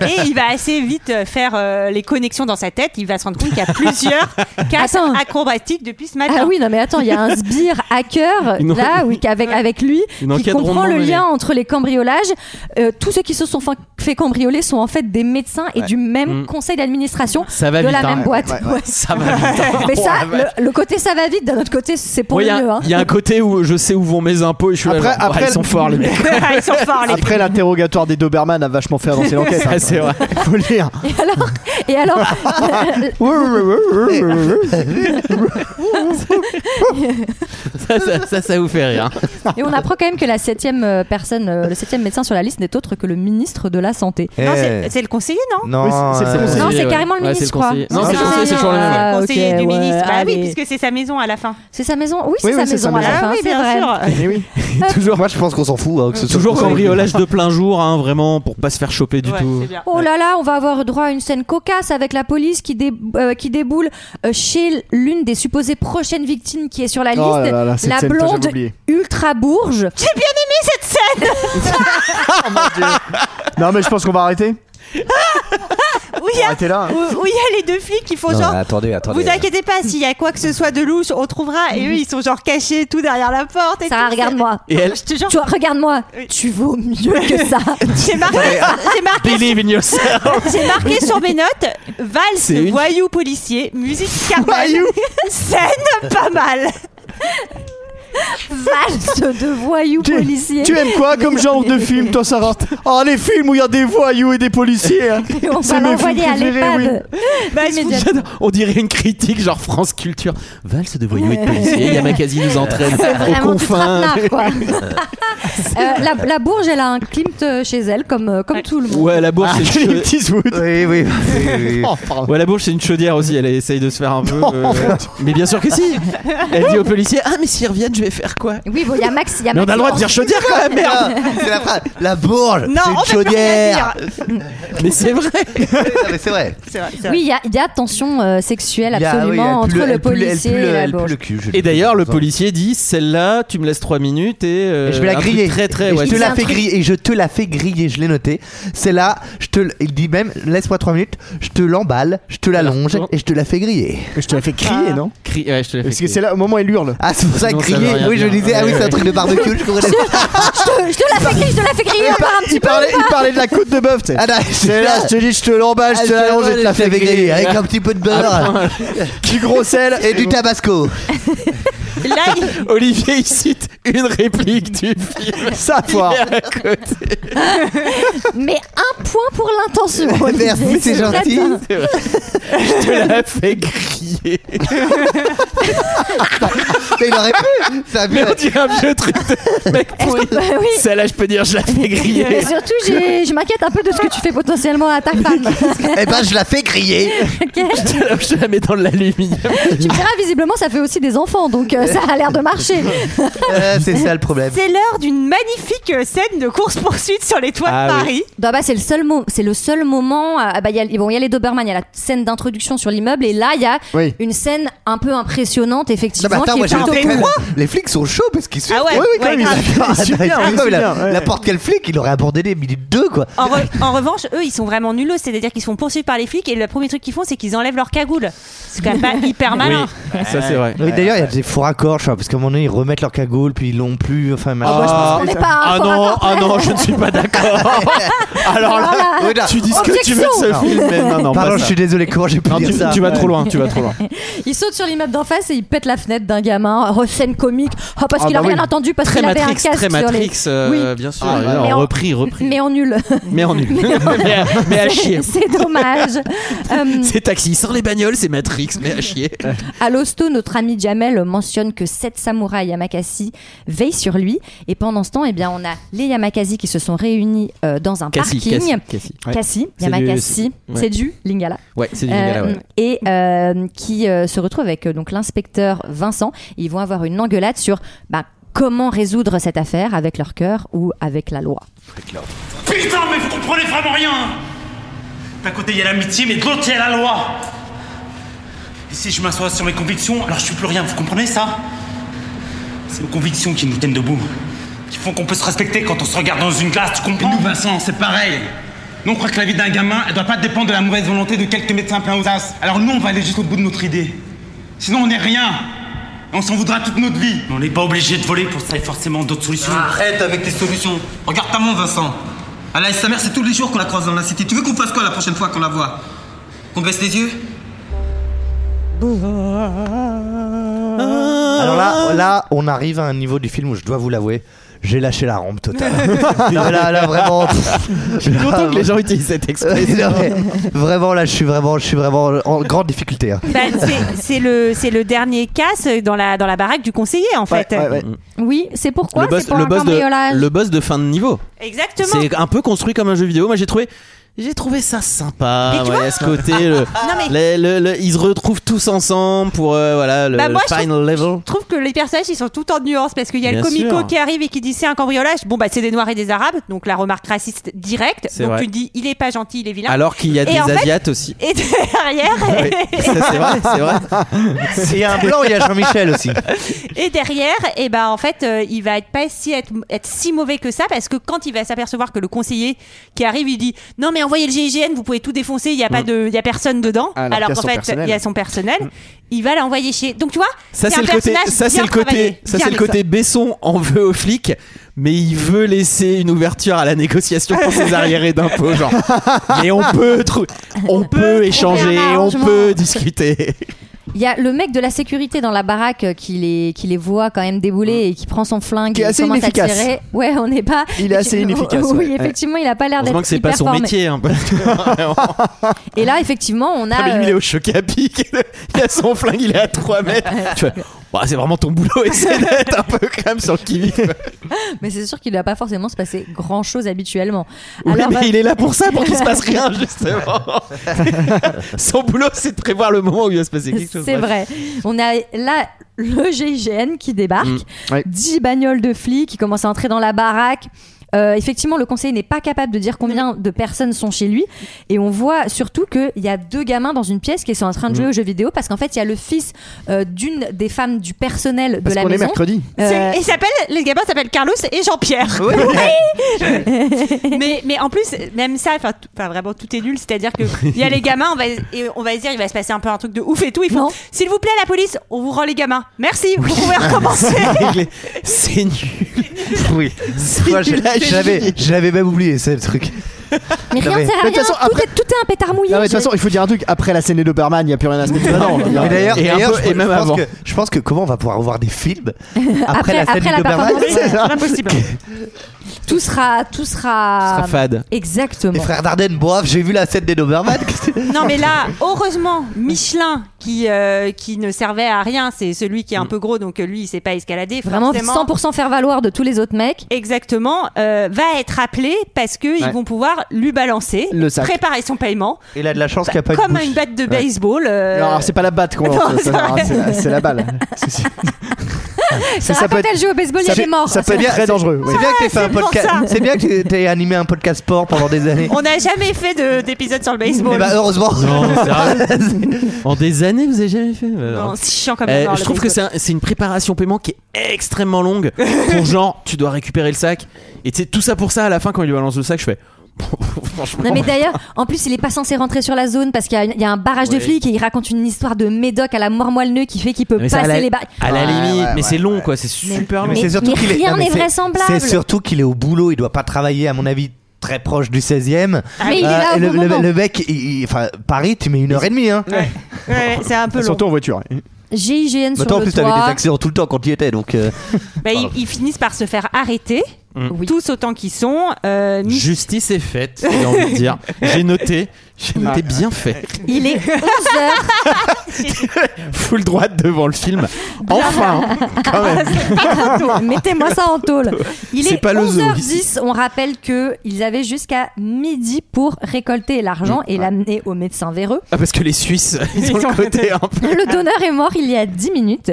Speaker 7: euh, et il va assez vite euh, faire euh, les connexions dans sa tête. Il va se rendre compte qu'il y a plusieurs castes acrobatiques depuis ce matin.
Speaker 1: Ah oui, non mais attends, il y a un sbire hacker
Speaker 7: Une-
Speaker 1: là oui, avec, avec lui
Speaker 7: Une
Speaker 1: qui
Speaker 7: enquête
Speaker 1: comprend le
Speaker 7: rondement
Speaker 1: lien
Speaker 7: menée.
Speaker 1: entre les cambriolages. Euh, tous ceux qui se sont fa- fait cambrioler sont en fait des médecins et
Speaker 8: Ouais.
Speaker 1: du même
Speaker 8: Mm.
Speaker 1: conseil d'administration
Speaker 8: Ça va
Speaker 1: de
Speaker 8: vite,
Speaker 1: la
Speaker 8: hein.
Speaker 1: même boîte.
Speaker 8: Ouais, ouais, ouais. Ça va vite, hein.
Speaker 1: Mais
Speaker 8: Oh,
Speaker 1: ça,
Speaker 8: la vache.
Speaker 1: le, le côté ça va vite, d'un autre côté, c'est pour
Speaker 8: Ouais, Il y,
Speaker 1: le
Speaker 8: a-
Speaker 1: mieux. hein.
Speaker 8: il y a un côté où je sais où vont mes impôts et je suis là,
Speaker 9: Après-
Speaker 8: genre, ouais,
Speaker 9: après-
Speaker 8: ils sont forts les mecs.
Speaker 7: Ah, Ils sont forts, les
Speaker 9: Après l'interrogatoire des Doberman a vachement fait avancer l'enquête. hein.
Speaker 8: Ouais, c'est vrai.
Speaker 9: Faut le dire.
Speaker 1: Et alors, et alors
Speaker 8: ça, ça, ça, ça vous fait rire. hein.
Speaker 1: Et on apprend quand même que la septième euh, personne, euh, le septième médecin sur la liste n'est autre que le ministre de la Santé.
Speaker 7: Non, c'est- c'est le conseiller, non
Speaker 10: Non, Oui, c'est- c'est le euh, conseiller,
Speaker 1: Non, c'est
Speaker 10: ouais.
Speaker 1: carrément le
Speaker 10: Ouais,
Speaker 1: ministre,
Speaker 10: c'est
Speaker 1: je
Speaker 10: le
Speaker 1: crois.
Speaker 10: conseiller. Non, c'est le conseiller, c'est toujours le même,
Speaker 1: Ah,
Speaker 7: Le
Speaker 1: ok,
Speaker 7: conseiller du
Speaker 1: ouais,
Speaker 7: ministre. Bah oui,
Speaker 1: allez.
Speaker 7: puisque c'est sa maison à la fin.
Speaker 1: C'est sa maison Oui,
Speaker 7: Oui,
Speaker 1: c'est
Speaker 7: oui,
Speaker 1: sa
Speaker 7: c'est
Speaker 1: maison
Speaker 7: sa
Speaker 1: à la
Speaker 7: maison.
Speaker 1: fin,
Speaker 7: Ah oui,
Speaker 1: c'est
Speaker 7: bien
Speaker 1: vrai.
Speaker 7: sûr.
Speaker 9: eh
Speaker 10: toujours. Moi je pense qu'on s'en fout. hein, que ce soit
Speaker 8: Toujours
Speaker 10: le conseil.
Speaker 8: cambriolage de plein jour, hein, vraiment pour pas se faire choper du tout.
Speaker 1: Oh là là, on va avoir droit à une scène cocasse avec la police qui, dé- euh, qui déboule euh, chez l'une des supposées prochaines victimes qui est sur la
Speaker 9: Oh là
Speaker 1: liste,
Speaker 9: là là, cette
Speaker 1: la
Speaker 9: scène que j'avais
Speaker 1: blonde
Speaker 9: oubliée.
Speaker 1: ultra bourge. J'ai bien aimé cette scène.
Speaker 8: Oh,
Speaker 9: Non mais je pense qu'on va arrêter.
Speaker 7: Oui, il y a-
Speaker 9: Arrêtez là. hein.
Speaker 7: où- où il y a les deux flics qui font
Speaker 9: Non,
Speaker 7: genre.
Speaker 9: mais attendez, attendez.
Speaker 7: Vous inquiétez pas, s'il y a quoi que ce soit de louche, on trouvera. Et eux, ils sont genre cachés tout derrière la porte.
Speaker 1: Sarah, regarde-moi.
Speaker 8: Et elle-
Speaker 7: Je te jure.
Speaker 1: Tu vois, regarde-moi. Tu vaux mieux que ça.
Speaker 7: J'ai marqué, j'ai marqué,
Speaker 8: Believe in yourself.
Speaker 7: j'ai marqué sur mes notes valse,
Speaker 8: C'est une-
Speaker 7: voyou policier, musique carmen, scène pas mal.
Speaker 1: Valse de voyous policiers.
Speaker 9: Tu aimes quoi comme genre de film, toi, Sarah Ah, les films où il y a des voyous et des policiers. hein.
Speaker 1: On va
Speaker 9: C'est mes films
Speaker 1: l'envoyer à
Speaker 9: préférés, oui.
Speaker 1: l'EHPAD.
Speaker 7: Bah,
Speaker 1: Immédiatement.
Speaker 8: J'adore. On dirait une critique genre France Culture. Valse de voyous et de policiers, Yamakasi nous entraîne
Speaker 1: C'est
Speaker 8: aux
Speaker 1: vraiment du
Speaker 8: confins.
Speaker 1: traquenard, quoi. Euh, la, la Bourge, elle a un Klimt euh, chez elle, comme, euh, comme tout le monde.
Speaker 8: Ouais, la bourse,
Speaker 9: Ah,
Speaker 8: c'est une
Speaker 9: Clint Eastwood.
Speaker 10: Oui, oui. oui, oui.
Speaker 9: Oh, pardon.
Speaker 8: Ouais, la bourge, c'est une chaudière aussi. Elle essaye de se faire un peu. euh, Mais bien sûr que si. Elle dit aux policiers Ah, mais s'ils reviennent, je vais faire quoi
Speaker 1: Oui, bon, il y a Max. il Y a
Speaker 8: Mais on a
Speaker 1: Max
Speaker 8: le droit de
Speaker 1: Orsi-
Speaker 8: dire chaudière quand même, merde
Speaker 10: C'est la phrase. La bourge.
Speaker 7: Non, on
Speaker 10: c'est
Speaker 7: peut
Speaker 10: une
Speaker 7: plus rien
Speaker 10: chaudière.
Speaker 7: dire.
Speaker 8: Mais c'est vrai
Speaker 10: Non, mais c'est vrai.
Speaker 7: C'est vrai, c'est
Speaker 1: Oui,
Speaker 7: vrai.
Speaker 1: il y a, il y a tension euh, sexuelle
Speaker 10: Il y a- oui,
Speaker 1: absolument
Speaker 10: elle
Speaker 1: entre
Speaker 10: pue
Speaker 1: le,
Speaker 10: elle pue- elle pue
Speaker 1: policier
Speaker 10: le-
Speaker 1: et la
Speaker 10: elle pue
Speaker 1: Bourge.
Speaker 10: le cul, je
Speaker 8: Et
Speaker 10: l'ai
Speaker 8: d'ailleurs,
Speaker 10: dit,
Speaker 8: le
Speaker 10: par exemple.
Speaker 8: policier dit Celle-là, tu me laisses 3 minutes et. euh,
Speaker 10: Et je vais la
Speaker 8: un truc
Speaker 10: griller.
Speaker 8: Très, très,
Speaker 10: Et
Speaker 8: ouais,
Speaker 10: je te
Speaker 8: c'est-
Speaker 10: la fais griller. Et je te la fais griller. Je l'ai noté. C'est là. Je te. l- Il dit même. Laisse-moi 3 minutes. Je te l'emballe. Je te l'allonge. Et je te la fais griller.
Speaker 9: Je te l'ai fait crier, non
Speaker 8: Cri- ouais, je te la fais
Speaker 9: Parce que
Speaker 8: griller.
Speaker 9: c'est là au moment où il hurle.
Speaker 10: Ah, c'est pour ça
Speaker 8: Sinon, ça
Speaker 10: griller.
Speaker 8: veut rien
Speaker 10: oui, je
Speaker 8: dire.
Speaker 10: disais. Ah oui,
Speaker 8: Ouais,
Speaker 10: c'est un
Speaker 8: ouais.
Speaker 10: truc de barbecue. Je comprenais pas.
Speaker 1: Euh, Je te la fais griller, je te la fais griller par un petit
Speaker 9: Il parlait, il parlait de la côte de bœuf, tu sais.
Speaker 10: Ah, non,
Speaker 9: C'est là, je te dis, je te l'emballage,
Speaker 8: Ah,
Speaker 9: je te l'allonge, je te la fais griller.
Speaker 10: avec un petit peu de beurre,
Speaker 9: Du gros sel
Speaker 10: et du tabasco.
Speaker 7: Là, il-
Speaker 8: Olivier, il cite une réplique du film.
Speaker 9: Ça, foire.
Speaker 8: Il est à côté.
Speaker 1: Mais un point pour l'intention. Olivier,
Speaker 10: Merci, c'est
Speaker 1: très
Speaker 10: gentil.
Speaker 1: bien.
Speaker 8: C'est vrai. Je te la fais griller.
Speaker 10: Mais il aurait pu. Ça a pu
Speaker 8: Mais on
Speaker 10: être-
Speaker 8: dirait un vieux truc de mec pourri.
Speaker 1: Bah oui.
Speaker 8: Celle-là, je peux dire, je la fais griller.
Speaker 1: Et surtout, j'ai- je m'inquiète un peu de ce que tu fais potentiellement à ta femme.
Speaker 10: Eh ben, je la fais griller.
Speaker 1: Ok
Speaker 8: Je te la- je te la mets dans de l'aluminium.
Speaker 1: tu me diras, visiblement, ça fait aussi des enfants, donc euh, ça a l'air de marcher.
Speaker 10: Euh, c'est ça le problème.
Speaker 7: c'est l'heure d'une magnifique euh, scène de course-poursuite sur les toits
Speaker 8: Ah
Speaker 7: de
Speaker 8: oui.
Speaker 7: Paris.
Speaker 1: Non, bah, c'est le seul mo- c'est le seul moment. euh, ah bah, il y a, bon, il y a les Doberman, il y a la scène d'introduction sur l'immeuble, et là, il y a
Speaker 9: Oui.
Speaker 1: une scène un peu impressionnante,
Speaker 10: Non, mais
Speaker 1: effectivement,
Speaker 10: attends,
Speaker 1: qui
Speaker 10: moi,
Speaker 1: est
Speaker 10: j'ai
Speaker 1: plutôt
Speaker 10: le
Speaker 1: cool.
Speaker 10: problème. Les flics sont chauds parce qu'ils suivent.
Speaker 7: Ah ouais,
Speaker 10: Oui, oui, quand
Speaker 7: ouais,
Speaker 10: même, ils
Speaker 7: grave.
Speaker 10: suivent. Ah,
Speaker 9: suivent bien,
Speaker 10: d'accord,
Speaker 9: ils suivent
Speaker 10: la-
Speaker 9: bien, ouais.
Speaker 10: N'importe quel flic, il aurait abordé les minutes 2, quoi.
Speaker 7: En, re- en revanche, eux, ils sont vraiment nulos. C'est-à-dire qu'ils sont poursuivis par les flics et le premier truc qu'ils font, c'est qu'ils enlèvent leur cagoule. C'est quand même pas hyper
Speaker 8: Ah
Speaker 7: malin.
Speaker 8: ça c'est vrai.
Speaker 10: Oui, d'ailleurs, il y a des faux raccords, je crois, parce qu'à un moment donné, ils remettent leur cagoule, puis ils l'ont plus. Enfin, machin.
Speaker 1: pense qu'on n'est pas à un
Speaker 8: ah
Speaker 1: fort
Speaker 8: non,
Speaker 1: accord
Speaker 8: ah
Speaker 1: près.
Speaker 8: non, je ne suis pas d'accord. Alors là,
Speaker 10: Ah, Oui, là.
Speaker 8: tu dis ce que tu veux de ce
Speaker 1: Objection.
Speaker 8: film, mais non, non, pas
Speaker 10: Pardon, je
Speaker 8: ça.
Speaker 10: suis désolé, comment j'ai pu
Speaker 8: Non,
Speaker 10: dire
Speaker 8: tu,
Speaker 10: ça
Speaker 8: tu vas trop loin, tu vas trop loin.
Speaker 1: Il saute sur l'immeuble d'en face et il pète la fenêtre d'un gamin. Oh, Scène comique. Ah, parce
Speaker 8: Ah
Speaker 1: qu'il a
Speaker 8: bah
Speaker 1: rien
Speaker 8: oui.
Speaker 1: entendu, parce
Speaker 8: Très
Speaker 1: qu'il avait un
Speaker 8: Matrix,
Speaker 1: casque.
Speaker 8: très
Speaker 1: sur les-
Speaker 8: Matrix, euh, bien sûr. Ah, alors,
Speaker 1: mais en-
Speaker 8: repris, repris.
Speaker 1: Mais en nul.
Speaker 8: Mais en nul. mais, à, mais à chier.
Speaker 1: C'est dommage. Euh,
Speaker 8: C'est taxi sans les bagnoles, c'est Matrix, mais à chier.
Speaker 1: À l'hosto, notre ami Jamel mentionne que sept samouraïs Yamakasi veillent sur lui. Et pendant ce temps, eh bien, on a les Yamakasi qui se sont réunis euh, dans un
Speaker 8: Kasi,
Speaker 1: parking.
Speaker 8: Kasi, Kasi. Ouais.
Speaker 1: Kasi,
Speaker 8: C'est du-
Speaker 1: Yamakasi.
Speaker 8: c'est- ouais.
Speaker 1: C'est du Lingala.
Speaker 8: Ouais, c'est du
Speaker 1: Euh,
Speaker 8: Lingala, ouais.
Speaker 1: Et euh, qui euh, se retrouve avec euh, donc l'inspecteur Vincent. Ils vont avoir une engueulade sur bah, comment résoudre cette affaire avec leur cœur ou avec la loi.
Speaker 14: Putain, mais vous comprenez vraiment rien hein. D'un côté, il y a l'amitié, mais de l'autre, il y a la loi Et si je m'assois sur mes convictions, alors je suis plus rien, vous comprenez ça C'est nos convictions qui nous tiennent debout, qui font qu'on peut se respecter quand on se regarde dans une glace, tu comprends nous, Vincent, c'est pareil Nous, on croit que la vie d'un gamin, elle doit pas dépendre de la mauvaise volonté de quelques médecins pleins aux as. Alors nous, on va aller jusqu'au bout de notre idée. Sinon, on n'est rien Et on s'en voudra toute notre vie
Speaker 11: On n'est pas obligé de voler pour ça, il y a forcément d'autres solutions.
Speaker 14: Arrête avec tes solutions. Regarde ta montre, Vincent. Elle a sa mère, c'est tous les jours qu'on la croise dans la cité. Tu veux qu'on fasse quoi la prochaine fois qu'on la voit Qu'on baisse les yeux
Speaker 10: Alors là, là, on arrive à un niveau du film où je dois vous l'avouer, j'ai lâché la rampe totale. là, là, vraiment. Je suis
Speaker 8: content que les gens utilisent cette expression.
Speaker 10: vraiment, là, je suis vraiment, je suis vraiment en grande difficulté. hein.
Speaker 7: Bah, c'est- c'est le c'est le dernier casse dans la dans la baraque du conseiller en fait.
Speaker 1: Oui, c'est pourquoi
Speaker 8: le boss, le, boss de, le boss de fin de niveau.
Speaker 7: Exactement.
Speaker 8: C'est un peu construit comme un jeu vidéo. Moi, j'ai trouvé. J'ai trouvé ça sympa.
Speaker 7: Mais tu
Speaker 8: ouais,
Speaker 7: vois
Speaker 8: à ce côté, le- le- le- le- ils se retrouvent tous ensemble pour euh, voilà le,
Speaker 7: Bah,
Speaker 8: le
Speaker 7: moi, je
Speaker 8: final
Speaker 7: trouve-
Speaker 8: level.
Speaker 7: Je trouve que les personnages ils sont tout en nuance parce qu'il y a le
Speaker 8: Bien
Speaker 7: comico
Speaker 8: sûr.
Speaker 7: qui arrive et qui dit c'est un cambriolage. Bon bah c'est des noirs et des arabes donc la remarque raciste directe.
Speaker 8: C'est
Speaker 7: Donc
Speaker 8: vrai.
Speaker 7: tu te dis il est pas gentil il est vilain.
Speaker 8: Alors qu'il y a
Speaker 7: Et
Speaker 8: des
Speaker 7: en fait-
Speaker 8: asiates aussi.
Speaker 7: Et derrière
Speaker 8: Oui, ça, c'est vrai, c'est vrai.
Speaker 10: Et il y a un blanc, il y a Jean-Michel aussi.
Speaker 7: Et derrière, et ben en fait, euh, il va être pas si être, être si mauvais que ça parce que quand il va s'apercevoir que le conseiller qui arrive, il dit non mais envoyez le GIGN, vous pouvez tout défoncer, il y a pas de, il y a personne dedans.
Speaker 8: Ah, Mm. alors
Speaker 7: alors
Speaker 8: qu'il y a
Speaker 7: qu'en
Speaker 8: son
Speaker 7: fait,
Speaker 8: personnel. Mm.
Speaker 7: il y a son personnel. Il va l'envoyer chez. Donc tu vois,
Speaker 8: Ça c'est
Speaker 7: un
Speaker 8: le côté,
Speaker 7: personnage
Speaker 8: ça c'est
Speaker 7: bien
Speaker 8: le côté,
Speaker 7: travaillé,
Speaker 8: ça
Speaker 7: bien
Speaker 8: c'est le côté Besson en veut aux flics, mais il veut laisser une ouverture à la négociation pour ses arriérés d'impôts, genre. Mais on peut, trou- on peut échanger,
Speaker 1: un
Speaker 8: on
Speaker 1: arrangement.
Speaker 8: peut discuter.
Speaker 1: Il y a le mec de la sécurité dans la baraque euh, qui les, qui les voit quand même
Speaker 8: Mm.
Speaker 1: débouler et qui prend son flingue
Speaker 9: Qui est
Speaker 1: et
Speaker 9: assez
Speaker 1: commence
Speaker 9: inefficace.
Speaker 1: à tirer. Ouais, on n'est pas.
Speaker 9: Il est assez
Speaker 1: Oui,
Speaker 9: inefficace,
Speaker 1: Oui,
Speaker 9: ouais.
Speaker 1: effectivement, il a pas l'air d'être.
Speaker 8: Heureusement que c'est pas
Speaker 1: hyper
Speaker 8: son
Speaker 1: formé.
Speaker 8: métier. hein, parce que-
Speaker 1: Et là, effectivement, on
Speaker 8: Ah,
Speaker 1: a.
Speaker 8: mais lui, il est
Speaker 1: euh,
Speaker 8: au choc à pic. Il a son flingue, il est à 3 mètres. Tu vois, bah, c'est vraiment ton boulot, essaie d'être un peu quand même sur le qui
Speaker 1: mais c'est sûr qu'il ne va pas forcément se passer grand chose habituellement.
Speaker 8: Oui,
Speaker 1: Alors,
Speaker 8: mais
Speaker 1: bah-
Speaker 8: il est là pour ça, pour qu'il se passe rien, justement. Son boulot, c'est de prévoir le moment où il va se passer quelque chose.
Speaker 1: C'est vrai.
Speaker 8: Bref.
Speaker 1: On a là le GIGN qui débarque,
Speaker 8: Mm. Ouais.
Speaker 1: 10 bagnoles de flics qui commencent à entrer dans la baraque. Euh, effectivement, le conseiller n'est pas capable de dire combien
Speaker 7: Mm.
Speaker 1: de personnes sont chez lui. Et on voit surtout qu'il y a deux gamins dans une pièce qui sont en train de jouer
Speaker 9: Mm.
Speaker 1: aux jeux vidéo parce qu'en fait, il y a le fils euh, d'une des femmes du personnel
Speaker 9: Parce
Speaker 1: de la
Speaker 9: qu'on est
Speaker 1: maison.
Speaker 9: mercredi.
Speaker 1: Euh,
Speaker 7: C'est- et s'appelle les gamins s'appellent Carlos et Jean-Pierre.
Speaker 1: Oui.
Speaker 7: mais mais en plus même ça enfin tout- enfin, vraiment tout est nul c'est-à-dire que il y a les gamins on va et on va se dire il va se passer un peu un truc de ouf et tout ils font s'il vous plaît la police on vous rend les gamins merci vous pouvez recommencer.
Speaker 8: C'est nul.
Speaker 10: Oui.
Speaker 8: C'est
Speaker 10: Moi, je
Speaker 8: nul à
Speaker 10: je l'avais-
Speaker 8: chier.
Speaker 10: je l'avais même oublié, c'est le truc.
Speaker 1: Mais
Speaker 10: Non,
Speaker 1: rien ne
Speaker 10: mais-
Speaker 1: sert à
Speaker 10: Mais
Speaker 1: rien.
Speaker 10: de toute façon,
Speaker 1: Tout est- tout est un pétard mouillé.
Speaker 9: Non, mais de toute façon, il faut dire un truc. Après la scène des Doberman, il n'y a plus rien à se mettre dedans.
Speaker 10: Mais d'ailleurs,
Speaker 9: Et un
Speaker 10: d'ailleurs,
Speaker 9: peu-
Speaker 10: je,
Speaker 9: et même
Speaker 10: je pense
Speaker 9: avant.
Speaker 10: que, je pense que comment on va pouvoir voir des films
Speaker 1: Après-
Speaker 10: après, la scène
Speaker 1: après
Speaker 10: du
Speaker 1: la
Speaker 10: Doberman
Speaker 1: performance,
Speaker 10: c'est ça
Speaker 1: ouais. tout sera, tout sera.
Speaker 10: sera fade.
Speaker 1: Exactement.
Speaker 10: Les frères Dardenne, bof, j'ai vu la scène des Doberman. Qu'est-ce que-
Speaker 7: Non mais là, heureusement, Michelin qui euh, qui ne servait à rien, c'est celui
Speaker 10: Mm.
Speaker 7: qui est un peu gros, donc euh, lui il s'est pas escaladé.
Speaker 1: Vraiment
Speaker 7: forcément.
Speaker 1: 100% faire valoir de tous les autres mecs.
Speaker 7: Exactement, euh, va être appelé parce que
Speaker 10: Ouais.
Speaker 7: ils vont pouvoir lui balancer,
Speaker 10: Le sac.
Speaker 7: préparer son paiement.
Speaker 10: Il a de la chance
Speaker 7: Bah,
Speaker 10: qu'il n'y a pas
Speaker 7: comme
Speaker 10: de bouche.
Speaker 7: une batte de
Speaker 10: Ouais.
Speaker 7: baseball. euh,
Speaker 9: Non, alors c'est pas la batte qu'on
Speaker 7: Non,
Speaker 9: lance, ça,
Speaker 7: c'est
Speaker 9: non,
Speaker 7: vrai.
Speaker 9: c'est la- c'est la balle.
Speaker 1: Ça,
Speaker 10: ça peut
Speaker 1: quand
Speaker 10: être-
Speaker 1: elle joue au baseball, il y a
Speaker 10: peut-
Speaker 1: des morts. hein,
Speaker 10: ça peut être très dangereux. C'est bien que t'aies fait un
Speaker 7: c'est pour
Speaker 10: podcast.
Speaker 7: ça.
Speaker 10: C'est bien que t'aies animé un podcast sport pendant des années.
Speaker 7: On n'a jamais fait de- d'épisode sur le baseball.
Speaker 10: Eh
Speaker 9: bah,
Speaker 10: ben, heureusement.
Speaker 8: Non, sérieux. en des années, vous avez jamais fait
Speaker 7: Non,
Speaker 8: Alors.
Speaker 7: c'est chiant comme
Speaker 8: Euh,
Speaker 7: mort,
Speaker 8: je
Speaker 7: le
Speaker 8: trouve que c'est
Speaker 7: baseball.
Speaker 8: un- c'est une préparation paiement qui est extrêmement longue. Pour genre, tu dois récupérer le sac. Et tu sais, tout ça pour ça, à la fin, quand il lui balance le sac, je fais. Franchement.
Speaker 1: Non mais d'ailleurs, en plus il est pas censé rentrer sur la zone parce qu'il y a- il y, a un barrage de
Speaker 8: Ouais.
Speaker 1: flics et il raconte une histoire de médoc à la moelle-neu qui fait qu'il peut
Speaker 8: Mais ça,
Speaker 1: passer
Speaker 8: à la,
Speaker 1: les barres.
Speaker 8: à la limite,
Speaker 10: ouais,
Speaker 8: mais
Speaker 10: ouais,
Speaker 8: c'est long quoi, c'est super long.
Speaker 1: mais- mais
Speaker 10: qu'il est-
Speaker 1: rien
Speaker 10: non, mais
Speaker 1: n'est
Speaker 10: c'est-
Speaker 1: vraisemblable.
Speaker 10: C'est surtout qu'il est au boulot, il doit pas travailler, à mon avis, très proche du 16 e
Speaker 1: Ah,
Speaker 7: Mais il est là au
Speaker 10: le,
Speaker 7: bon
Speaker 10: le-
Speaker 7: moment.
Speaker 10: le mec, il- il- enfin, Paris, tu mets une heure et demie. Hein.
Speaker 7: Ouais, c'est un peu long.
Speaker 10: en voiture.
Speaker 1: GIGN
Speaker 10: Mais Bah,
Speaker 1: sur
Speaker 10: toi, en
Speaker 1: le
Speaker 10: plus, t'avais
Speaker 1: toit.
Speaker 10: des accidents tout le temps quand tu y étais, donc. euh,
Speaker 7: Bah, ils, ils finissent par se faire arrêter,
Speaker 8: Mm.
Speaker 7: tous autant qu'ils sont. Euh, Miss-
Speaker 8: Justice est faite, j'ai envie de dire. J'ai noté, j'ai
Speaker 1: Ah.
Speaker 8: noté bien fait.
Speaker 1: Il est 11h.
Speaker 8: Full droite devant le film. Enfin, hein, quand même.
Speaker 1: Mettez-moi ça en tôle. Il est,
Speaker 8: C'est pas le zoo,
Speaker 1: 11h10. On rappelle que ils avaient jusqu'à midi pour récolter l'argent et l'amener au médecin véreux.
Speaker 8: Ah, parce que les Suisses, ils ont le côté un peu.
Speaker 1: Le donneur est mort il y a 10 minutes.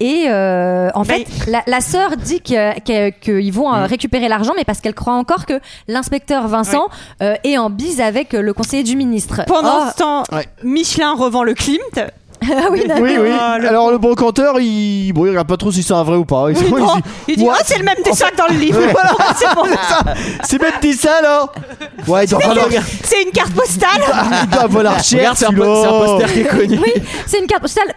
Speaker 1: Et euh, en fait, la, la sœur dit que- que- qu'ils vont euh, récupérer l'argent, mais parce qu'elle croit encore que l'inspecteur Vincent euh, est en bise avec euh, le conseiller du ministre.
Speaker 7: Pendant
Speaker 1: Or-
Speaker 7: ce temps, Michelin revend le Klimt.
Speaker 1: Ah oui,
Speaker 9: Oui, oui.
Speaker 7: Ah, le-
Speaker 9: Alors, le brocanteur, il... Bon, il regarde pas trop si c'est un vrai ou pas. Il,
Speaker 7: Oui, non, il dit,
Speaker 9: Ouah.
Speaker 7: oh, c'est le même dessin que dans le livre.
Speaker 9: Ouais.
Speaker 7: Voilà, c'est bon.
Speaker 9: C'est même dit ça, alors Ouais, il doit
Speaker 7: C'est-
Speaker 9: falloir-
Speaker 7: C'est une carte postale.
Speaker 9: Il doit falloir chercher,
Speaker 8: Regarde, c'est un po-
Speaker 9: celui-là.
Speaker 8: c'est un poster qui est connu.
Speaker 1: Oui, c'est une carte postale.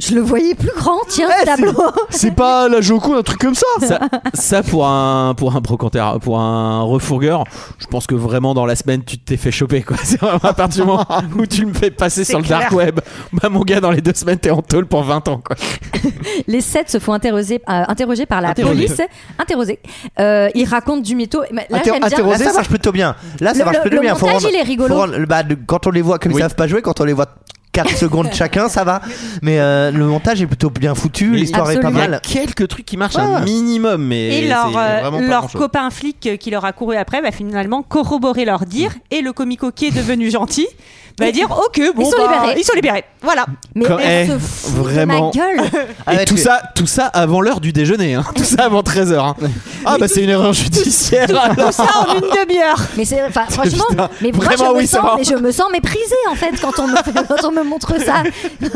Speaker 1: Je le voyais plus grand, tiens, ce tableau.
Speaker 9: C'est pas la Joconde, un truc comme ça.
Speaker 8: Ça, ça, pour un pour un brocanteur, pour un refourgueur, je pense que vraiment dans la semaine tu t'es fait choper quoi. C'est vraiment à partir du moment où tu me fais passer
Speaker 1: C'est
Speaker 8: sur le dark
Speaker 1: clair.
Speaker 8: web, bah mon gars dans les deux semaines t'es en tôle pour 20 ans quoi.
Speaker 1: Les sept se font interroger, euh, interroger par la
Speaker 8: Interroger.
Speaker 1: police. Interroger. Euh, ils racontent du mytho. Mais Là,
Speaker 10: inter-
Speaker 1: j'aime bien-
Speaker 10: interrogé, ça marche plutôt bien. Là, ça
Speaker 1: Le-
Speaker 10: marche
Speaker 1: le-
Speaker 10: plutôt
Speaker 1: le
Speaker 10: bien.
Speaker 1: montage, il est rigolo.
Speaker 10: faut rendre- bah, de- quand on les voit, comme ils savent pas jouer, quand on les voit 4 secondes chacun, ça va. Mais euh, le montage est plutôt bien foutu, l'histoire est pas
Speaker 8: Absolument.
Speaker 10: mal.
Speaker 8: Il y a quelques trucs qui marchent
Speaker 10: Ouais.
Speaker 8: un minimum, mais
Speaker 7: Et leur,
Speaker 8: c'est
Speaker 7: euh,
Speaker 8: vraiment pas
Speaker 7: leur
Speaker 8: grand-chose.
Speaker 7: copain flic euh, qui leur a couru après va finalement corroborer leur dire
Speaker 8: Mm.
Speaker 7: et le comico qui est devenu gentil va dire ok bon
Speaker 1: Ils sont
Speaker 7: bah,
Speaker 1: libérés.
Speaker 7: ils sont libérés voilà
Speaker 1: Mais
Speaker 8: Comme-
Speaker 1: elle
Speaker 8: eh,
Speaker 1: se fout
Speaker 8: vraiment.
Speaker 1: de ma gueule.
Speaker 10: Ah
Speaker 9: Ah
Speaker 8: Et tout ça, tout ça avant l'heure du déjeuner, hein. tout ça avant 13h. hein. Ah bah c'est une erreur judiciaire. alors.
Speaker 7: demi-heure.
Speaker 1: Mais c'est, enfin, franchement,
Speaker 8: Putain,
Speaker 1: mais moi,
Speaker 8: vraiment,
Speaker 1: je, me
Speaker 8: oui, ça
Speaker 1: sens,
Speaker 8: va.
Speaker 1: mais je me sens méprisée en fait quand on me, quand on me montre ça.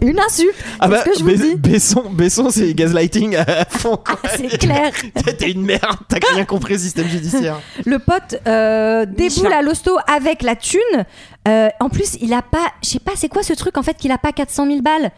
Speaker 1: Une insulte.
Speaker 8: Ah bah,
Speaker 1: c'est ce que je
Speaker 8: Bes-
Speaker 1: vous dis. Ah,
Speaker 8: Besson, Besson c'est gaslighting à fond.
Speaker 1: c'est clair.
Speaker 8: T'es une merde, t'as rien compris au système judiciaire.
Speaker 1: Le pote euh, déboule à l'hosto avec la thune. Euh, en plus, il a pas, je sais pas, c'est quoi ce truc en fait qu'il a pas 400 000 balles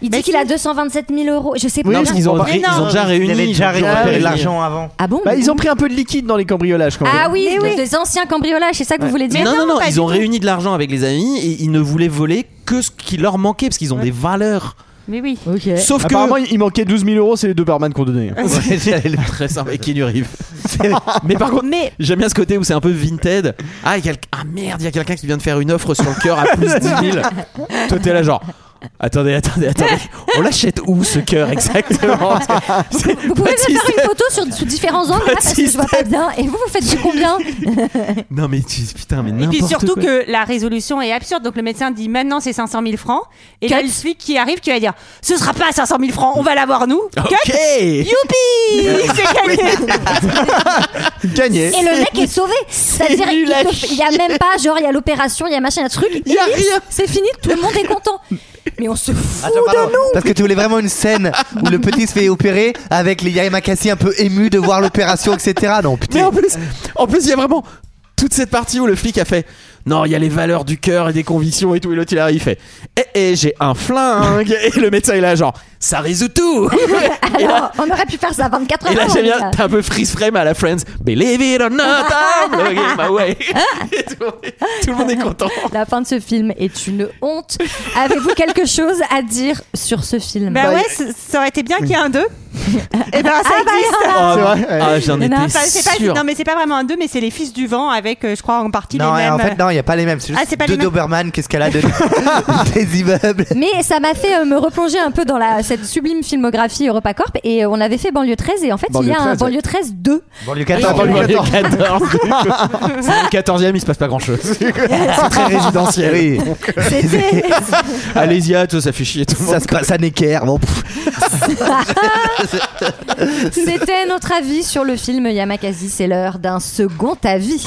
Speaker 1: Il dit qu'il a 227 000 euros. Je sais
Speaker 8: Oui,
Speaker 1: pas.
Speaker 8: parce qu'ils ont ré- ils ont déjà réuni.
Speaker 10: Ils avaient déjà
Speaker 8: ils ont
Speaker 10: récupéré
Speaker 8: réuni.
Speaker 10: de l'argent avant.
Speaker 1: Ah bon
Speaker 9: Bah, ils ont pris un peu de liquide dans les cambriolages quand même.
Speaker 1: Ah oui, les anciens cambriolages, c'est ça que vous voulez dire
Speaker 8: non, non, non, ils ont réuni de l'argent avec les amis et ils ne voulaient voler que ce qui leur manquait parce qu'ils ont des valeurs.
Speaker 7: mais oui
Speaker 8: Sauf que.
Speaker 9: Apparemment, il manquait 12 000 euros, c'est les deux barman qu'on donnait.
Speaker 8: Ouais, c'est le- très simple et qui lui arrive. Mais par contre,
Speaker 7: Mais-
Speaker 8: j'aime bien ce côté où c'est un peu vinted. Ah, il y a quelqu'un- ah, merde, il y a quelqu'un qui vient de faire une offre sur le cœur à plus 10 000. Toi, t'es là, genre. Attendez, attendez, attendez. On l'achète où ce cœur exactement
Speaker 1: Vous pouvez me
Speaker 8: Baptiste-
Speaker 1: faire une photo sur, sous différents angles là, parce que je vois pas bien. Et vous, vous faites du combien
Speaker 8: Non, mais tu- putain, mais
Speaker 7: et
Speaker 8: n'importe
Speaker 7: puis surtout
Speaker 8: quoi.
Speaker 7: que la résolution est absurde donc le médecin dit maintenant c'est 500 000 francs et là le flic qui arrive qui va dire ce sera pas 500 000 francs on va l'avoir nous
Speaker 8: Ok.
Speaker 7: Cut. youpi c'est gagné
Speaker 9: Gagné.
Speaker 1: Et le mec est sauvé. C'est-à-dire, il, te- il y a même pas, genre, il y a l'opération, il y a machin, un truc. Il
Speaker 8: y a rien.
Speaker 1: C'est fini, tout le monde est content. Mais on se fout
Speaker 10: Attends, pardon,
Speaker 1: de nous.
Speaker 10: Parce que tu voulais vraiment une scène où le petit se fait opérer avec les Yaemakasi un peu émus de voir l'opération, etc. Non, putain.
Speaker 8: Mais en plus, en plus, il y a vraiment toute cette partie où le flic a fait non, il y a les valeurs du cœur et des convictions et tout. Et l'autre il arrive, il fait eh, eh, j'ai un flingue. et le médecin il est là, genre ça résout tout.
Speaker 1: Alors, on aurait pu faire ça à 24
Speaker 7: Oh,
Speaker 1: heures.
Speaker 8: et là,
Speaker 1: avant,
Speaker 8: j'aime
Speaker 1: les gars.
Speaker 8: bien, t'es un peu freeze frame à la Friends. Believe it or not, I'm blowing my way. Et tout, le monde est- tout le monde est content.
Speaker 1: La fin de ce film est une honte. Avez-vous quelque chose à dire sur ce film
Speaker 7: bah ouais c- ça aurait été bien qu'il y ait un 2 et ben ça
Speaker 1: Ah, bah,
Speaker 7: existe
Speaker 1: il y en a.
Speaker 8: Ah,
Speaker 9: C'est vrai,
Speaker 8: ah, j'en
Speaker 1: Mais non,
Speaker 8: étais
Speaker 7: Enfin, c'est pas-
Speaker 8: sûr.
Speaker 7: non mais c'est pas vraiment un 2 mais c'est les fils du vent avec euh, je crois en partie
Speaker 10: Non,
Speaker 7: les
Speaker 10: et
Speaker 7: mêmes
Speaker 10: en fait, non, il n'y a pas les mêmes. C'est
Speaker 7: Ah,
Speaker 10: juste
Speaker 7: c'est pas les
Speaker 10: deux
Speaker 7: mêmes.
Speaker 10: Doberman qui escaladent des immeubles.
Speaker 1: Mais ça m'a fait euh, me replonger un peu dans la, cette sublime filmographie EuropaCorp et euh, on avait fait Banlieue 13 et en fait il
Speaker 9: Banlieue
Speaker 1: y a un
Speaker 9: 13, ouais.
Speaker 1: Banlieue 13 2
Speaker 10: Banlieue
Speaker 8: Attends,
Speaker 9: Ah,
Speaker 10: 14.
Speaker 8: dans le banlieue 14. C'est le 14 il se passe pas grand chose. C'est très résidentiel.
Speaker 10: Oui.
Speaker 1: C'était-
Speaker 8: Allez-y, à toi, ça fait chier tout le monde.
Speaker 10: Ça se passe à Necker. Bon, pff.
Speaker 1: C'était notre avis sur le film Yamakasi, c'est l'heure d'un second avis.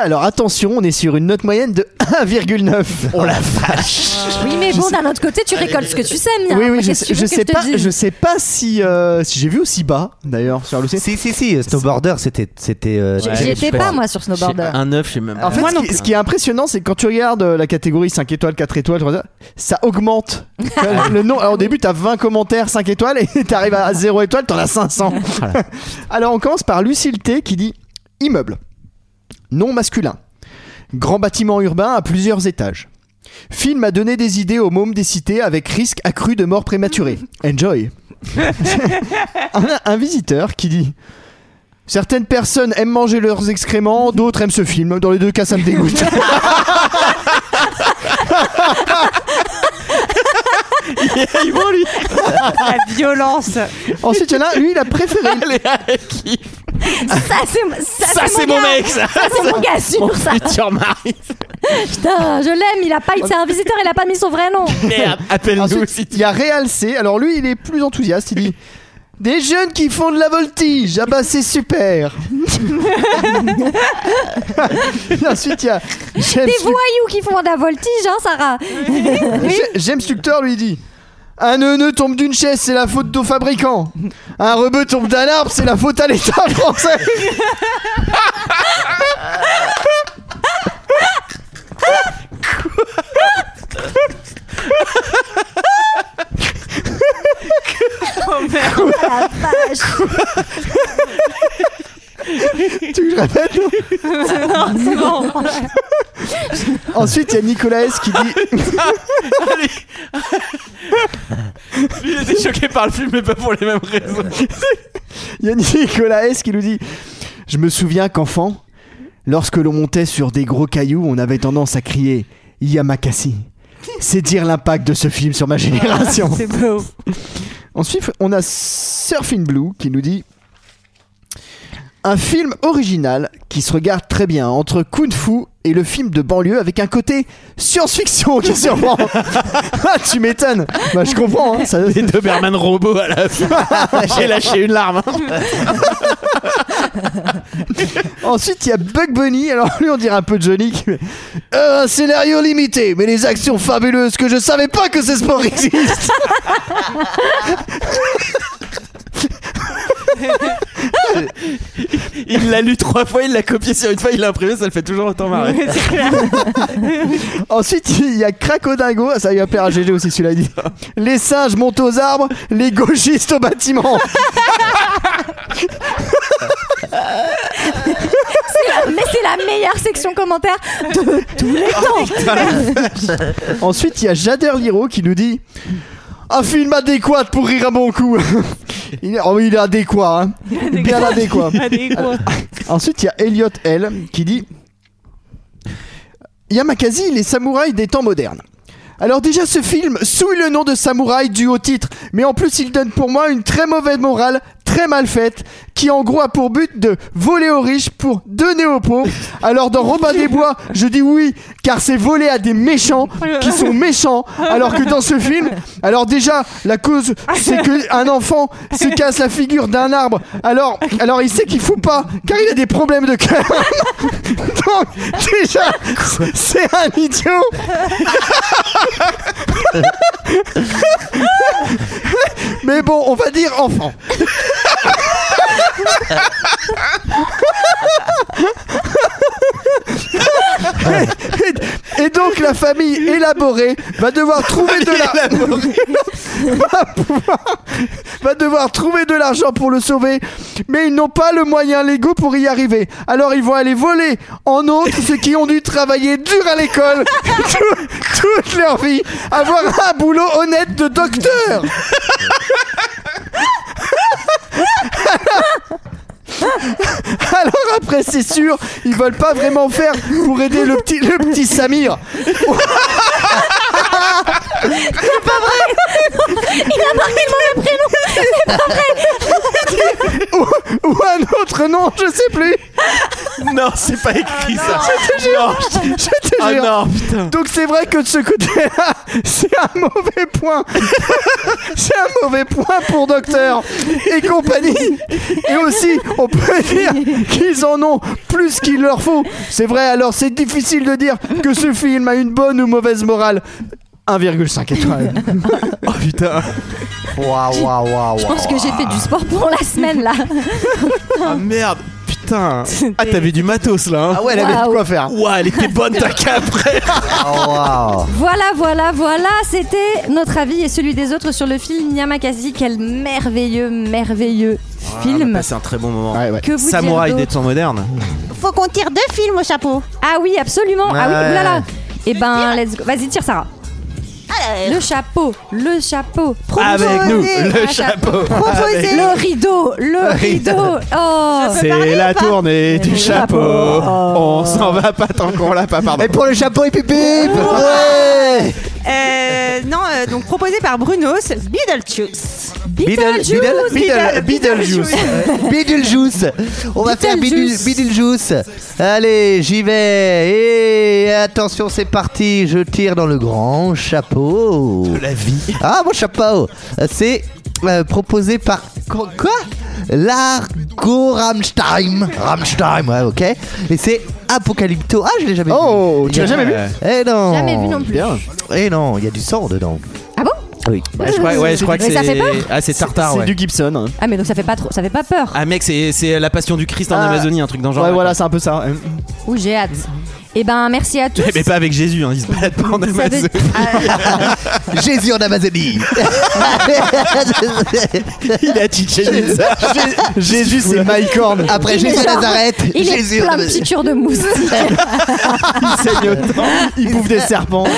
Speaker 9: Alors attention, on est sur une note moyenne de 1,9. Oh la vache
Speaker 1: Ah. Oui, mais bon, d'un autre côté, tu récoltes ce que tu sèmes. hein.
Speaker 9: Oui, oui,
Speaker 1: Moi,
Speaker 9: je,
Speaker 1: qu'est-ce que tu
Speaker 9: je
Speaker 1: veux que
Speaker 9: sais
Speaker 1: te
Speaker 9: pas,
Speaker 1: dise
Speaker 9: je sais pas si, euh, si j'ai vu aussi bas d'ailleurs sur Allociné.
Speaker 10: Si, si, si, Snowboarder, c'était. c'était euh,
Speaker 1: J'y-
Speaker 10: ouais.
Speaker 1: j'y étais pas, moi, sur Snowboarder.
Speaker 8: Un œuf, je sais même
Speaker 9: En fait,
Speaker 1: Moi
Speaker 9: ce
Speaker 1: non
Speaker 9: qui,
Speaker 1: plus.
Speaker 9: ce qui est impressionnant, c'est que quand tu regardes euh, la catégorie 5 étoiles, 4 étoiles, trois étoiles, ça augmente. Tu vois, le nom, alors, au début, t'as 20 commentaires 5 étoiles et t'arrives à 0 étoile, t'en as 500. alors, on commence par Lucille T qui dit immeuble, nom masculin, grand bâtiment urbain à plusieurs étages. Film a donné des idées aux mômes des cités avec risque accru de mort prématurée. Enjoy. un, un visiteur qui dit Certaines personnes aiment manger leurs excréments, d'autres aiment ce film. Dans les deux cas, ça me dégoûte.
Speaker 6: Il est bon, lui.
Speaker 7: euh, La violence.
Speaker 9: Ensuite, il y en a, lui, il a préféré.
Speaker 1: Ça, c'est ça,
Speaker 6: Ça, c'est mon
Speaker 1: gars.
Speaker 6: mec, ça.
Speaker 1: Ça, c'est mon gars sûr,
Speaker 6: Mon
Speaker 1: ça.
Speaker 6: futur mari.
Speaker 1: Putain, je l'aime, il a pas. C'est un visiteur, il a pas mis son vrai nom.
Speaker 6: Merde, appelle-nous
Speaker 8: Ah,
Speaker 9: Ensuite,
Speaker 6: si
Speaker 9: il y a Real C. Alors lui, il est plus enthousiaste. Il dit Des jeunes qui font de la voltige. Ah bah, c'est super. Et ensuite, il y a James,
Speaker 1: Des voyous qui font de la voltige, hein, Sarah.
Speaker 9: J- James Luctor lui dit Un neuneu tombe d'une chaise, c'est la faute au fabricant. Un rebeu tombe d'un arbre, c'est la faute à l'État français.
Speaker 1: La vache.
Speaker 9: tu veux que je répète
Speaker 7: Non, c'est bon.
Speaker 9: Ensuite, il y a Nicolas S qui dit
Speaker 6: Lui, il était choqué par le film, mais pas pour les mêmes raisons.
Speaker 9: Il y a Nicolas S qui nous dit Je me souviens qu'enfant, lorsque l'on montait sur des gros cailloux, on avait tendance à crier Yamakasi. C'est dire l'impact de ce film sur ma génération.
Speaker 7: C'est beau.
Speaker 9: Ensuite, on a Surfing Blue qui nous dit Un film original qui se regarde très bien entre Kung Fu et le film de banlieue avec un côté science-fiction qui surprend. ah, tu m'étonnes. Bah, je comprends. hein, ça...
Speaker 6: Les Doberman robots à la fin. J'ai lâché une larme.
Speaker 10: hein.
Speaker 9: Ensuite, il y a Bug Bunny. Alors lui, on dirait un peu Johnny. qui fait, Euh, un scénario limité, mais les actions fabuleuses que je savais pas que ces sports existent.
Speaker 6: Il l'a lu trois fois, il l'a copié sur une fois, il l'a imprimé, ça le fait toujours autant marrer.
Speaker 7: C'est clair.
Speaker 9: Ensuite, il y a Cracodingo. Ah, Ça lui a plaire à GG aussi, celui-là. il dit. Les singes montent aux arbres, les gauchistes au bâtiment.
Speaker 1: C'est la- mais c'est la meilleure section commentaire de tous les temps.
Speaker 9: Ensuite, il y a Jader Liro qui nous dit un film adéquat pour rire à bon coup. Il est, oh, il est adéquat, hein. bien adéquat.
Speaker 7: Adéquat.
Speaker 10: Euh,
Speaker 9: Ensuite, il y a Elliot L qui dit Yamakasi, les samouraïs des temps modernes. Alors déjà ce film souille le nom de samouraï dû au titre, mais en plus il donne pour moi une très mauvaise morale, très mal faite, qui en gros a pour but de voler aux riches pour donner aux pauvres. Alors dans Robin des Bois, je dis oui, car c'est voler à des méchants qui sont méchants, alors que dans ce film, alors déjà la cause c'est que un enfant se casse la figure d'un arbre, alors, alors il sait qu'il faut pas, car il a des problèmes de cœur. Donc déjà, c'est un idiot. Mais bon, on va dire enfant. Et, et- et donc la famille élaborée va devoir trouver de l'argent. va devoir trouver de l'argent pour le sauver, mais ils n'ont pas le moyen légaux pour y arriver. Alors ils vont aller voler en autres ceux qui ont dû travailler dur à l'école tout- toute leur vie, avoir un boulot honnête de docteur. Alors après, c'est sûr, ils veulent pas vraiment faire pour aider le petit, le petit Samir.
Speaker 1: Il a marqué le mauvais prénom. C'est pas vrai.
Speaker 9: ou, ou un autre nom, je sais plus.
Speaker 6: Non, c'est pas
Speaker 10: Ah
Speaker 6: écrit ça.
Speaker 9: Je te jure. je te
Speaker 6: Ah
Speaker 9: jure.
Speaker 6: non,
Speaker 9: Donc c'est vrai que de ce côté-là, c'est un mauvais point. c'est un mauvais point pour Docteur et compagnie. Et aussi, on peut dire qu'ils en ont plus qu'il leur faut. C'est vrai, alors c'est difficile de dire que ce film a une bonne ou mauvaise morale. 1,5 étoiles.
Speaker 6: oh putain.
Speaker 10: Waouh, waouh, waouh.
Speaker 1: Je pense que j'ai fait du sport pour la semaine là.
Speaker 6: Ah merde, putain. Ah, t'avais du matos là. hein.
Speaker 1: Ah ouais, elle avait de Waouh. quoi faire.
Speaker 6: Ouah, elle était bonne ta cape.
Speaker 1: Voilà, voilà, voilà, c'était notre avis et celui des autres sur le film Nyamakasi. Quel merveilleux, merveilleux film.
Speaker 8: C'est un très bon moment.
Speaker 1: Que Mm. vous
Speaker 8: Samouraï
Speaker 1: dire
Speaker 8: des
Speaker 1: d'autre
Speaker 8: temps modernes.
Speaker 1: Faut qu'on tire deux films au chapeau. Ah oui, absolument. Ah oui,
Speaker 8: Ouais.
Speaker 1: oulala. Et ben, let's go. Vas-y, tire Sarah. Le chapeau, le chapeau.
Speaker 6: Avec
Speaker 1: Proposez
Speaker 6: nous,
Speaker 7: Ah,
Speaker 6: le
Speaker 1: un
Speaker 6: chapeau.
Speaker 1: Proposez
Speaker 6: Avec-
Speaker 1: le rideau, le
Speaker 6: Rideau.
Speaker 1: rideau. Oh.
Speaker 6: C'est la tournée
Speaker 1: Euh,
Speaker 6: du chapeau.
Speaker 10: Oh.
Speaker 6: On s'en va pas tant qu'on l'a pas, pardon. Et pour le chapeau, et pipi
Speaker 7: Ouais Euh, non, euh, donc proposé par Bruno, c'est Beetlejuice.
Speaker 10: Beetle- Beetle-
Speaker 7: Beetlejuice.
Speaker 10: Beetlejuice. Beetlejuice. On va faire Beetle-
Speaker 7: Beetlejuice.
Speaker 10: Beetlejuice. Allez, j'y vais. Et attention, c'est parti. Je tire dans le grand chapeau. De
Speaker 6: la vie.
Speaker 10: Ah, mon chapeau. C'est euh, proposé par. Quoi quoi Largo Rammstein. Rammstein, ouais, ok. Et c'est Apocalypto. Ah, je l'ai jamais
Speaker 6: Oh,
Speaker 10: vu.
Speaker 9: Oh, tu l'as jamais vu
Speaker 10: Eh non.
Speaker 1: Jamais vu non plus. Bien.
Speaker 10: Eh non, il y a du sang dedans.
Speaker 1: Ah bon
Speaker 10: Oui.
Speaker 1: Bah, je crois- ouais, je crois que Mais ça c'est- fait peur
Speaker 8: Ah, c'est tartare, ouais.
Speaker 9: Gibson. hein.
Speaker 1: Ah mais donc ça fait pas trop, ça fait pas peur.
Speaker 8: Ah mec, c'est c'est la passion du Christ en
Speaker 1: Ah.
Speaker 8: Amazonie, un truc dans le genre.
Speaker 9: Ouais, voilà, c'est un peu ça.
Speaker 1: Ou j'ai hâte. Eh ben merci à tous.
Speaker 8: Mais pas avec Jésus, hein, il se balade pas en
Speaker 1: Ça Ah,
Speaker 8: Amazonie.
Speaker 1: veut-
Speaker 10: Jésus en Amazonie.
Speaker 6: Il a Chichen Itza.
Speaker 9: Jésus, c'est Mycorn.
Speaker 10: Après
Speaker 1: Il est
Speaker 10: Jésus de
Speaker 1: genre-
Speaker 10: Nazareth,
Speaker 1: Il
Speaker 10: Jésus
Speaker 1: est
Speaker 10: en
Speaker 1: plein de
Speaker 10: Amazonie.
Speaker 1: piqûres de moustiques.
Speaker 9: Il saigne autant. Il bouffe des serpents.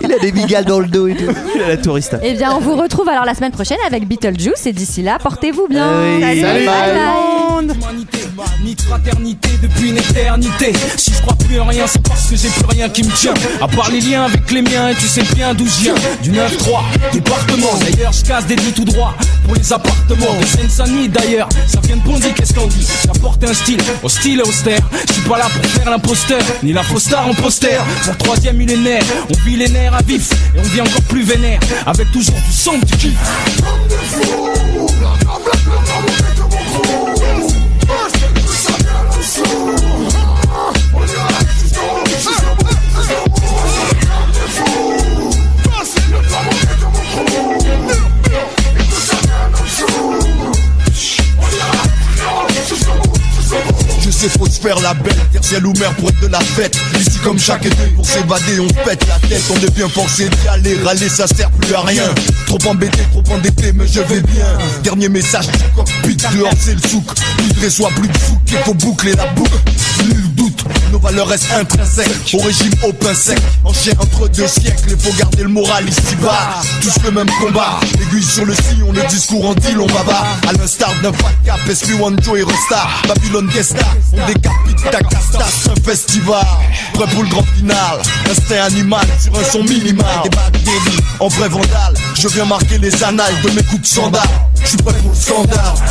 Speaker 10: Il a des bigales dans le dos et tout.
Speaker 8: Il a la tourista.
Speaker 1: Eh bien, on vous retrouve alors la semaine prochaine avec Beetlejuice et d'ici là, portez-vous bien.
Speaker 15: Salut,
Speaker 1: Bye bye.
Speaker 15: Humanité, ni de fraternité depuis une éternité. Si je crois plus en rien, c'est parce que j'ai plus rien qui me tient. À part les liens avec les miens, et tu sais bien d'où je viens. Du 9-3, département. D'ailleurs, je casse des deux tout droit pour les appartements. De Seine-Saint-Denis d'ailleurs, ça vient de Bondy, qu'est-ce qu'on dit J'apporte un style, hostile et austère. Je suis pas là pour faire l'imposteur, ni la fausse star en poster. Pour troisième millénaire, on vit les nerfs à vif. Et on vit encore plus vénère, avec toujours du son du kiff.
Speaker 16: Je sais faut se faire la belle, terre ciel ou mer pour être de la fête Ici comme chaque été pour s'évader on pète la tête On devient forcé d'y aller, râler ça sert plus à rien Trop embêté, trop endetté mais je vais bien Dernier message du cockpit, dehors c'est le souk Plus de soit plus de souk, il faut boucler la boucle Nul doute, nos valeurs restent intrinsèques Au régime au pain sec, en chien entre deux siècles Il faut garder le moral ici-bas, tous le même combat Aiguille sur le sillon, le discours en dit on baba À l'instar d'un fat cap, SP1 Joe et Rostar Babylone Guesta, on décapite ta casta C'est un festival, prêt pour le grand final Instinct animal, sur un son minimal Des bactéries, en vrai vandale Je viens marquer les annales de mes coups de sandales Je suis prêt pour le scandale